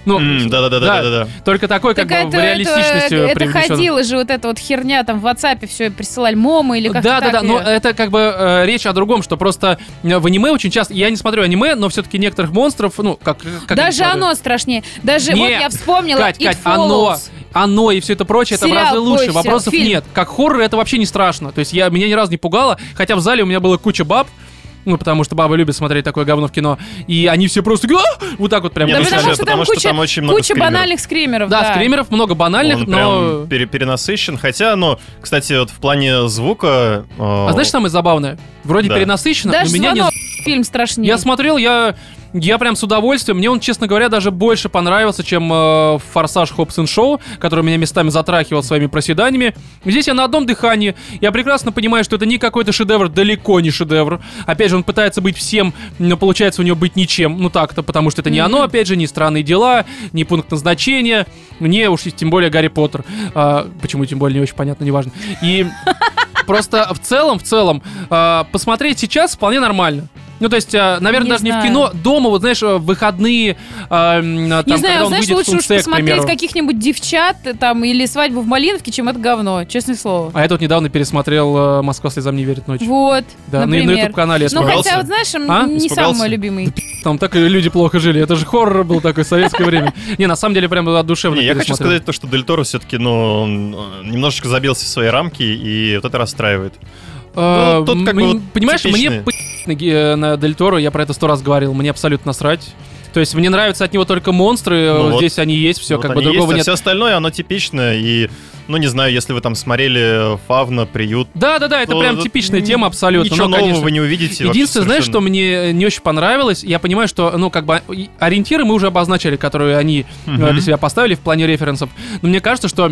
Speaker 1: Ну,
Speaker 2: М, Да-да-да-да-да.
Speaker 1: Только такой, как
Speaker 3: Так
Speaker 1: бы, в
Speaker 3: это,
Speaker 1: реалистичности
Speaker 3: это, это
Speaker 1: привнесён.
Speaker 3: ходила же вот эта вот херня, там в WhatsApp все присылали мамы или как-то
Speaker 1: Да, да,
Speaker 3: так
Speaker 1: да,
Speaker 3: её.
Speaker 1: но это ну, э, как бы э, речь о другом, что просто э, в аниме очень часто. Я не смотрю аниме, но все-таки некоторых монстров, ну, как. как
Speaker 3: Даже
Speaker 1: я не смотрю.
Speaker 3: оно страшнее. Даже вот
Speaker 1: Не,
Speaker 3: я вспомнила
Speaker 1: Кать,
Speaker 3: It
Speaker 1: Кать,
Speaker 3: Follows.
Speaker 1: оно, оно и все это прочее, это в
Speaker 3: Сериал,
Speaker 1: разы лучше.
Speaker 3: ой,
Speaker 1: Вопросов
Speaker 3: фильм.
Speaker 1: нет. Как хоррор это вообще не страшно. То есть я меня ни разу не пугало, хотя в зале у меня было куча баб. Ну, потому что бабы любят смотреть такое говно в кино. И они все просто «А!» вот так вот прям.
Speaker 2: Не,
Speaker 3: Да
Speaker 2: ну,
Speaker 1: кричат.
Speaker 3: потому
Speaker 2: слушай,
Speaker 3: что там
Speaker 2: потому что
Speaker 3: куча,
Speaker 2: там очень много
Speaker 3: куча
Speaker 2: скримеров.
Speaker 3: банальных скримеров.
Speaker 1: Да, скримеров много банальных,
Speaker 2: Он
Speaker 1: но...
Speaker 2: прям пере- перенасыщен. Хотя, ну, кстати, вот в плане звука... э,
Speaker 1: А знаешь, самое забавное? Вроде
Speaker 2: Да.
Speaker 1: перенасыщено,
Speaker 3: Даже
Speaker 1: но меня не...
Speaker 3: звонок фильм страшнее.
Speaker 1: Я смотрел, я... Я прям с удовольствием. Мне он, честно говоря, даже больше понравился, чем э, «Форсаж Хобсон Шоу», который меня местами затрахивал своими проседаниями. Здесь я на одном дыхании. Я прекрасно понимаю, что это не какой-то шедевр, далеко не шедевр. Опять же, он пытается быть всем, но получается у него быть ничем. Ну так-то, потому что это не оно, опять же, не «Странные дела», не «Пункт назначения», не уж и тем более «Гарри Поттер». А, почему тем более, не очень понятно, неважно. И... Просто в целом, в целом, э, посмотреть сейчас а, вполне нормально. Ну, то есть, э, наверное,
Speaker 3: Не
Speaker 1: даже не в
Speaker 3: знаю.
Speaker 1: кино, дома, вот знаешь, э, в выходные, э, м, там,
Speaker 3: Не знаю,
Speaker 1: когда он
Speaker 3: знаешь,
Speaker 1: выйдет в
Speaker 3: лучше уж
Speaker 1: Сумсек, к
Speaker 3: посмотреть
Speaker 1: примеру.
Speaker 3: каких-нибудь девчат э, там или свадьбу в Малиновке, чем это говно, честное слово.
Speaker 1: А я тут недавно пересмотрел э, «Москва слезам не верит ночью».
Speaker 3: Вот,
Speaker 1: Да, на, на
Speaker 3: например.
Speaker 1: YouTube-канале я
Speaker 3: Ну,
Speaker 1: смотрел.
Speaker 3: хотя, вот знаешь, м,
Speaker 1: А?
Speaker 3: не
Speaker 2: Испугался?
Speaker 3: самый мой любимый.
Speaker 1: Там так и люди плохо жили. Это же хоррор был такой в советское время. Не, на самом деле, прям от душевно
Speaker 2: Не, я хочу
Speaker 1: пересмотрел.
Speaker 2: сказать то, что Дель Торо все-таки, ну, он, э, немножечко забился в свои рамки, и вот это расстраивает.
Speaker 1: Э,
Speaker 2: Ну, тут как
Speaker 1: м-
Speaker 2: бы вот
Speaker 1: Понимаешь, мне
Speaker 2: типичные.
Speaker 1: п- на Ги- э, на Дель Торо, я про это сто раз говорил, мне абсолютно насрать. То есть мне нравятся от него только монстры, э,
Speaker 2: Ну вот.
Speaker 1: здесь они есть, все,
Speaker 2: Вот
Speaker 1: как бы
Speaker 2: они
Speaker 1: другого
Speaker 2: есть, а
Speaker 1: нет.
Speaker 2: все остальное, оно типичное, и, ну, не знаю, если вы там смотрели «Фавна», «Приют»,
Speaker 1: Да, да, да, это
Speaker 2: то
Speaker 1: прям
Speaker 2: тут
Speaker 1: типичная
Speaker 2: ни-
Speaker 1: тема абсолютно.
Speaker 2: Ничего
Speaker 1: Ну,
Speaker 2: нового
Speaker 1: конечно.
Speaker 2: вы не увидите. вообще
Speaker 1: Единственное, знаешь, что
Speaker 2: совершенно.
Speaker 1: мне не очень понравилось, я понимаю, что, ну, как бы, и- ориентиры мы уже обозначили, которые они э,
Speaker 2: Мгм.
Speaker 1: для себя поставили в плане референсов, но мне кажется, что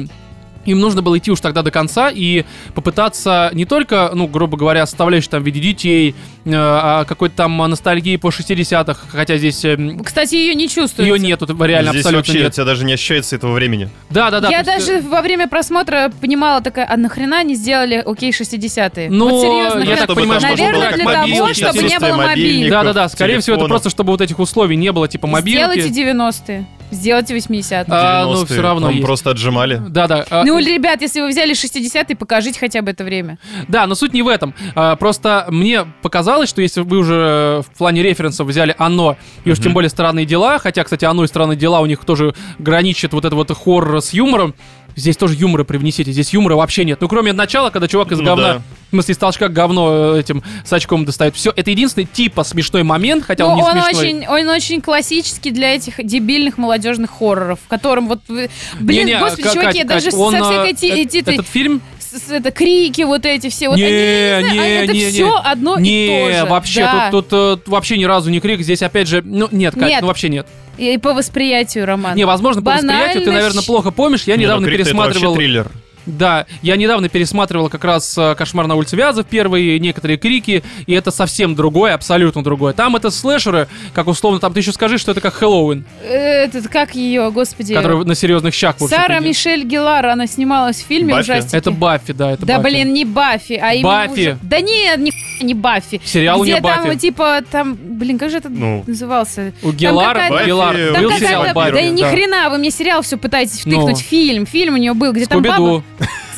Speaker 1: им нужно было идти уж тогда до конца и попытаться не только, ну, грубо говоря, составляющей там в виде детей, э, а какой-то там э, ностальгии по 60-х, хотя здесь эм,
Speaker 3: Кстати, ее не чувствую.
Speaker 1: ее нету, тут реально
Speaker 2: Здесь
Speaker 1: абсолютно
Speaker 2: вообще у
Speaker 1: нет.
Speaker 2: тебя даже не ощущается этого времени.
Speaker 1: Да, да, да.
Speaker 3: Я
Speaker 1: то есть, э,
Speaker 3: даже во время просмотра понимала такая, а нахрена не сделали окей 60-е?
Speaker 1: Ну,
Speaker 3: вот серьезно,
Speaker 1: я
Speaker 3: хрен.
Speaker 1: так понимаю, что
Speaker 3: наверное,
Speaker 1: было как
Speaker 3: для
Speaker 1: мобильники,
Speaker 3: того, чтобы не
Speaker 2: отсутствие
Speaker 3: было мобильников.
Speaker 1: Да, да, да. э, Скорее всего, это
Speaker 2: телефонов.
Speaker 1: просто чтобы вот этих условий не было, типа мобильники.
Speaker 3: Сделайте 90-е, сделайте 80-е.
Speaker 1: А, ну,
Speaker 2: 90-е,
Speaker 1: всё равно
Speaker 2: там
Speaker 1: есть.
Speaker 2: просто отжимали.
Speaker 1: Да, да. э,
Speaker 3: Ну, ребят, если вы взяли 60-е, покажите хотя бы это время.
Speaker 1: Да, но суть не в этом. А, Просто мне показалось, что если вы уже э, в плане референсов взяли «Оно», и уж тем более «Странные дела», хотя, кстати, «Оно» и «Странные дела» у них тоже граничит вот это вот хоррор с юмором, Здесь тоже юмора привнесите, здесь юмора вообще нет. Ну, кроме начала, когда чувак из
Speaker 2: Ну
Speaker 1: говна,
Speaker 2: да.
Speaker 1: в смысле, из толчка говно э, этим с очком достает. Все, это единственный типа смешной момент, хотя
Speaker 3: Ну,
Speaker 1: он не
Speaker 3: он
Speaker 1: смешной.
Speaker 3: очень, он очень классический для этих дебильных молодежных хорроров, в котором вот... вы- Блин,
Speaker 1: Не-не,
Speaker 3: господи,
Speaker 1: Кать,
Speaker 3: чуваки, я
Speaker 1: Кать,
Speaker 3: даже
Speaker 1: он,
Speaker 3: со всякой
Speaker 1: э,
Speaker 3: ти-
Speaker 1: э-
Speaker 3: ти-
Speaker 1: Этот фильм
Speaker 3: с- с- это, крики вот эти все. Вот
Speaker 1: Не,
Speaker 3: они, я не знаю,
Speaker 1: не,
Speaker 3: это
Speaker 1: не, не.
Speaker 3: все одно
Speaker 1: не,
Speaker 3: Ну и то же.
Speaker 1: вообще,
Speaker 3: Да.
Speaker 1: тут, тут, э, вообще ни разу не крик. Здесь опять же, ну нет, Кать,
Speaker 3: Нет.
Speaker 1: ну вообще нет.
Speaker 3: И по восприятию, Роман.
Speaker 1: Не, возможно, по восприятию ты,
Speaker 3: Банальность.
Speaker 1: наверное, плохо помнишь. Я
Speaker 2: Не, ну,
Speaker 1: недавно
Speaker 2: «Крик-то» это вообще
Speaker 1: пересматривал.
Speaker 2: триллер.
Speaker 1: Да, я недавно пересматривал как раз э, «Кошмар на улице Вязов», первые некоторые крики, и это совсем другое, абсолютно другое. Там это слэшеры, как условно, там ты еще скажи, что это как Хэллоуин,
Speaker 3: Этот, как ее, господи.
Speaker 1: который на серьезных щах. в общем-то,
Speaker 3: Сара
Speaker 1: идет.
Speaker 3: Мишель Геллар, она снималась в фильме
Speaker 2: Баффи?
Speaker 3: ужастики.
Speaker 1: Это Баффи, да, это
Speaker 3: да
Speaker 1: Баффи.
Speaker 3: блин, не Баффи, а именно
Speaker 1: Баффи.
Speaker 3: уже- Да нет, ни хуя не Баффи.
Speaker 1: Сериал у
Speaker 3: Где
Speaker 1: нее
Speaker 3: там,
Speaker 1: Баффи.
Speaker 3: типа, там, блин, как же это
Speaker 2: Ну.
Speaker 3: назывался?
Speaker 1: У Гелара,
Speaker 3: какая-то-
Speaker 1: Гелар,
Speaker 2: Баффи,
Speaker 1: был
Speaker 3: Там
Speaker 2: Уилл
Speaker 1: сериал
Speaker 3: какая-то...
Speaker 1: Баффи.
Speaker 3: Да и ни
Speaker 2: да.
Speaker 3: хрена, вы мне сериал все пытаетесь
Speaker 1: Ну.
Speaker 3: втыкнуть. Фильм, фильм у нее был, где там баба...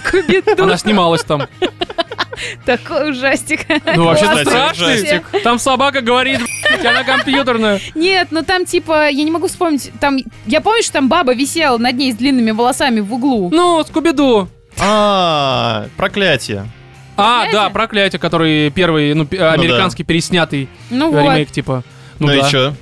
Speaker 1: Скуби-Ду,
Speaker 3: Скуби-Ду.
Speaker 1: она снималась там.
Speaker 3: Такой ужастик.
Speaker 1: Ну, вообще
Speaker 2: Классный
Speaker 1: страшный.
Speaker 3: ужастик.
Speaker 1: Там собака говорит, блядь, она компьютерная.
Speaker 3: Нет, ну там типа, я не могу вспомнить, там, я помню, что там баба висела над ней с длинными волосами в углу.
Speaker 1: Ну, Скуби-Ду.
Speaker 2: А, проклятие.
Speaker 1: А,
Speaker 3: «Проклятие»?
Speaker 1: да, проклятие, который первый, ну, пе- американский переснятый
Speaker 3: Ну вот.
Speaker 1: ремейк, типа. Ну,
Speaker 2: Ну, и
Speaker 1: да.
Speaker 2: что?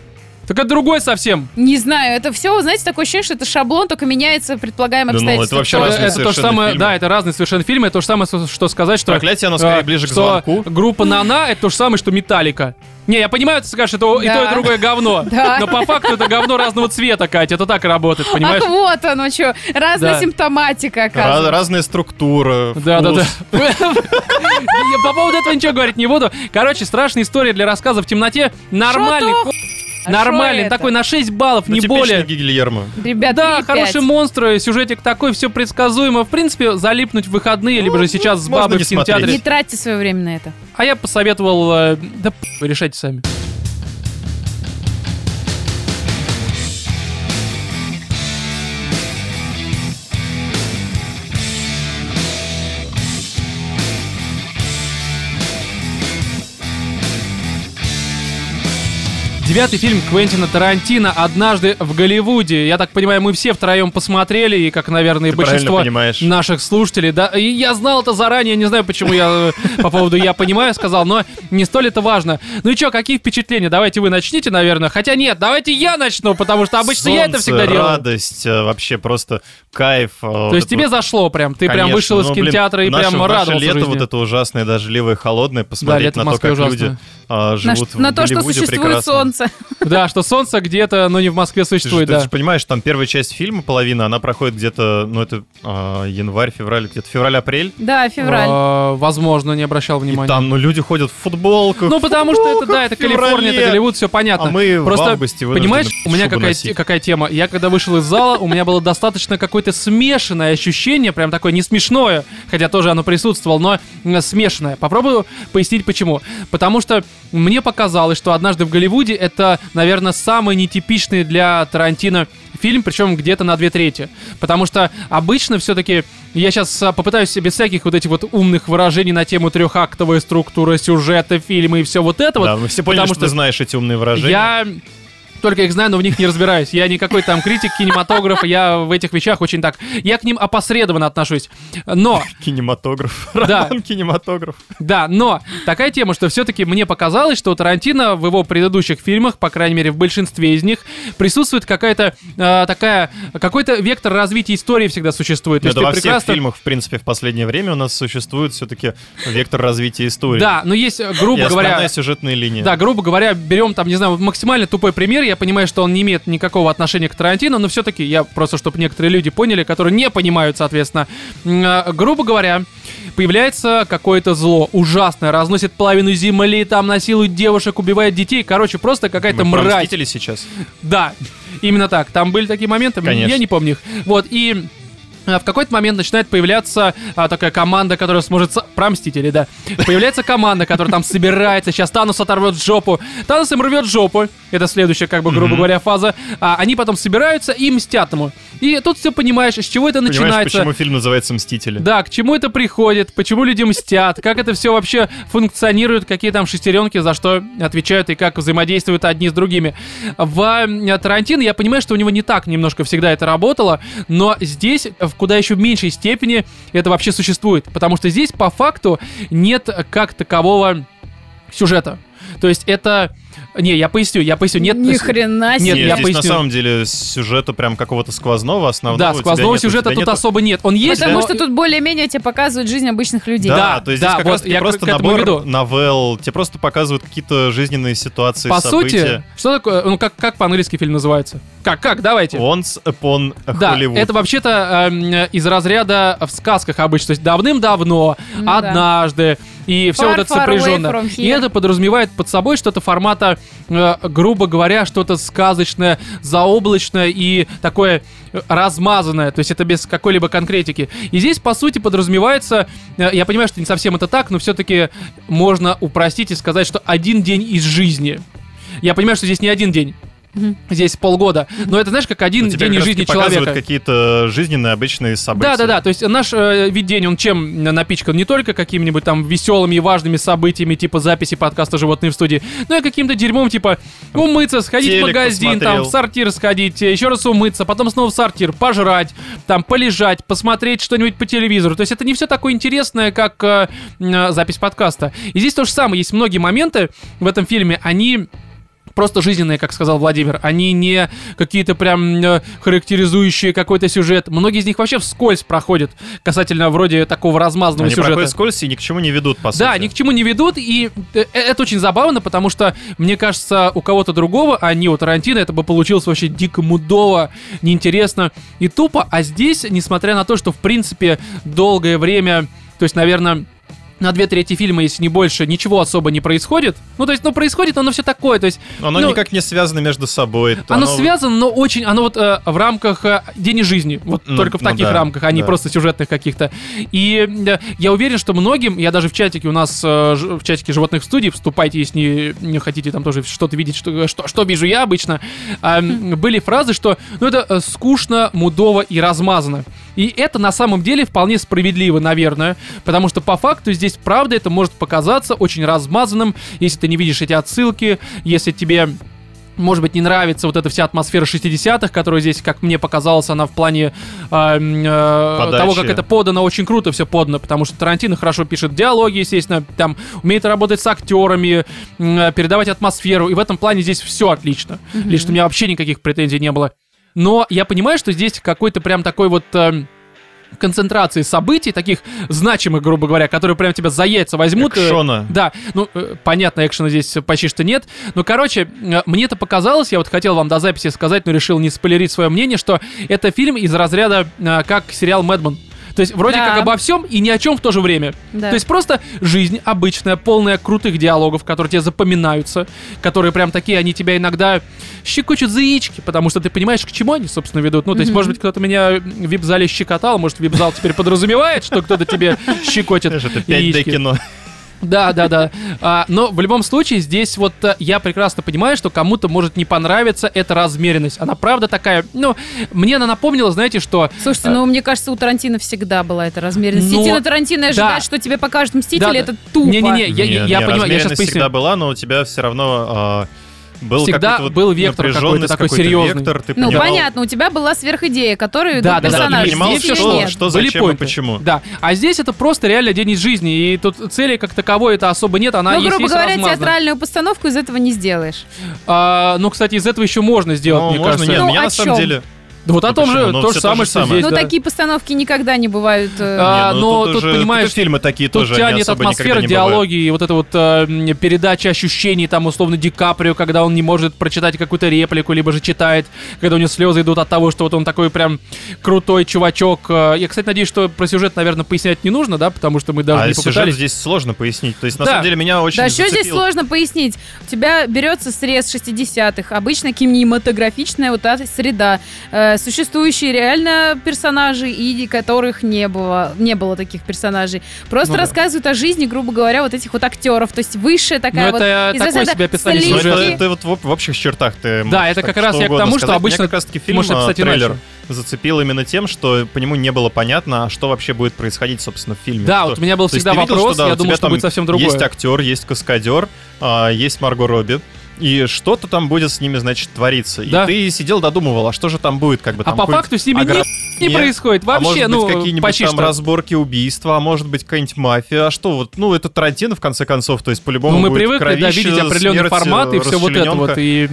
Speaker 1: Так это другой совсем.
Speaker 3: Не знаю, это все, знаете, такое ощущение, что это шаблон, только меняется предполагаемое
Speaker 2: Да ну, это
Speaker 3: обстоятельство.
Speaker 2: вообще
Speaker 3: Кто-
Speaker 1: Э,
Speaker 2: разные
Speaker 1: это то же
Speaker 2: совершенно
Speaker 1: самое,
Speaker 2: фильмы.
Speaker 1: да, это разные совершенно фильмы. Это то же самое, со- что сказать, что...
Speaker 2: Проклятие, оно
Speaker 1: э,
Speaker 2: скорее ближе к
Speaker 1: что
Speaker 2: звонку.
Speaker 1: группа Нана — это то же самое, что Металлика. Не, я понимаю, ты скажешь, это и то, и
Speaker 3: Да.
Speaker 1: другое говно.
Speaker 3: Да.
Speaker 1: Но по факту это говно разного цвета, Катя. Это так работает, понимаешь?
Speaker 3: Ах, вот оно что, разная
Speaker 1: Да.
Speaker 3: симптоматика,
Speaker 2: Раз-
Speaker 3: оказывается.
Speaker 2: разная структура,
Speaker 1: Да, да, да.
Speaker 2: вкус.
Speaker 1: Я по поводу этого ничего говорить не буду. Короче, страшная история для рассказа в темноте. Нормальный,
Speaker 3: Шо
Speaker 1: ху-
Speaker 3: А
Speaker 1: нормальный,
Speaker 3: шо это?
Speaker 1: такой на 6 баллов,
Speaker 2: Ну,
Speaker 1: не
Speaker 2: типичный
Speaker 1: более.
Speaker 2: Гильермо.
Speaker 3: Ребят,
Speaker 1: Да,
Speaker 3: 3,5.
Speaker 1: хорошие монстры, сюжетик такой, все предсказуемо. В принципе, залипнуть в выходные, либо же сейчас с
Speaker 2: Ну, можно
Speaker 1: бабой
Speaker 2: не
Speaker 1: в кинотеатре.
Speaker 3: Не
Speaker 2: смотреть.
Speaker 3: тратьте свое время на это.
Speaker 1: А я посоветовал... э, Да п- вы решайте сами. Девятый фильм Квентина Тарантино «Однажды в Голливуде». Я так понимаю, мы все втроем посмотрели, и как, наверное, и
Speaker 2: Ты
Speaker 1: большинство
Speaker 2: правильно понимаешь.
Speaker 1: наших слушателей. Да, и я знал это заранее, не знаю, почему я э, по поводу «я понимаю» сказал, но не столь это важно. Ну и что, какие впечатления? Давайте вы начните, наверное. Хотя нет, давайте я начну, потому что обычно я это
Speaker 2: Солнце,
Speaker 1: всегда делаю.
Speaker 2: радость, э, вообще просто кайф. э,
Speaker 1: То есть тебе зашло прям, ты прям вышел
Speaker 2: ну,
Speaker 1: из кинотеатра и прям радовался
Speaker 2: лето
Speaker 1: жизни.
Speaker 2: вот это ужасное, дождливое, холодное,
Speaker 1: лето
Speaker 2: посмотреть
Speaker 1: в
Speaker 2: на то,
Speaker 1: Москве
Speaker 2: как
Speaker 1: ужасное.
Speaker 2: люди а,
Speaker 3: На,
Speaker 2: живут
Speaker 3: ш- на
Speaker 2: в
Speaker 3: то, что
Speaker 2: Голливуде
Speaker 3: существует
Speaker 2: прекрасно.
Speaker 3: солнце.
Speaker 1: Да, что солнце где-то, но не в Москве
Speaker 2: Ты же,
Speaker 1: существует,
Speaker 2: ты
Speaker 1: да.
Speaker 2: же понимаешь, там первая часть фильма, половина, она проходит где-то, ну это а, январь, февраль, где-то февраль-апрель.
Speaker 3: Да, февраль.
Speaker 1: А, Возможно, не обращал
Speaker 2: И
Speaker 1: внимания.
Speaker 2: там, ну люди ходят в футболках.
Speaker 1: Ну, потому что это, да,
Speaker 2: футболках
Speaker 1: это
Speaker 2: в
Speaker 1: Калифорния, это
Speaker 2: феврале.
Speaker 1: Голливуд, все понятно.
Speaker 2: А мы в
Speaker 1: Просто,
Speaker 2: августе вынуждены
Speaker 1: понимаешь, у меня
Speaker 2: шубу
Speaker 1: какая,
Speaker 2: носить.
Speaker 1: те- какая тема. Я когда вышел из зала, у меня было достаточно какое-то смешанное ощущение, прям такое не смешное, хотя тоже оно присутствовало, но м, смешанное. Попробую пояснить почему. Потому что Мне показалось, что «Однажды в Голливуде» — это, наверное, самый нетипичный для Тарантино фильм, причем где-то на две трети. Потому что обычно все-таки я сейчас попытаюсь без всяких вот этих вот умных выражений на тему трехактовая структура сюжета фильма и все вот это
Speaker 2: Да,
Speaker 1: вот.
Speaker 2: мы все поняли,
Speaker 1: потому
Speaker 2: что, ты знаешь эти умные выражения.
Speaker 1: я только их знаю, но в них не разбираюсь. Я никакой там критик кинематографа, я в этих вещах очень так... Я к ним опосредованно отношусь. Но
Speaker 2: Кинематограф.
Speaker 1: Да.
Speaker 2: Роман кинематограф.
Speaker 1: да, но такая тема, что все-таки мне показалось, что у Тарантино в его предыдущих фильмах, по крайней мере в большинстве из них, присутствует какая-то э, такая какой-то вектор развития истории всегда существует. То
Speaker 2: Ну,
Speaker 1: есть
Speaker 2: да,
Speaker 1: ты
Speaker 2: во всех
Speaker 1: прекрасно-
Speaker 2: фильмах, в принципе, в последнее время у нас существует все-таки вектор развития истории.
Speaker 1: Да, но есть э, грубо
Speaker 2: И
Speaker 1: говоря,
Speaker 2: основная сюжетная линия.
Speaker 1: Да, грубо говоря, берем там, не знаю, вот максимально тупой пример. Я понимаю, что он не имеет никакого отношения к Тарантино, но все-таки я просто, чтобы некоторые люди поняли, которые не понимают, соответственно. М, э, Грубо говоря, появляется какое-то зло ужасное, разносит половину земли, там насилует девушек, убивает детей. Короче, просто какая-то
Speaker 2: Мы про
Speaker 1: мразь.
Speaker 2: «Мстителей» сейчас.
Speaker 1: Да, именно так. Там были такие моменты,
Speaker 2: Конечно.
Speaker 1: я не помню их. Вот, и а, в какой-то момент начинает появляться а, такая команда, которая сможет... со- Про Мстители, да. Появляется команда, которая там собирается. Сейчас Танус оторвет жопу. Танус им рвет жопу. Это следующая, как бы, грубо говоря, фаза. А, они потом собираются и мстят ему. И тут все понимаешь, с чего это
Speaker 2: Понимаешь,
Speaker 1: начинается.
Speaker 2: почему фильм называется «Мстители»?
Speaker 1: Да, к чему это приходит, почему люди мстят, как это все вообще функционирует, какие там шестеренки, за что отвечают и как взаимодействуют одни с другими. В э, Тарантино я понимаю, что у него не так немножко всегда это работало, но здесь в куда еще меньшей степени это вообще существует, потому что здесь по факту нет как такового сюжета. То есть это... Не, я поясню, я поясню. Нет,
Speaker 3: Ни хрена
Speaker 1: Нет,
Speaker 2: Нет,
Speaker 3: себе.
Speaker 1: я
Speaker 2: здесь
Speaker 1: поясню.
Speaker 2: на самом деле сюжета прям какого-то сквозного, основного.
Speaker 1: да,
Speaker 2: у тебя
Speaker 1: сквозного
Speaker 2: нет, у
Speaker 1: сюжета
Speaker 2: тебя
Speaker 1: тут
Speaker 2: нету.
Speaker 1: особо нет. Он есть,
Speaker 3: Потому
Speaker 1: но-
Speaker 3: что тут более-менее тебе показывают жизнь обычных людей.
Speaker 2: Да,
Speaker 1: Да,
Speaker 2: то есть здесь
Speaker 1: да,
Speaker 2: как
Speaker 1: вот
Speaker 2: раз таки
Speaker 1: я к-
Speaker 2: просто
Speaker 1: к этому
Speaker 2: набор
Speaker 1: веду.
Speaker 2: новелл, тебе просто показывают какие-то жизненные ситуации,
Speaker 1: По
Speaker 2: события.
Speaker 1: сути, что такое, ну как, как по-английски фильм называется? Как, как, давайте.
Speaker 2: Once upon
Speaker 1: Да,
Speaker 2: э, Hollywood.
Speaker 1: это вообще-то эм, э, из разряда в сказках обычно, то есть давным-давно,
Speaker 3: Ну да.
Speaker 1: однажды, и все
Speaker 3: Far,
Speaker 1: вот это
Speaker 3: far away
Speaker 1: сопряженно.
Speaker 3: from
Speaker 1: И
Speaker 3: here.
Speaker 1: это подразумевает под собой что-то формата, э, грубо говоря, что-то сказочное, заоблачное и такое э, размазанное, то есть это без какой-либо конкретики. И здесь, по сути, подразумевается, э, я понимаю, что не совсем это так, но все-таки можно упростить и сказать, что один день из жизни. Я понимаю, что здесь не один день.
Speaker 3: Мгм.
Speaker 1: Здесь полгода. Но это, знаешь, как один
Speaker 2: Ну, тебе
Speaker 1: день
Speaker 2: как
Speaker 1: из
Speaker 2: раз
Speaker 1: жизни
Speaker 2: таки показывают
Speaker 1: человека.
Speaker 2: какие-то жизненные обычные события.
Speaker 1: Да, да, да. То есть наш э, вид день, он чем напичкан? Не только какими-нибудь там веселыми и важными событиями, типа записи подкаста «Животные в студии», но и каким-то дерьмом, типа умыться, сходить в
Speaker 2: телек
Speaker 1: магазин, там
Speaker 2: посмотрел.
Speaker 1: в сортир сходить, э, еще раз умыться, потом снова в сортир, пожрать, там полежать, посмотреть что-нибудь по телевизору. То есть это не все такое интересное, как э, э, запись подкаста. И здесь то же самое. Есть многие моменты в этом фильме, они просто жизненные, как сказал Владимир. Они не какие-то прям э, характеризующие какой-то сюжет. Многие из них вообще вскользь проходят касательно вроде такого размазанного
Speaker 2: Они
Speaker 1: сюжета.
Speaker 2: проходят скользь и ни к чему не ведут, по сути.
Speaker 1: Ну, Да, ни к чему не ведут, и э, э, это очень забавно, потому что, мне кажется, у кого-то другого, а не у Тарантино, это бы получилось вообще дико мудово, неинтересно и тупо. А здесь, несмотря на то, что, в принципе, долгое время, то есть, наверное, на две трети фильма, если не больше, ничего особо не происходит. Ну, то есть, ну, происходит, но оно все такое, то есть...
Speaker 2: Оно
Speaker 1: ну,
Speaker 2: никак не связано между собой. то
Speaker 1: Оно связано, но очень, оно вот э, в рамках э, день и жизни, вот
Speaker 2: Ну,
Speaker 1: только в
Speaker 2: ну
Speaker 1: таких
Speaker 2: да,
Speaker 1: рамках, а не
Speaker 2: да.
Speaker 1: просто сюжетных каких-то. И э, я уверен, что многим, я даже в чатике у нас э, ж- в чатике животных в студии, вступайте, если не, не хотите там тоже что-то видеть, что что, что вижу я обычно, а, м, были фразы, что ну это э, скучно, мудово и размазано. И это на самом деле вполне справедливо, наверное, потому что по факту здесь правда это может показаться очень размазанным, если ты не видишь эти отсылки, если тебе может быть, не нравится вот эта вся атмосфера 60-х, которая здесь, как мне показалось, она в плане э, м, э,
Speaker 2: Подачи.
Speaker 1: того, как это подано, очень круто все подано, потому что Тарантино хорошо пишет диалоги, естественно, там умеет работать с актерами, м, э, передавать атмосферу, и в этом плане здесь все отлично. Лично у меня вообще никаких претензий не было. Но я понимаю, что здесь какой-то прям такой вот... э, концентрации событий, таких значимых, грубо говоря, которые прям тебя за яйца возьмут. э,
Speaker 2: Экшона.
Speaker 1: да, ну, э, понятно, экшена здесь почти что нет. Но, короче, э, мне это показалось, я вот хотел вам до записи сказать, но решил не спойлерить свое мнение, что это фильм из разряда э, как сериал «Мэдман». То есть вроде
Speaker 3: Да.
Speaker 1: как обо всем и ни о чем в то же время.
Speaker 3: Да.
Speaker 1: То есть просто жизнь обычная, полная крутых диалогов, которые тебе запоминаются, которые прям такие, они тебя иногда щекочут за яички, потому что ты понимаешь, к чему они, собственно, ведут. Ну, то есть, может быть, кто-то меня в вип-зале щекотал, может, вип-зал теперь подразумевает, что кто-то тебе щекочет
Speaker 2: Это же
Speaker 1: яички.
Speaker 2: 5D-кино.
Speaker 1: Да, да, да. А, но в любом случае, здесь вот а, я прекрасно понимаю, что кому-то может не понравиться эта размеренность. Она правда такая. Ну, мне она напомнила, знаете, что.
Speaker 3: Слушайте,
Speaker 1: А.
Speaker 3: ну мне кажется, у Тарантино всегда была эта размеренность.
Speaker 1: Но-
Speaker 3: Идти на Тарантино и
Speaker 1: Да.
Speaker 3: ожидать, что тебе покажут мстители,
Speaker 1: Да, да.
Speaker 3: это тупо.
Speaker 1: Не-не-не, я, я-
Speaker 2: Не,
Speaker 1: я
Speaker 2: не,
Speaker 1: понимаю, я сейчас
Speaker 2: размеренность
Speaker 1: поясню.
Speaker 2: всегда была, но у тебя все равно а, был
Speaker 1: Всегда
Speaker 2: какой-то вот
Speaker 1: был вектор какой-то
Speaker 2: напряженность,
Speaker 1: такой
Speaker 2: какой-то
Speaker 1: серьезный.
Speaker 2: вектор, ты
Speaker 3: Ну,
Speaker 2: понимал-
Speaker 3: понятно, у тебя была сверхидея, которую
Speaker 1: Да,
Speaker 3: идут
Speaker 1: да, да,
Speaker 2: Да,
Speaker 3: персонажи.
Speaker 2: ты понимал,
Speaker 3: Здесь
Speaker 1: все,
Speaker 2: что,
Speaker 3: ее
Speaker 1: что-
Speaker 3: нет.
Speaker 2: что,
Speaker 1: Были
Speaker 2: зачем и
Speaker 1: поинты.
Speaker 2: почему.
Speaker 1: Да. А здесь это просто реально день из жизни, и тут цели как таковой это особо нет, она
Speaker 3: Ну,
Speaker 1: есть,
Speaker 3: грубо
Speaker 1: есть,
Speaker 3: говоря,
Speaker 1: размазана.
Speaker 3: театральную постановку из этого не сделаешь.
Speaker 1: А, ну, кстати, из этого еще можно сделать,
Speaker 2: Ну,
Speaker 1: мне
Speaker 2: можно,
Speaker 1: кажется.
Speaker 2: нет,
Speaker 3: Ну,
Speaker 2: меня
Speaker 3: о
Speaker 2: на самом
Speaker 3: чем?
Speaker 2: деле...
Speaker 1: Да вот о
Speaker 2: Ну,
Speaker 1: том
Speaker 2: почему?
Speaker 1: же,
Speaker 2: Ну,
Speaker 1: то
Speaker 2: все
Speaker 1: же
Speaker 2: то
Speaker 1: самое,
Speaker 2: же
Speaker 1: что
Speaker 2: самое.
Speaker 1: здесь.
Speaker 3: Ну,
Speaker 1: да.
Speaker 3: такие постановки никогда не бывают. э,
Speaker 1: А,
Speaker 2: Не, ну,
Speaker 1: но
Speaker 2: тут
Speaker 1: тут,
Speaker 2: уже-
Speaker 1: понимаешь,
Speaker 2: тут и фильмы такие
Speaker 1: Тут
Speaker 2: тоже, они
Speaker 1: тянет
Speaker 2: особо никогда
Speaker 1: атмосфера,
Speaker 2: не бывают.
Speaker 1: диалоги и вот эта вот э, м, передача ощущений, там, условно, Ди Каприо, когда он не может прочитать какую-то реплику, либо же читает, когда у него слезы идут от того, что вот он такой прям крутой чувачок. Э, Я, кстати, надеюсь, что про сюжет, наверное, пояснять не нужно, да, потому что мы даже
Speaker 2: а
Speaker 1: не
Speaker 2: сюжет
Speaker 1: попытались.
Speaker 2: здесь сложно пояснить. То есть, на
Speaker 1: Да.
Speaker 2: самом деле, меня очень
Speaker 3: Да что здесь
Speaker 2: зацепило.
Speaker 3: сложно пояснить? У тебя берется срез 60-х, обычно кинематографичная вот эта среда, э, существующие реально персонажи, и которых не было, не было таких персонажей. Просто
Speaker 1: Ну да.
Speaker 3: рассказывают о жизни, грубо говоря, вот этих вот актеров, то есть высшая
Speaker 1: Но
Speaker 3: такая вот...
Speaker 1: Ну это
Speaker 3: из
Speaker 1: такое
Speaker 3: разряда
Speaker 1: себе описание
Speaker 2: Ну,
Speaker 3: слишком-
Speaker 1: сюжета.
Speaker 2: это,
Speaker 3: Лички.
Speaker 2: это вот в, в общих чертах ты можешь
Speaker 1: это
Speaker 2: так
Speaker 1: как раз я к
Speaker 2: угодно
Speaker 1: тому, что
Speaker 2: сказать.
Speaker 1: обычно
Speaker 2: Меня как раз таки фильм,
Speaker 1: можно
Speaker 2: а,
Speaker 1: описать
Speaker 2: трейлер
Speaker 1: иначе.
Speaker 2: зацепил именно тем, что по нему не было понятно, а что вообще будет происходить, собственно, в фильме.
Speaker 1: Да,
Speaker 2: Что-
Speaker 1: вот у меня был
Speaker 2: То есть
Speaker 1: всегда
Speaker 2: ты видел,
Speaker 1: вопрос,
Speaker 2: что, да,
Speaker 1: я
Speaker 2: у
Speaker 1: думал,
Speaker 2: тебя
Speaker 1: что
Speaker 2: там
Speaker 1: будет совсем другое.
Speaker 2: Есть актер, есть каскадер, а, есть Марго Робби. И что-то там будет с ними, значит, твориться.
Speaker 1: Да.
Speaker 2: И ты сидел, додумывал, а что же там будет, как бы
Speaker 1: А
Speaker 2: там
Speaker 1: по
Speaker 2: какой-нибудь
Speaker 1: факту с ними
Speaker 2: огром-
Speaker 1: не
Speaker 2: Нет.
Speaker 1: происходит
Speaker 2: а
Speaker 1: вообще,
Speaker 2: может быть,
Speaker 1: ну,
Speaker 2: какие-нибудь
Speaker 1: почти
Speaker 2: там
Speaker 1: что.
Speaker 2: разборки убийства, а может быть, какая-нибудь мафия, а что вот, ну, это Тарантино, в конце концов, то есть, по-любому
Speaker 1: Ну, мы
Speaker 2: будет
Speaker 1: привыкли, да,
Speaker 2: кровище,
Speaker 1: видеть определенный
Speaker 2: смерть,
Speaker 1: формат и
Speaker 2: э,
Speaker 1: все вот это вот.
Speaker 2: расчленёнка.
Speaker 1: И...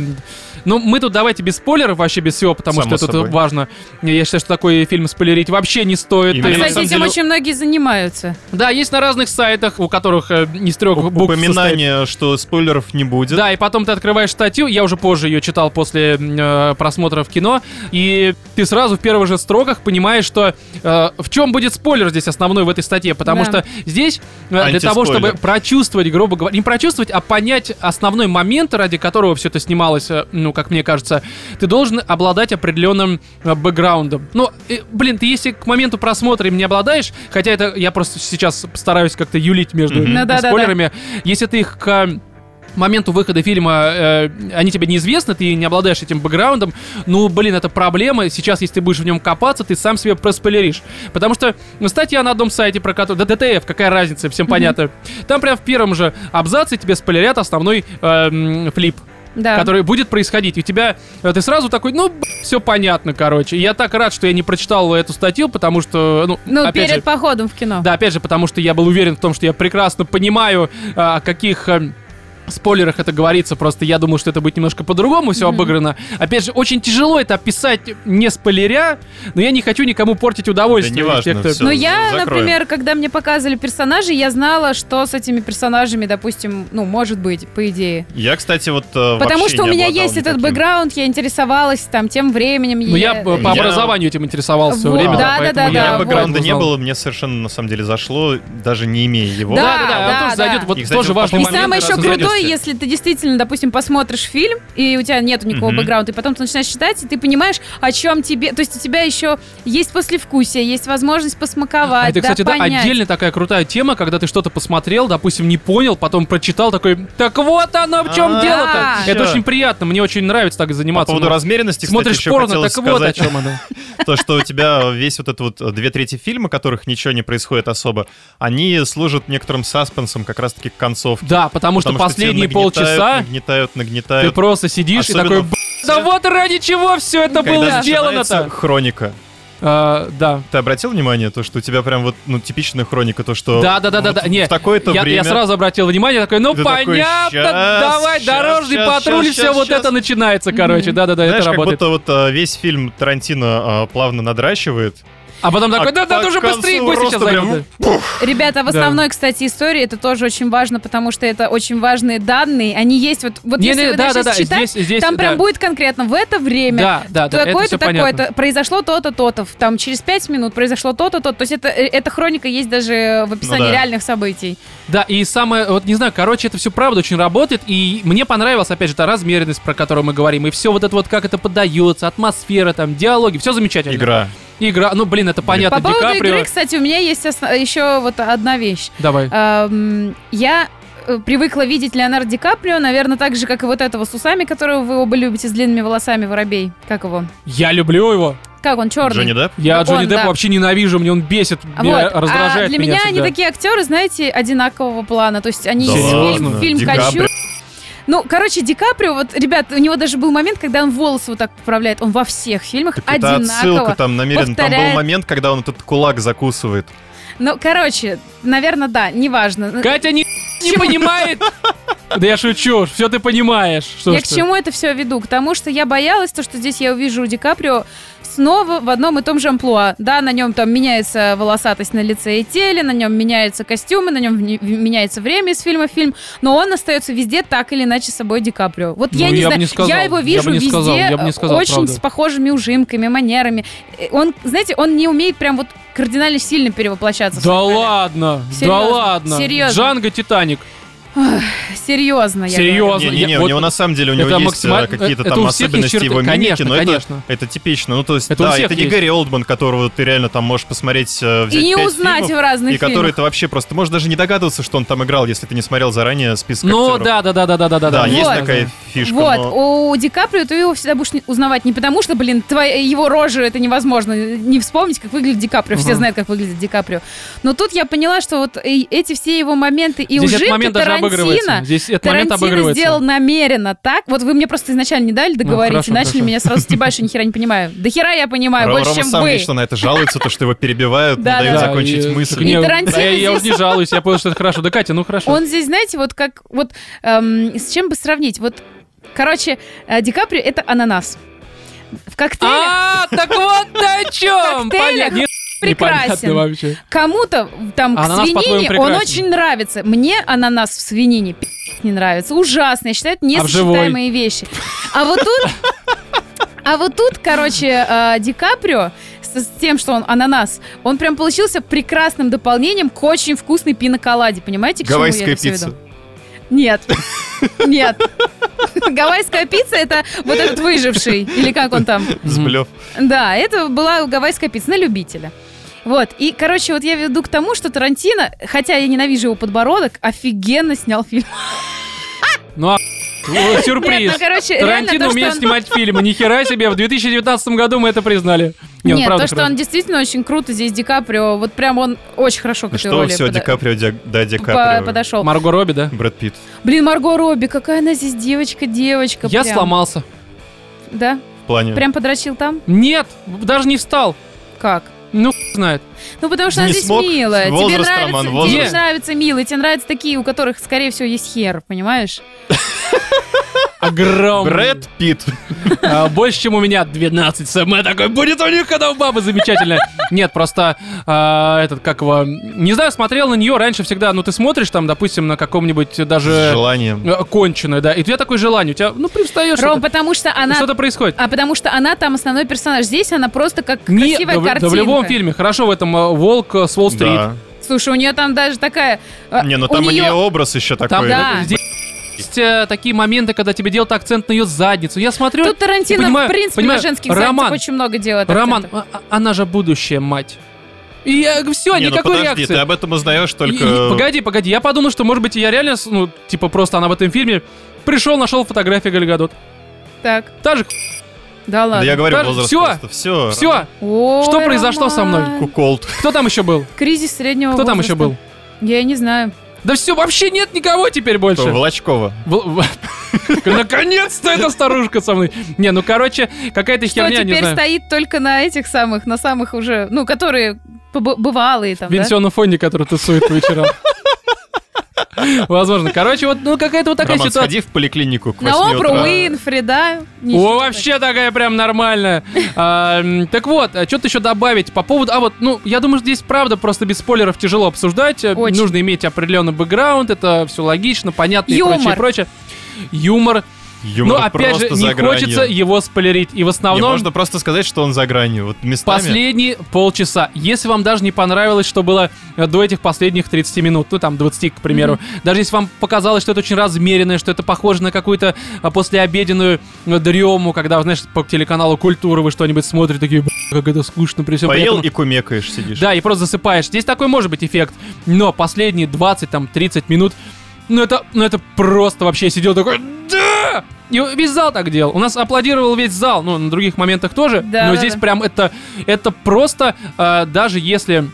Speaker 1: Ну, мы тут давайте без спойлеров, вообще без всего, потому
Speaker 2: Само
Speaker 1: что это
Speaker 2: собой.
Speaker 1: тут важно. Я считаю, что такой фильм спойлерить вообще не стоит.
Speaker 2: Именно.
Speaker 1: И-
Speaker 2: на
Speaker 3: Ну, Кстати,
Speaker 2: самом
Speaker 3: этим
Speaker 2: деле-
Speaker 3: очень многие занимаются.
Speaker 1: Да, есть на разных сайтах, у которых э, из трех
Speaker 2: У-
Speaker 1: букв состоит.
Speaker 2: Упоминание, что спойлеров не будет.
Speaker 1: Да, и потом ты открываешь статью, я уже позже ее читал после м, э, просмотра в кино, и ты сразу в первых же строках понимаешь, что э, в чем будет спойлер здесь основной в этой статье, потому
Speaker 3: Да.
Speaker 1: что здесь э, для того, чтобы
Speaker 2: Антиспойлер.
Speaker 1: прочувствовать, грубо говоря, не прочувствовать, а понять основной момент, ради которого все это снималось, э, ну, как мне кажется, ты должен обладать определенным э, бэкграундом. Ну, э, блин, ты если к моменту просмотра им не обладаешь, хотя это я просто сейчас стараюсь как-то юлить между
Speaker 2: Мгм.
Speaker 3: Ну да, да, да.
Speaker 1: спойлерами, если ты их к моменту выхода фильма э, они тебе неизвестны, ты не обладаешь этим бэкграундом, ну, блин, это проблема. Сейчас, если ты будешь в нем копаться, ты сам себе проспойлеришь. Потому что ну, статья на одном сайте, про который... Да ДТФ, какая разница, всем понятно. Там прям в первом же абзаце тебе спойлерят основной э, м, флип
Speaker 3: Да.
Speaker 1: который будет происходить. И у тебя э, ты сразу такой, ну, все понятно, короче. И Я так рад, что я не прочитал эту статью, потому что, ну,
Speaker 3: Ну,
Speaker 1: опять
Speaker 3: перед
Speaker 1: же,
Speaker 3: походом в кино.
Speaker 1: да, опять же, потому что я был уверен в том, что я прекрасно понимаю, а, о каких эм, спойлерах это говорится. Просто я думал, что это будет немножко по-другому все
Speaker 3: Мгм.
Speaker 1: обыграно. Опять же, очень тяжело это описать не спойлеря, но я не хочу никому портить удовольствие.
Speaker 2: Да неважно,
Speaker 1: Те, кто-
Speaker 2: всё.
Speaker 3: Ну,
Speaker 2: за-
Speaker 3: я,
Speaker 2: закроем.
Speaker 3: например, когда мне показывали персонажей, я знала, что с этими персонажами, допустим, ну, может быть, по идее.
Speaker 2: Я, кстати, вот э,
Speaker 3: Потому что у меня есть этот бэкграунд, я интересовалась там тем временем.
Speaker 1: Ну, я б- по
Speaker 2: Я-
Speaker 1: образованию этим интересовался все
Speaker 3: Вот,
Speaker 1: время.
Speaker 3: да,
Speaker 1: поэтому
Speaker 3: да,
Speaker 2: У меня
Speaker 1: я
Speaker 3: да, вот.
Speaker 2: бэкграунда
Speaker 1: поэтому
Speaker 2: не
Speaker 1: знал.
Speaker 2: было, мне совершенно на самом деле зашло, даже не имея его.
Speaker 1: Да, да, да, он
Speaker 3: Да,
Speaker 1: тоже
Speaker 3: да.
Speaker 1: зайдет. Вот
Speaker 2: И, кстати,
Speaker 1: тоже
Speaker 2: вот
Speaker 1: важный
Speaker 2: потом-
Speaker 3: И
Speaker 1: момент.
Speaker 3: самое
Speaker 1: раз
Speaker 3: еще
Speaker 1: он зайдет.
Speaker 3: крутое,
Speaker 2: зайдёшь.
Speaker 3: если ты действительно, допустим, посмотришь фильм, и у тебя нет никакого
Speaker 2: Мгм.
Speaker 3: бэкграунда, и потом ты начинаешь читать, и ты понимаешь, о чем тебе... То есть у тебя еще есть послевкусие, есть возможность посмаковать,
Speaker 1: А это,
Speaker 3: да,
Speaker 1: кстати, да,
Speaker 3: понять.
Speaker 1: отдельно такая крутая тема, когда ты что-то посмотрел, допустим, не понял, потом прочитал такой, так вот оно в чем
Speaker 2: А,
Speaker 1: дело-то.
Speaker 2: всё.
Speaker 1: Это очень приятно, мне очень нравится так
Speaker 2: По
Speaker 1: заниматься.
Speaker 2: поводу
Speaker 1: Ну,
Speaker 2: размеренности, кстати,
Speaker 1: Смотришь
Speaker 2: еще
Speaker 1: порно,
Speaker 2: хотелось
Speaker 1: так вот о
Speaker 2: сказать.
Speaker 1: чем оно.
Speaker 2: то, что у тебя весь вот этот вот э, две трети фильма, которых ничего не происходит особо, они служат некоторым саспенсом как раз-таки к концовке.
Speaker 1: Да, потому что
Speaker 2: Потому тебя
Speaker 1: последние
Speaker 2: нагнетают,
Speaker 1: полчаса
Speaker 2: Нагнетают,
Speaker 1: ты
Speaker 2: нагнетают.
Speaker 1: просто сидишь и
Speaker 2: Особенно
Speaker 1: такой,
Speaker 2: в-
Speaker 1: «Б***ь, да вот ради чего все это
Speaker 2: Когда
Speaker 1: было
Speaker 2: начинается
Speaker 1: сделано-то.
Speaker 2: Хроника.
Speaker 1: А, Да.
Speaker 2: Ты обратил внимание, то, что у тебя прям вот, ну, типичная хроника, то, что...
Speaker 1: Да, да, да, да,
Speaker 2: Ну, вот
Speaker 1: да. Не,
Speaker 2: В такое-то
Speaker 1: я,
Speaker 2: время...
Speaker 1: я сразу обратил внимание, такой, ну
Speaker 2: Ты такой,
Speaker 1: понятно,
Speaker 2: «Щас,
Speaker 1: давай,
Speaker 2: щас,
Speaker 1: дорожный
Speaker 2: щас,
Speaker 1: патруль,
Speaker 2: щас,
Speaker 1: все
Speaker 2: щас,
Speaker 1: вот
Speaker 2: щас».
Speaker 1: это начинается, короче,
Speaker 3: Мгм.
Speaker 1: да-да-да, это
Speaker 2: Знаешь, как
Speaker 1: работает.
Speaker 2: будто вот э, весь фильм Тарантино э, плавно надращивает.
Speaker 1: А потом такой,
Speaker 2: А
Speaker 1: да, да,
Speaker 2: к
Speaker 1: тоже
Speaker 2: концу
Speaker 1: быстрее, пусть сейчас
Speaker 2: просто прям, ну.
Speaker 1: зайдут.
Speaker 3: Ребята, в
Speaker 1: Да.
Speaker 3: основной, кстати, истории это тоже очень важно, потому что это очень важные данные, они есть. Вот, вот
Speaker 1: Не,
Speaker 3: если
Speaker 1: не,
Speaker 3: вы
Speaker 1: да, да,
Speaker 3: начнете
Speaker 1: да,
Speaker 3: читать,
Speaker 1: здесь, здесь,
Speaker 3: там прям
Speaker 1: да.
Speaker 3: будет конкретно в это время
Speaker 1: Да, да, да, А это
Speaker 3: такое-то,
Speaker 1: всё понятно.
Speaker 3: такое-то, произошло то-то, то-то, в- там через пять минут произошло то-то, то-то. То есть это, э, эта хроника есть даже в
Speaker 1: Ну
Speaker 3: описании
Speaker 2: да.
Speaker 3: реальных событий.
Speaker 1: Да, и самое, вот не знаю, короче, это все правда очень работает, и мне понравилась, опять же, та размеренность, про которую мы говорим, и все вот это вот, как это подается, атмосфера, там, диалоги, все замечательно.
Speaker 2: Игра.
Speaker 1: Игра, ну, блин, это понятно,
Speaker 3: По
Speaker 1: Ди
Speaker 3: поводу
Speaker 1: Каприо.
Speaker 3: игры, кстати, у меня есть осна- еще вот одна вещь.
Speaker 1: Давай.
Speaker 3: Эм, Я э, привыкла видеть Леонардо Ди Каприо, наверное, так же, как и вот этого с усами, которого вы оба любите, с длинными волосами, воробей. Как его?
Speaker 1: Я люблю его.
Speaker 3: Как он, черный?
Speaker 2: Джонни Депп?
Speaker 1: Я
Speaker 3: Ну, Он,
Speaker 1: Джонни Деппа
Speaker 3: да.
Speaker 1: вообще ненавижу, мне он бесит, меня
Speaker 3: Вот. А
Speaker 1: раздражает
Speaker 3: для
Speaker 1: меня
Speaker 3: меня, они
Speaker 1: всегда.
Speaker 3: такие актеры, знаете, одинакового плана. То есть они
Speaker 1: Да
Speaker 3: есть
Speaker 1: ладно?
Speaker 3: фильм, фильм
Speaker 2: Ди
Speaker 3: «Хочу».
Speaker 2: Каприо.
Speaker 3: Ну, короче, Ди Каприо, вот, ребят, у него даже был момент, когда он волосы вот так поправляет. Он во всех фильмах
Speaker 2: Так это отсылка
Speaker 3: одинаково.
Speaker 2: там намеренно. Там был
Speaker 3: повторяет.
Speaker 2: момент, когда он этот кулак закусывает.
Speaker 3: Ну, короче, наверное, да, неважно.
Speaker 1: Катя не, не понимает. Да я шучу, все ты понимаешь. Что
Speaker 3: я
Speaker 1: ж
Speaker 3: к
Speaker 1: ты.
Speaker 3: чему это все веду? К тому, что я боялась, то, что здесь я увижу Ди Каприо снова в одном и том же амплуа. Да, на нем там меняется волосатость на лице и теле, на нем меняются костюмы, на нем меняется время из фильма в фильм, но он остается везде так или иначе с собой Ди Каприо. Вот
Speaker 1: Ну,
Speaker 3: я не
Speaker 1: я бы
Speaker 3: знаю,
Speaker 1: не сказал,
Speaker 3: я его
Speaker 1: я бы
Speaker 3: вижу
Speaker 1: не
Speaker 3: везде
Speaker 1: сказал, я бы не сказал,
Speaker 3: очень
Speaker 1: правда.
Speaker 3: с похожими ужимками, манерами. Э, Он, знаете, он не умеет прям вот кардинально сильно перевоплощаться.
Speaker 1: Да ладно, да
Speaker 3: Серьезно,
Speaker 1: ладно.
Speaker 3: серьезно.
Speaker 1: Джанго Титаник.
Speaker 3: Серьезно, я
Speaker 1: Серьезно.
Speaker 3: говорю.
Speaker 1: Поздно,
Speaker 2: Не-не-не,
Speaker 1: я-
Speaker 2: у
Speaker 1: вот
Speaker 2: него на самом деле, у него
Speaker 1: это
Speaker 2: есть
Speaker 1: максималь-
Speaker 2: э, какие-то
Speaker 1: это
Speaker 2: там
Speaker 1: у всех есть
Speaker 2: особенности
Speaker 1: черты,
Speaker 2: его мимики,
Speaker 1: конечно,
Speaker 2: но это-
Speaker 1: конечно.
Speaker 2: это типично. Ну, то есть,
Speaker 1: Это у
Speaker 2: да,
Speaker 1: всех
Speaker 2: это не
Speaker 1: есть.
Speaker 2: Гэри Олдман, которого ты реально там можешь посмотреть, э, взять
Speaker 3: И не
Speaker 2: пять
Speaker 3: узнать
Speaker 2: фильмов,
Speaker 3: в разных
Speaker 2: и который
Speaker 3: фильмах.
Speaker 2: ты вообще просто можешь даже не догадываться, что он там играл, если ты не смотрел заранее список
Speaker 1: Ну
Speaker 2: актеров.
Speaker 1: да, да, да, да, да, да, да.
Speaker 2: Да, есть
Speaker 3: Вот.
Speaker 2: такая фишка.
Speaker 3: Вот,
Speaker 2: но-
Speaker 3: у Ди Каприо ты его всегда будешь не- узнавать не потому, что, блин, твоя, его рожа, это невозможно не вспомнить, как выглядит Ди Каприо. Все
Speaker 1: Мгм.
Speaker 3: знают, как выглядит Ди Каприо. Но тут я поняла, что вот и эти все его моменты и
Speaker 1: Здесь этот
Speaker 3: ужимки
Speaker 1: момент даже
Speaker 3: Тарантино-
Speaker 1: обыгрывается. Здесь этот момент
Speaker 3: Тарантино
Speaker 1: обыгрывается. Ну,
Speaker 3: сделал намеренно так. Вот вы мне просто изначально не дали договорить,
Speaker 1: хорошо,
Speaker 3: и начали
Speaker 1: хорошо.
Speaker 3: меня сразу стебать, что ни хера не понимаю. Да хера я понимаю,
Speaker 2: Ро-
Speaker 3: больше,
Speaker 2: Рома
Speaker 3: чем
Speaker 2: сам
Speaker 3: вы.
Speaker 2: вечно на это жалуется, то, что его перебивают, не
Speaker 1: Да,
Speaker 3: Да,
Speaker 2: дают
Speaker 1: да,
Speaker 2: закончить
Speaker 1: и-
Speaker 2: мысль.
Speaker 1: Не,
Speaker 3: И Тарантино
Speaker 1: да, я- Я
Speaker 3: здесь-
Speaker 1: уже не жалуюсь, я понял, что это хорошо. Да, Катя, ну хорошо.
Speaker 3: Он здесь, знаете, вот как, вот эм, с чем бы сравнить? Вот, короче, э, Ди Каприо это ананас. В коктейле
Speaker 1: А, так вот ты о чем!
Speaker 3: В коктейлях
Speaker 1: Понятно.
Speaker 3: прекрасен.
Speaker 1: Непонятно вообще.
Speaker 3: Кому-то там
Speaker 1: А Ананас,
Speaker 3: к
Speaker 1: по-твоему,
Speaker 3: свинине он
Speaker 1: прекрасен.
Speaker 3: очень нравится. Мне ананас в свинине пи***ть не нравится. Ужасно. Я считаю, это
Speaker 1: А
Speaker 3: несочетаемые вещи. А вот тут... А вот тут, короче, э, Ди Каприо с, с тем, что он ананас, он прям получился прекрасным дополнением к очень вкусной пиноколаде. Понимаете, к чему я это
Speaker 2: Гавайская
Speaker 3: всё
Speaker 2: пицца.
Speaker 3: веду? Нет. Нет. Гавайская пицца это вот этот выживший. Или как он там?
Speaker 2: Сблев.
Speaker 3: Да, это была гавайская пицца на любителя. Вот, и, короче, вот я веду к тому, что Тарантино, хотя я ненавижу его подбородок, офигенно снял фильм.
Speaker 1: Ну, а, вот
Speaker 3: Нет,
Speaker 1: сюрприз.
Speaker 3: ну, короче, реально
Speaker 1: Тарантино
Speaker 3: то, что
Speaker 1: умеет
Speaker 3: он-
Speaker 1: снимать фильмы. Ни хера себе, в 2019 году мы это признали. Не, ну,
Speaker 3: Нет,
Speaker 1: правда
Speaker 3: то, что он
Speaker 1: хорошо.
Speaker 3: действительно очень круто здесь Ди Каприо, вот прям он очень хорошо к этой
Speaker 2: Ну Что
Speaker 3: роли
Speaker 2: все,
Speaker 3: пода-
Speaker 2: Ди Каприо, Ди- да, Ди
Speaker 3: по-
Speaker 2: Каприо.
Speaker 3: подошел.
Speaker 1: Марго Робби, да?
Speaker 2: Брэд Питт.
Speaker 3: Блин, Марго Робби, какая она здесь девочка, девочка.
Speaker 1: Я
Speaker 3: прям.
Speaker 1: сломался.
Speaker 3: Да?
Speaker 2: В плане...
Speaker 3: Прям подрочил там?
Speaker 1: Нет, даже не встал.
Speaker 3: Как?
Speaker 1: Ну, хуй знает.
Speaker 3: Ну, потому что
Speaker 2: Не
Speaker 3: она здесь
Speaker 2: смог.
Speaker 3: милая. тебе
Speaker 2: Возраст,
Speaker 3: нравится,
Speaker 2: Роман,
Speaker 1: возраст.
Speaker 3: тебе нравятся милые, тебе нравятся такие, у которых, скорее всего, есть хер, понимаешь?
Speaker 1: Огромный.
Speaker 2: Брэд Питт.
Speaker 1: А, больше, чем у меня 12 СМ. Такой, будет у них когда у бабы замечательно. Нет, просто а, этот, как его... Не знаю, смотрел на нее раньше всегда. Ну, ты смотришь там, допустим, на каком-нибудь
Speaker 2: С
Speaker 1: даже...
Speaker 2: желанием.
Speaker 1: э, конченое, да. И у тебя такое желание. У тебя, ну, привстаешь.
Speaker 3: Ром,
Speaker 1: что-то-
Speaker 3: потому что она
Speaker 1: Что-то происходит.
Speaker 3: А потому что она там основной персонаж. Здесь она просто как
Speaker 1: Не,
Speaker 3: красивая
Speaker 1: да, в- да
Speaker 3: картинка.
Speaker 1: в любом фильме. Хорошо в этом э, «Волк э, с Уолл-стрит».
Speaker 2: Да.
Speaker 3: Слушай, у нее там даже такая... а,
Speaker 2: Не, ну
Speaker 3: у
Speaker 2: там у
Speaker 3: неё-
Speaker 2: нее образ еще такой.
Speaker 1: Там
Speaker 3: Да.
Speaker 1: здесь есть э, такие моменты, когда тебе делают акцент на ее задницу. Я смотрю,
Speaker 3: Тут Тарантино,
Speaker 1: Ты понимаю-
Speaker 3: в принципе,
Speaker 1: понимаю,
Speaker 3: на женских
Speaker 1: Роман,
Speaker 3: сайтах очень много делает.
Speaker 1: Роман,
Speaker 3: акцентов.
Speaker 1: а- а- она же будущая мать. И все,
Speaker 2: Не, ну
Speaker 1: никакой
Speaker 2: подожди,
Speaker 1: реакции.
Speaker 2: ты об этом узнаешь только...
Speaker 1: И- и- погоди, погоди, я подумал, что, может быть, я реально, с- ну, типа, просто она в этом фильме пришел, нашел фотографию Гальгадот.
Speaker 3: Так,
Speaker 1: Та же
Speaker 3: да ладно.
Speaker 2: Да я говорю,
Speaker 1: Даже-
Speaker 2: возраст
Speaker 1: всё.
Speaker 2: просто. Все.
Speaker 1: все.
Speaker 3: Ой,
Speaker 1: Что произошло со мной?
Speaker 3: Роман.
Speaker 2: Куколд.
Speaker 1: Кто там еще был?
Speaker 3: Кризис среднего
Speaker 1: Кто там
Speaker 3: возраста.
Speaker 1: еще был?
Speaker 3: Я не знаю.
Speaker 1: Да все, вообще нет никого теперь больше.
Speaker 2: Волочкова.
Speaker 1: В- в- Наконец-то эта старушка со мной. Не, ну короче, какая-то
Speaker 3: Что
Speaker 1: херня, не
Speaker 3: теперь
Speaker 1: знаю.
Speaker 3: стоит только на этих самых, на самых уже, ну, которые побы- бывалые там,
Speaker 1: В пенсионном фонде, который тусует по вечерам. Возможно. Короче, вот ну какая-то вот такая
Speaker 2: Роман,
Speaker 1: ситуация.
Speaker 2: сходи в поликлинику к
Speaker 3: да? На
Speaker 2: 8
Speaker 3: Опру
Speaker 2: утра.
Speaker 3: Уинфри, да? Ничего
Speaker 1: О,
Speaker 3: такого.
Speaker 1: вообще такая прям нормальная. А, м, Так вот, что-то еще добавить по поводу... А вот, ну, я думаю, что здесь правда просто без спойлеров тяжело обсуждать. Э,
Speaker 3: Очень.
Speaker 1: Нужно иметь определенный бэкграунд, это все логично, понятно и прочее,
Speaker 3: Юмор.
Speaker 1: и прочее. Юмор.
Speaker 2: Юмор
Speaker 1: Но Ну, опять же,
Speaker 2: просто
Speaker 1: не
Speaker 2: за гранью.
Speaker 1: хочется его спойлерить. И в
Speaker 2: Не,
Speaker 1: основном
Speaker 2: можно просто сказать, что он за гранью. Вот местами...
Speaker 1: последние полчаса. Если вам даже не понравилось, что было э, до этих последних 30 минут, ну там 20, к примеру, даже если вам показалось, что это очень размеренное, что это похоже на какую-то э, послеобеденную э, дрему, когда, знаешь, по телеканалу «Культура» вы что-нибудь смотрите, такие, «Б***, как это скучно при всем при
Speaker 2: Поел
Speaker 1: этом».
Speaker 2: и кумекаешь, сидишь.
Speaker 1: Да, и просто засыпаешь. Здесь такой может быть эффект. Но последние 20, там, 30 минут, ну это, ну это просто вообще сидел такой, да! И весь зал так делал. У нас аплодировал весь зал, ну, на других моментах тоже.
Speaker 3: Да,
Speaker 1: но
Speaker 3: да,
Speaker 1: здесь
Speaker 3: да.
Speaker 1: прям это, это просто, э, даже если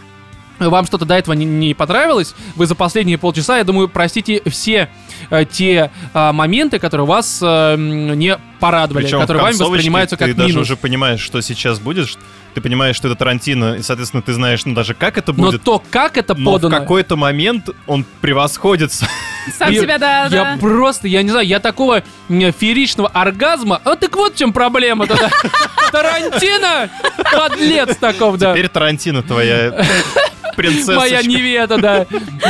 Speaker 1: вам что-то до этого не, не понравилось, вы за последние полчаса, я думаю, простите все э, те э, моменты, которые вас э, м, не порадовали,
Speaker 2: Причем в
Speaker 1: которые вами
Speaker 2: концовочке
Speaker 1: воспринимаются как
Speaker 2: ты даже
Speaker 1: минус.
Speaker 2: уже понимаешь, что сейчас будет, что- ты понимаешь, что это Тарантино, и, соответственно, ты знаешь, ну, даже как это
Speaker 1: Но
Speaker 2: будет.
Speaker 1: то, как это
Speaker 2: но в
Speaker 1: подано...
Speaker 2: какой-то момент он превосходится.
Speaker 3: Сам
Speaker 1: Я-
Speaker 3: себя, да,
Speaker 1: Я
Speaker 3: да.
Speaker 1: просто, я не знаю, я такого м, фееричного оргазма. А так вот в чем проблема тогда. Тарантино! Подлец таков, да.
Speaker 2: Теперь Тарантино твоя принцесса.
Speaker 1: Моя неведа, да.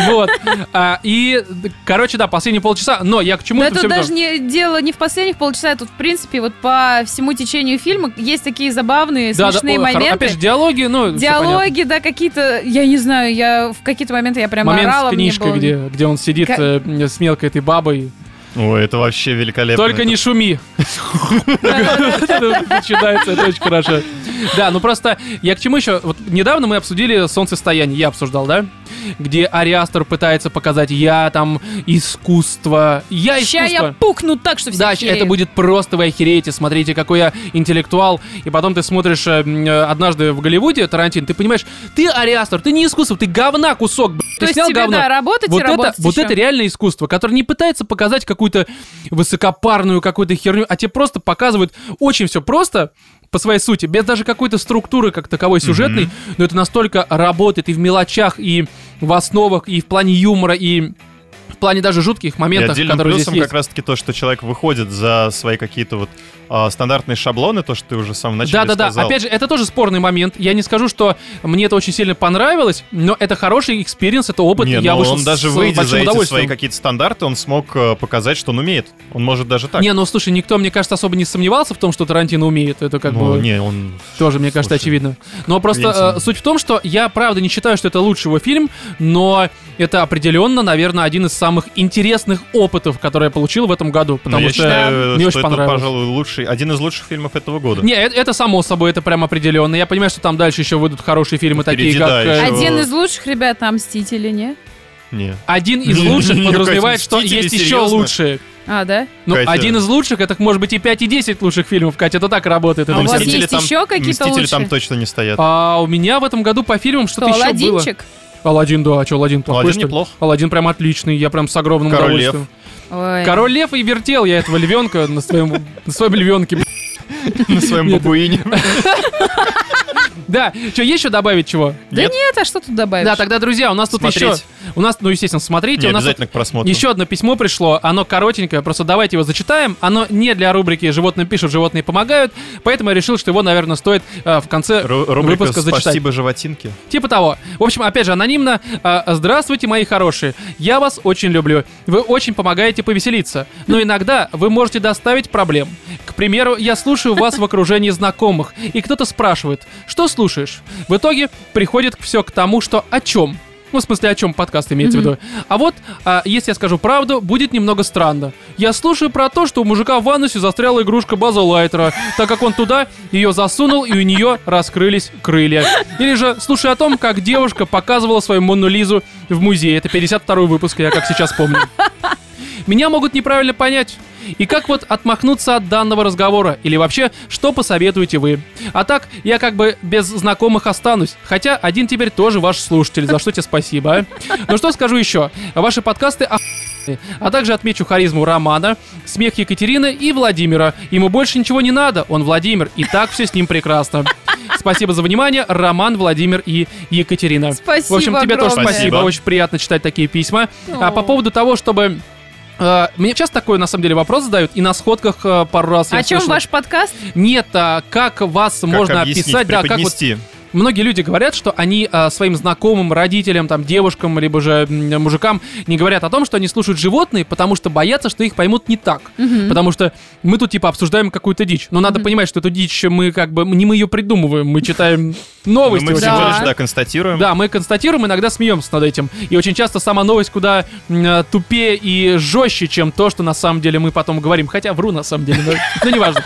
Speaker 1: Вот. А, И, д- короче, да, последние полчаса. Но я к чему
Speaker 3: Да
Speaker 1: это
Speaker 3: это
Speaker 1: все
Speaker 3: даже не дело не в последних полчаса, тут, в принципе, вот по всему течению фильма есть такие забавные, смешные моменты.
Speaker 1: Опять же, диалоги, ну, всё понятно.
Speaker 3: Диалоги, да, какие-то, я не знаю, я в какие-то моменты я прям
Speaker 1: Момент
Speaker 3: орала.
Speaker 1: с
Speaker 3: мне
Speaker 1: книжкой,
Speaker 3: было-
Speaker 1: где, где он сидит
Speaker 3: Ка-
Speaker 1: э, м, с мелкой этой бабой.
Speaker 2: Ой, это вообще великолепно.
Speaker 1: Только не
Speaker 2: Это-
Speaker 1: шуми. Это Начинается, это очень хорошо. Да, ну просто я к чему еще? Вот недавно мы обсудили солнцестояние, я обсуждал, да? Где Ариастер пытается показать я там искусство, я
Speaker 3: Ща я
Speaker 1: искусство.
Speaker 3: пукну так, что все
Speaker 1: Да, щ-
Speaker 3: хереют.
Speaker 1: это будет просто, вы охереете, смотрите, какой я интеллектуал. И потом ты смотришь э, м, э, однажды в Голливуде, Тарантин, ты понимаешь, ты Ариастер, ты не искусство, ты говна кусок, б***ь,
Speaker 3: То
Speaker 1: ты
Speaker 3: есть
Speaker 1: снял
Speaker 3: тебе, да,
Speaker 1: говно.
Speaker 3: работать
Speaker 1: Вот
Speaker 3: и
Speaker 1: это,
Speaker 3: работать
Speaker 1: вот
Speaker 3: еще.
Speaker 1: это реальное искусство, которое не пытается показать какую-то высокопарную какую-то херню, а тебе просто показывают очень все просто по своей сути, без даже какой-то структуры как таковой сюжетной, но это настолько работает и в мелочах, и в основах, и в плане юмора, и в плане даже жутких
Speaker 2: И
Speaker 1: моментов,
Speaker 2: отдельным
Speaker 1: которые здесь
Speaker 2: плюсом
Speaker 1: есть.
Speaker 2: как раз-таки то, что человек выходит за свои какие-то вот а, стандартные шаблоны, то, что ты уже сам начал
Speaker 1: Да, да, да. Опять же, это тоже спорный момент. Я не скажу, что мне это очень сильно понравилось, но это хороший экспириенс, это опыт.
Speaker 2: Не,
Speaker 1: и я
Speaker 2: но
Speaker 1: вышел
Speaker 2: он
Speaker 1: с
Speaker 2: даже
Speaker 1: э, большим
Speaker 2: выйдя за эти свои
Speaker 1: удовольствием.
Speaker 2: какие-то стандарты, он смог э, показать, что он умеет. Он может даже так.
Speaker 1: Не, ну слушай, никто, мне кажется, особо не сомневался в том, что Тарантино умеет. Это как
Speaker 2: Ну,
Speaker 1: бы
Speaker 2: не, он...
Speaker 1: тоже, мне кажется,
Speaker 2: Слушай,
Speaker 1: очевидно. Но просто
Speaker 2: видите.
Speaker 1: э, суть в том, что я правда не считаю, что это лучший его фильм, но это определенно, наверное, один из самых интересных опытов, который я получил в этом году.
Speaker 2: Но
Speaker 1: Потому
Speaker 2: Ну, я
Speaker 1: что
Speaker 2: считаю,
Speaker 1: мне очень
Speaker 2: что это,
Speaker 1: понравилось.
Speaker 2: пожалуй, лучший, один из лучших фильмов этого года.
Speaker 1: Не, э, это, это само собой, это прям определенно. Я понимаю, что там дальше еще выйдут хорошие фильмы, такие
Speaker 2: Впереди, да,
Speaker 1: как... э,
Speaker 2: еще
Speaker 3: Один из лучших ребят на Мстители, не?
Speaker 2: Не.
Speaker 1: Один из
Speaker 2: Не,
Speaker 1: лучших
Speaker 2: не, Катя,
Speaker 1: подразумевает, что
Speaker 2: «Мстители»,
Speaker 1: есть еще
Speaker 2: серьезно?
Speaker 1: лучшие.
Speaker 3: А, да?
Speaker 1: Ну,
Speaker 2: Катя.
Speaker 1: один из лучших, это может быть и 5, и 10 лучших фильмов, Катя, это так работает.
Speaker 3: А
Speaker 1: это
Speaker 3: у вас
Speaker 1: всё.
Speaker 2: «Мстители»
Speaker 3: есть еще какие-то
Speaker 2: «Мстители»
Speaker 3: лучшие?
Speaker 2: там точно не стоят. Ну,
Speaker 1: А у меня в этом году по фильмам
Speaker 3: Что,
Speaker 1: что-то еще было.
Speaker 3: Аладдинчик?
Speaker 1: Аладдин, да, а что, Аладдин плохой,
Speaker 2: «Аладдин»
Speaker 1: что ли?
Speaker 2: неплох.
Speaker 1: Аладдин прям отличный, я прям с огромным
Speaker 2: «Король
Speaker 1: удовольствием.
Speaker 3: Ой.
Speaker 1: Король Лев и вертел я этого львенка на своем, на своем львенке.
Speaker 2: На своем
Speaker 1: Нет.
Speaker 2: бабуине.
Speaker 1: Да, что, есть еще добавить чего?
Speaker 3: Да
Speaker 2: Нет?
Speaker 3: нет, а что тут добавить?
Speaker 1: Да, тогда, друзья, у нас тут еще...
Speaker 2: Смотреть.
Speaker 1: У нас, ну, естественно, смотрите,
Speaker 2: Не,
Speaker 1: у нас тут
Speaker 2: обязательно к просмотру.
Speaker 1: Еще одно письмо пришло, оно коротенькое, просто давайте его зачитаем. Оно не для рубрики «Животные пишут, животные помогают», поэтому я решил, что его, наверное, стоит э, в конце
Speaker 2: Ру- рубрика
Speaker 1: выпуска зачитать.
Speaker 2: «Спасибо, животинки».
Speaker 1: Типа того. В общем, опять же, анонимно. А, Здравствуйте, мои хорошие. Я вас очень люблю. Вы очень помогаете повеселиться. Но иногда вы можете доставить проблем. К примеру, я слушаю вас в окружении знакомых, и кто-то спрашивает, что слушаешь? В итоге приходит все к тому, что о чем? Ну, в смысле, о чем подкаст имеется в виду. А вот, а, если я скажу правду, будет немного странно. Я слушаю про то, что у мужика в анусе застряла игрушка База Лайтера, так как он туда ее засунул, и у нее раскрылись крылья. Или же слушаю о том, как девушка показывала свою Монну Лизу в музее. Это 52-й выпуск, я как сейчас помню. Меня могут неправильно понять. И как вот отмахнуться от данного разговора? Или вообще, что посоветуете вы? А так, я как бы без знакомых останусь. Хотя один теперь тоже ваш слушатель, за что тебе спасибо, а? Ну что скажу еще? Ваши подкасты охуенные. а также отмечу харизму Романа, смех Екатерины и Владимира. Ему больше ничего не надо, он Владимир, и так все с ним прекрасно. Спасибо за внимание, Роман, Владимир и Екатерина.
Speaker 3: Спасибо
Speaker 1: В общем, тебе тоже
Speaker 3: огромное.
Speaker 1: спасибо.
Speaker 2: Спасибо.
Speaker 1: Очень приятно читать такие письма. А
Speaker 3: О.
Speaker 1: по поводу того, чтобы... э, Мне часто такой, на самом деле, вопрос задают, и на сходках э, пару раз я
Speaker 3: О чем
Speaker 1: слышал.
Speaker 3: ваш подкаст?
Speaker 1: Нет, а как вас
Speaker 2: Как
Speaker 1: можно
Speaker 2: объяснить,
Speaker 1: описать? Да, как вот
Speaker 2: преподнести.
Speaker 1: многие люди говорят, что они э, своим знакомым, родителям, там, девушкам, либо же м, мужикам не говорят о том, что они слушают животные, потому что боятся, что их поймут не так. Потому что мы тут, типа, обсуждаем какую-то дичь. Но надо понимать, что эту дичь мы как бы... Не мы ее придумываем, мы читаем
Speaker 2: Ну,
Speaker 1: новости.
Speaker 2: Мы
Speaker 1: очень
Speaker 3: Да.
Speaker 2: всего лишь, да, констатируем.
Speaker 1: да, мы констатируем, иногда смеемся над этим. И очень часто сама новость куда м, э, тупее и жестче, чем то, что на самом деле мы потом говорим. Хотя вру на самом деле, но, но неважно.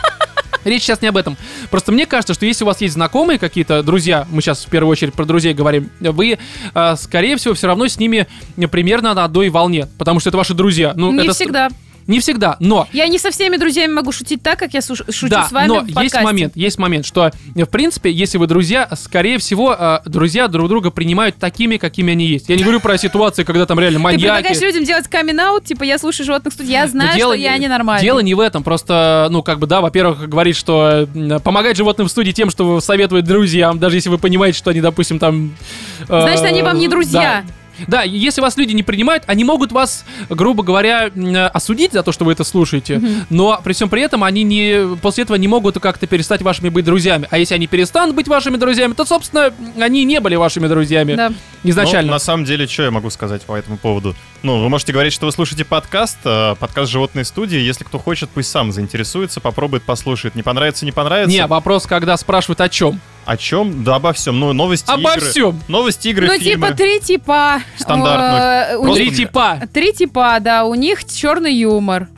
Speaker 1: Речь сейчас не об этом. Просто мне кажется, что если у вас есть знакомые какие-то, друзья, мы сейчас в первую очередь про друзей говорим, вы, э, скорее всего, все равно с ними примерно на одной волне, потому что это ваши друзья. Ну,
Speaker 3: Не
Speaker 1: это ст-
Speaker 3: всегда.
Speaker 1: Не всегда, но
Speaker 3: Я не со всеми друзьями могу шутить так, как я суш- шучу
Speaker 1: да,
Speaker 3: с вами
Speaker 1: но
Speaker 3: в
Speaker 1: есть
Speaker 3: подкасте.
Speaker 1: момент, есть момент, что э, в принципе, если вы друзья, скорее всего, э, друзья друг друга принимают такими, какими они есть. Я не говорю про ситуации, когда там реально
Speaker 3: Ты
Speaker 1: маньяки.
Speaker 3: предлагаешь людям делать камин-аут, типа я слушаю животных студий, я
Speaker 1: Но
Speaker 3: знаю, что я ненормальный.
Speaker 1: Дело не в этом, просто, ну, как бы, да, во-первых, говорит, что э, помогать животным в студии тем, что советует друзьям, даже если вы понимаете, что они, допустим, там... э,
Speaker 3: Значит, они вам не друзья.
Speaker 1: да. Да, и если вас люди не принимают, они могут вас, грубо говоря, м, э, осудить за то, что вы это слушаете, но при всем при этом они не, после этого не могут как-то перестать вашими быть друзьями. А если они перестанут быть вашими друзьями, то, собственно, они не были вашими друзьями
Speaker 3: Да.
Speaker 1: изначально.
Speaker 2: Ну, на самом деле, что я могу сказать по этому поводу? Ну, вы можете говорить, что вы слушаете подкаст, э, подкаст «Животные студии». Если кто хочет, пусть сам заинтересуется, попробует, послушает. Не понравится, не понравится.
Speaker 1: Не, вопрос, когда спрашивают о чем.
Speaker 2: О чем? Да обо всем. Ну, новости,
Speaker 1: Обо
Speaker 2: игры.
Speaker 1: всем.
Speaker 2: Новости, игры,
Speaker 3: Ну,
Speaker 2: фильмы.
Speaker 3: типа три типа.
Speaker 2: Стандартно.
Speaker 3: э, у
Speaker 2: Просто
Speaker 1: Три
Speaker 2: мне-
Speaker 1: типа.
Speaker 3: них- Три типа, да, у них черный юмор.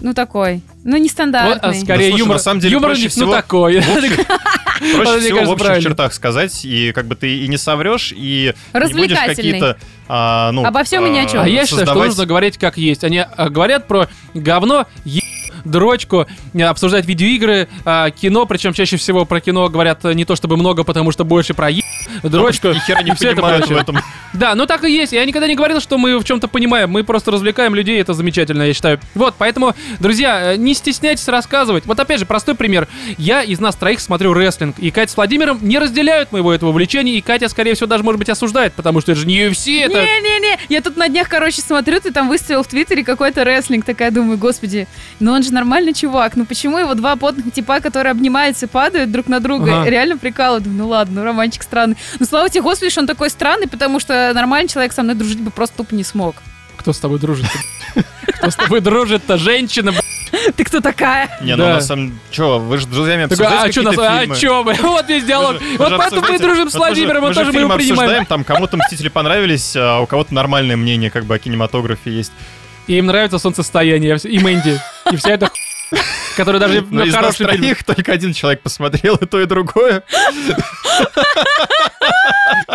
Speaker 3: Ну, такой. Ну,
Speaker 1: Вот, а,
Speaker 3: нестандартный.
Speaker 1: скорее
Speaker 2: Ну, слушай,
Speaker 1: юмор,
Speaker 2: на самом деле,
Speaker 1: юмор у
Speaker 2: проще
Speaker 1: них, ну
Speaker 2: всего-
Speaker 1: такой.
Speaker 2: Проще
Speaker 1: Мне
Speaker 2: всего
Speaker 1: кажется,
Speaker 2: в общих
Speaker 1: правильно.
Speaker 2: чертах сказать, и как бы ты и не соврешь, и не будешь
Speaker 3: Развлекательный.
Speaker 2: какие-то... а, ну,
Speaker 3: Обо всём и ни о чём.
Speaker 1: А я считаю, что
Speaker 2: создавать-
Speaker 1: нужно говорить как есть. Они а, говорят про говно, е... дрочку, э, обсуждать видеоигры, а, кино, причем чаще всего про кино говорят э, не то чтобы много, потому что больше про е... дрочку
Speaker 2: Ни хера не
Speaker 1: и всё это
Speaker 2: понимают в
Speaker 1: прочее.
Speaker 2: этом.
Speaker 1: Да, ну так и есть. Я никогда не говорил, что мы в чем-то понимаем. Мы просто развлекаем людей, это замечательно, я считаю. Вот, поэтому, друзья, э, не стесняйтесь рассказывать. Вот опять же, простой пример. Я из нас троих смотрю рестлинг, и Катя с Владимиром не разделяют моего этого увлечения, и Катя, скорее всего, даже, может быть, осуждает, потому что это же не UFC, это...
Speaker 3: Не-не-не, я тут на днях, короче, смотрю, ты там выставил в Твиттере какой-то рестлинг, такая думаю, господи, ну он же нормальный чувак, ну почему его два потных типа, которые обнимаются и падают друг на друга,
Speaker 1: Ага.
Speaker 3: реально прикалывают, Думаю, ну ладно, ну романчик странный. Ну слава тебе, господи, что он такой странный, потому что нормальный человек со мной дружить бы просто тупо не смог.
Speaker 1: Кто с тобой дружит? Кто с тобой дружит-то? Женщина, б***ь.
Speaker 3: Ты кто такая?
Speaker 2: Не, ну
Speaker 1: Да.
Speaker 2: на самом... Чё, вы же с друзьями
Speaker 1: Такой,
Speaker 2: обсуждаете
Speaker 1: А что нас?
Speaker 2: какие-то
Speaker 1: А
Speaker 2: фильмы?
Speaker 1: чё мы? Вот весь диалог.
Speaker 2: Вы же- вы
Speaker 1: Вот
Speaker 2: же
Speaker 1: поэтому мы
Speaker 2: обсуждаете-
Speaker 1: дружим с
Speaker 2: вот мы же-
Speaker 1: Владимиром,
Speaker 2: мы
Speaker 1: он тоже мы его
Speaker 2: фильмы
Speaker 1: принимаем.
Speaker 2: обсуждаем, там кому-то «Мстители» понравились, а у кого-то нормальное мнение как бы о кинематографе есть.
Speaker 1: И им нравится солнцестояние, и Мэнди, и вся эта ху- которая даже
Speaker 2: Но
Speaker 1: на
Speaker 2: Ну, из нас
Speaker 1: хороший фильм.
Speaker 2: троих только один человек посмотрел и то, и другое.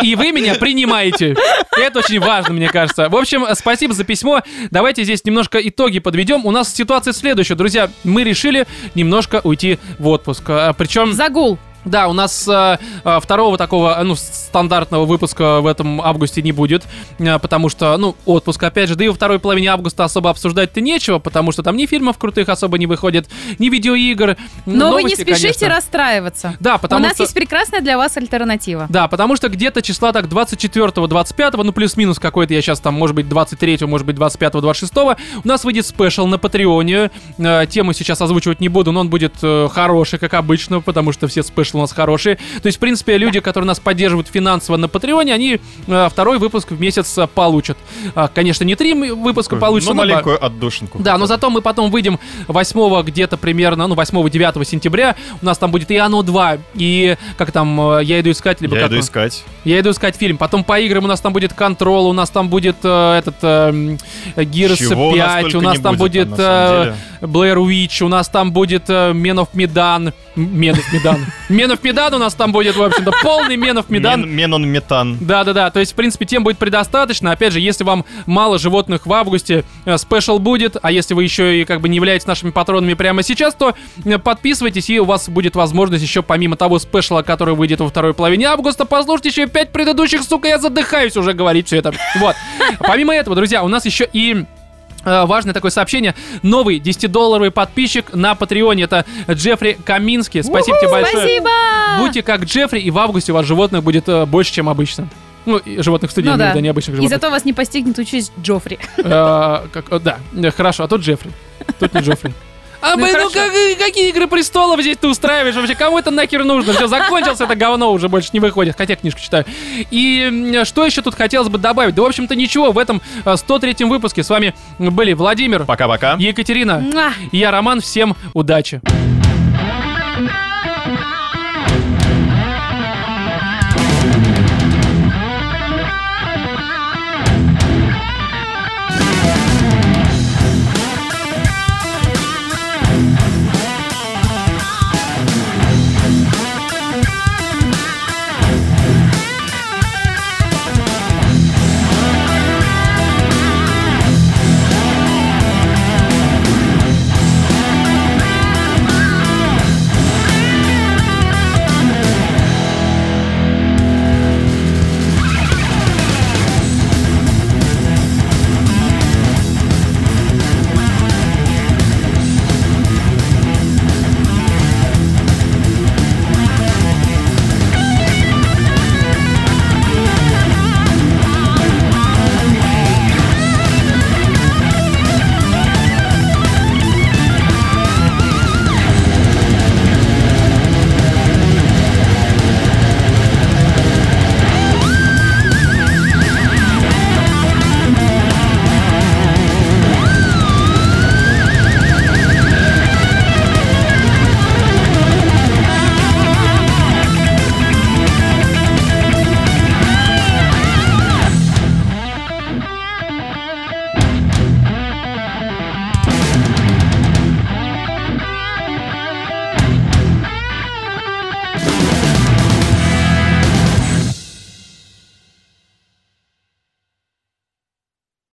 Speaker 1: И вы меня принимаете. Это очень важно, мне кажется. В общем, спасибо за письмо. Давайте здесь немножко итоги подведем. У нас ситуация следующая. Друзья, мы решили немножко уйти в отпуск. А, Причем...
Speaker 3: Загул.
Speaker 1: Да, у нас э, э, второго такого, э, ну, с- стандартного выпуска в этом августе не будет, э, потому что, ну, отпуск, опять же, да и во второй половине августа особо обсуждать-то нечего, потому что там ни фильмов крутых особо не выходит, ни видеоигр,
Speaker 3: Но вы не
Speaker 1: Ну, новости,
Speaker 3: спешите
Speaker 1: конечно.
Speaker 3: расстраиваться.
Speaker 1: Да, потому
Speaker 3: У нас
Speaker 1: что...
Speaker 3: есть прекрасная для вас альтернатива.
Speaker 1: Да, потому что где-то числа так 24-25, ну плюс-минус какой-то, я сейчас там, может быть, 23 может быть, 25-26, у нас выйдет спешл на Патреоне. Э, тему сейчас озвучивать не буду, но он будет э, хороший, как обычно, потому что все спешлы у нас хорошие. То есть, в принципе, люди, которые нас поддерживают финансово на Патреоне, они э, второй выпуск в месяц э, получат. А, конечно, не три м- выпуска получат,
Speaker 2: Ну,
Speaker 1: но ба-
Speaker 2: маленькую отдушинку.
Speaker 1: да, ну, но зато мы потом выйдем 8 где-то примерно, ну, 8-9 сентября. У нас там будет и оно 2, и как там, э, я иду искать, либо
Speaker 2: Я
Speaker 1: как
Speaker 2: иду
Speaker 1: он?
Speaker 2: искать.
Speaker 1: Я иду искать фильм. Потом по играм у нас там будет контрол, у нас там будет э, этот э, Gears
Speaker 2: Чего
Speaker 1: 5, у
Speaker 2: только
Speaker 1: нас
Speaker 2: не
Speaker 1: там будет
Speaker 2: на самом деле.
Speaker 1: Блэр Уич, у нас там будет э, Men of Medan. М- Men of Medan. Men of Medan у нас там будет, в общем-то, полный Men of Medan.
Speaker 2: Мен- Менон метан.
Speaker 1: Да-да-да, то есть, в принципе, тем будет предостаточно. Опять же, если вам мало животных в августе, э, спешл будет, а если вы еще и как бы не являетесь нашими патронами прямо сейчас, то э, подписывайтесь, и у вас будет возможность еще помимо того спешла, который выйдет во второй половине августа, послушать еще пять предыдущих, сука, я задыхаюсь уже говорить все это. Вот. Помимо этого, друзья, у нас еще и Э, Важное такое сообщение. Новый 10-долларовый подписчик на Патреоне. Это Джеффри Каминский. Спасибо тебе большое.
Speaker 3: Спасибо!
Speaker 1: Будьте как Джеффри, и в августе у вас животных будет э, больше, чем обычно. Ну, и животных в студии,
Speaker 3: Ну
Speaker 1: не
Speaker 3: да.
Speaker 1: необычных
Speaker 3: И
Speaker 1: животных.
Speaker 3: зато вас не постигнет участь Джоффри.
Speaker 1: Э, как- э, Да, Э, хорошо, а тут Джеффри. Тут не Джеффри. А,
Speaker 3: Ну и
Speaker 1: блин, ну
Speaker 3: хорошо.
Speaker 1: как- какие игры престолов здесь ты устраиваешь? Вообще, кому это нахер нужно? Все, закончилось это говно, уже больше не выходит. Хотя книжку читаю. И м, что еще тут хотелось бы добавить? Да, в общем-то, ничего. В этом э, 103-м выпуске с вами были Владимир,
Speaker 2: Пока-пока.
Speaker 3: Ну.
Speaker 1: Екатерина
Speaker 3: Муа.
Speaker 1: и я, Роман. Всем удачи.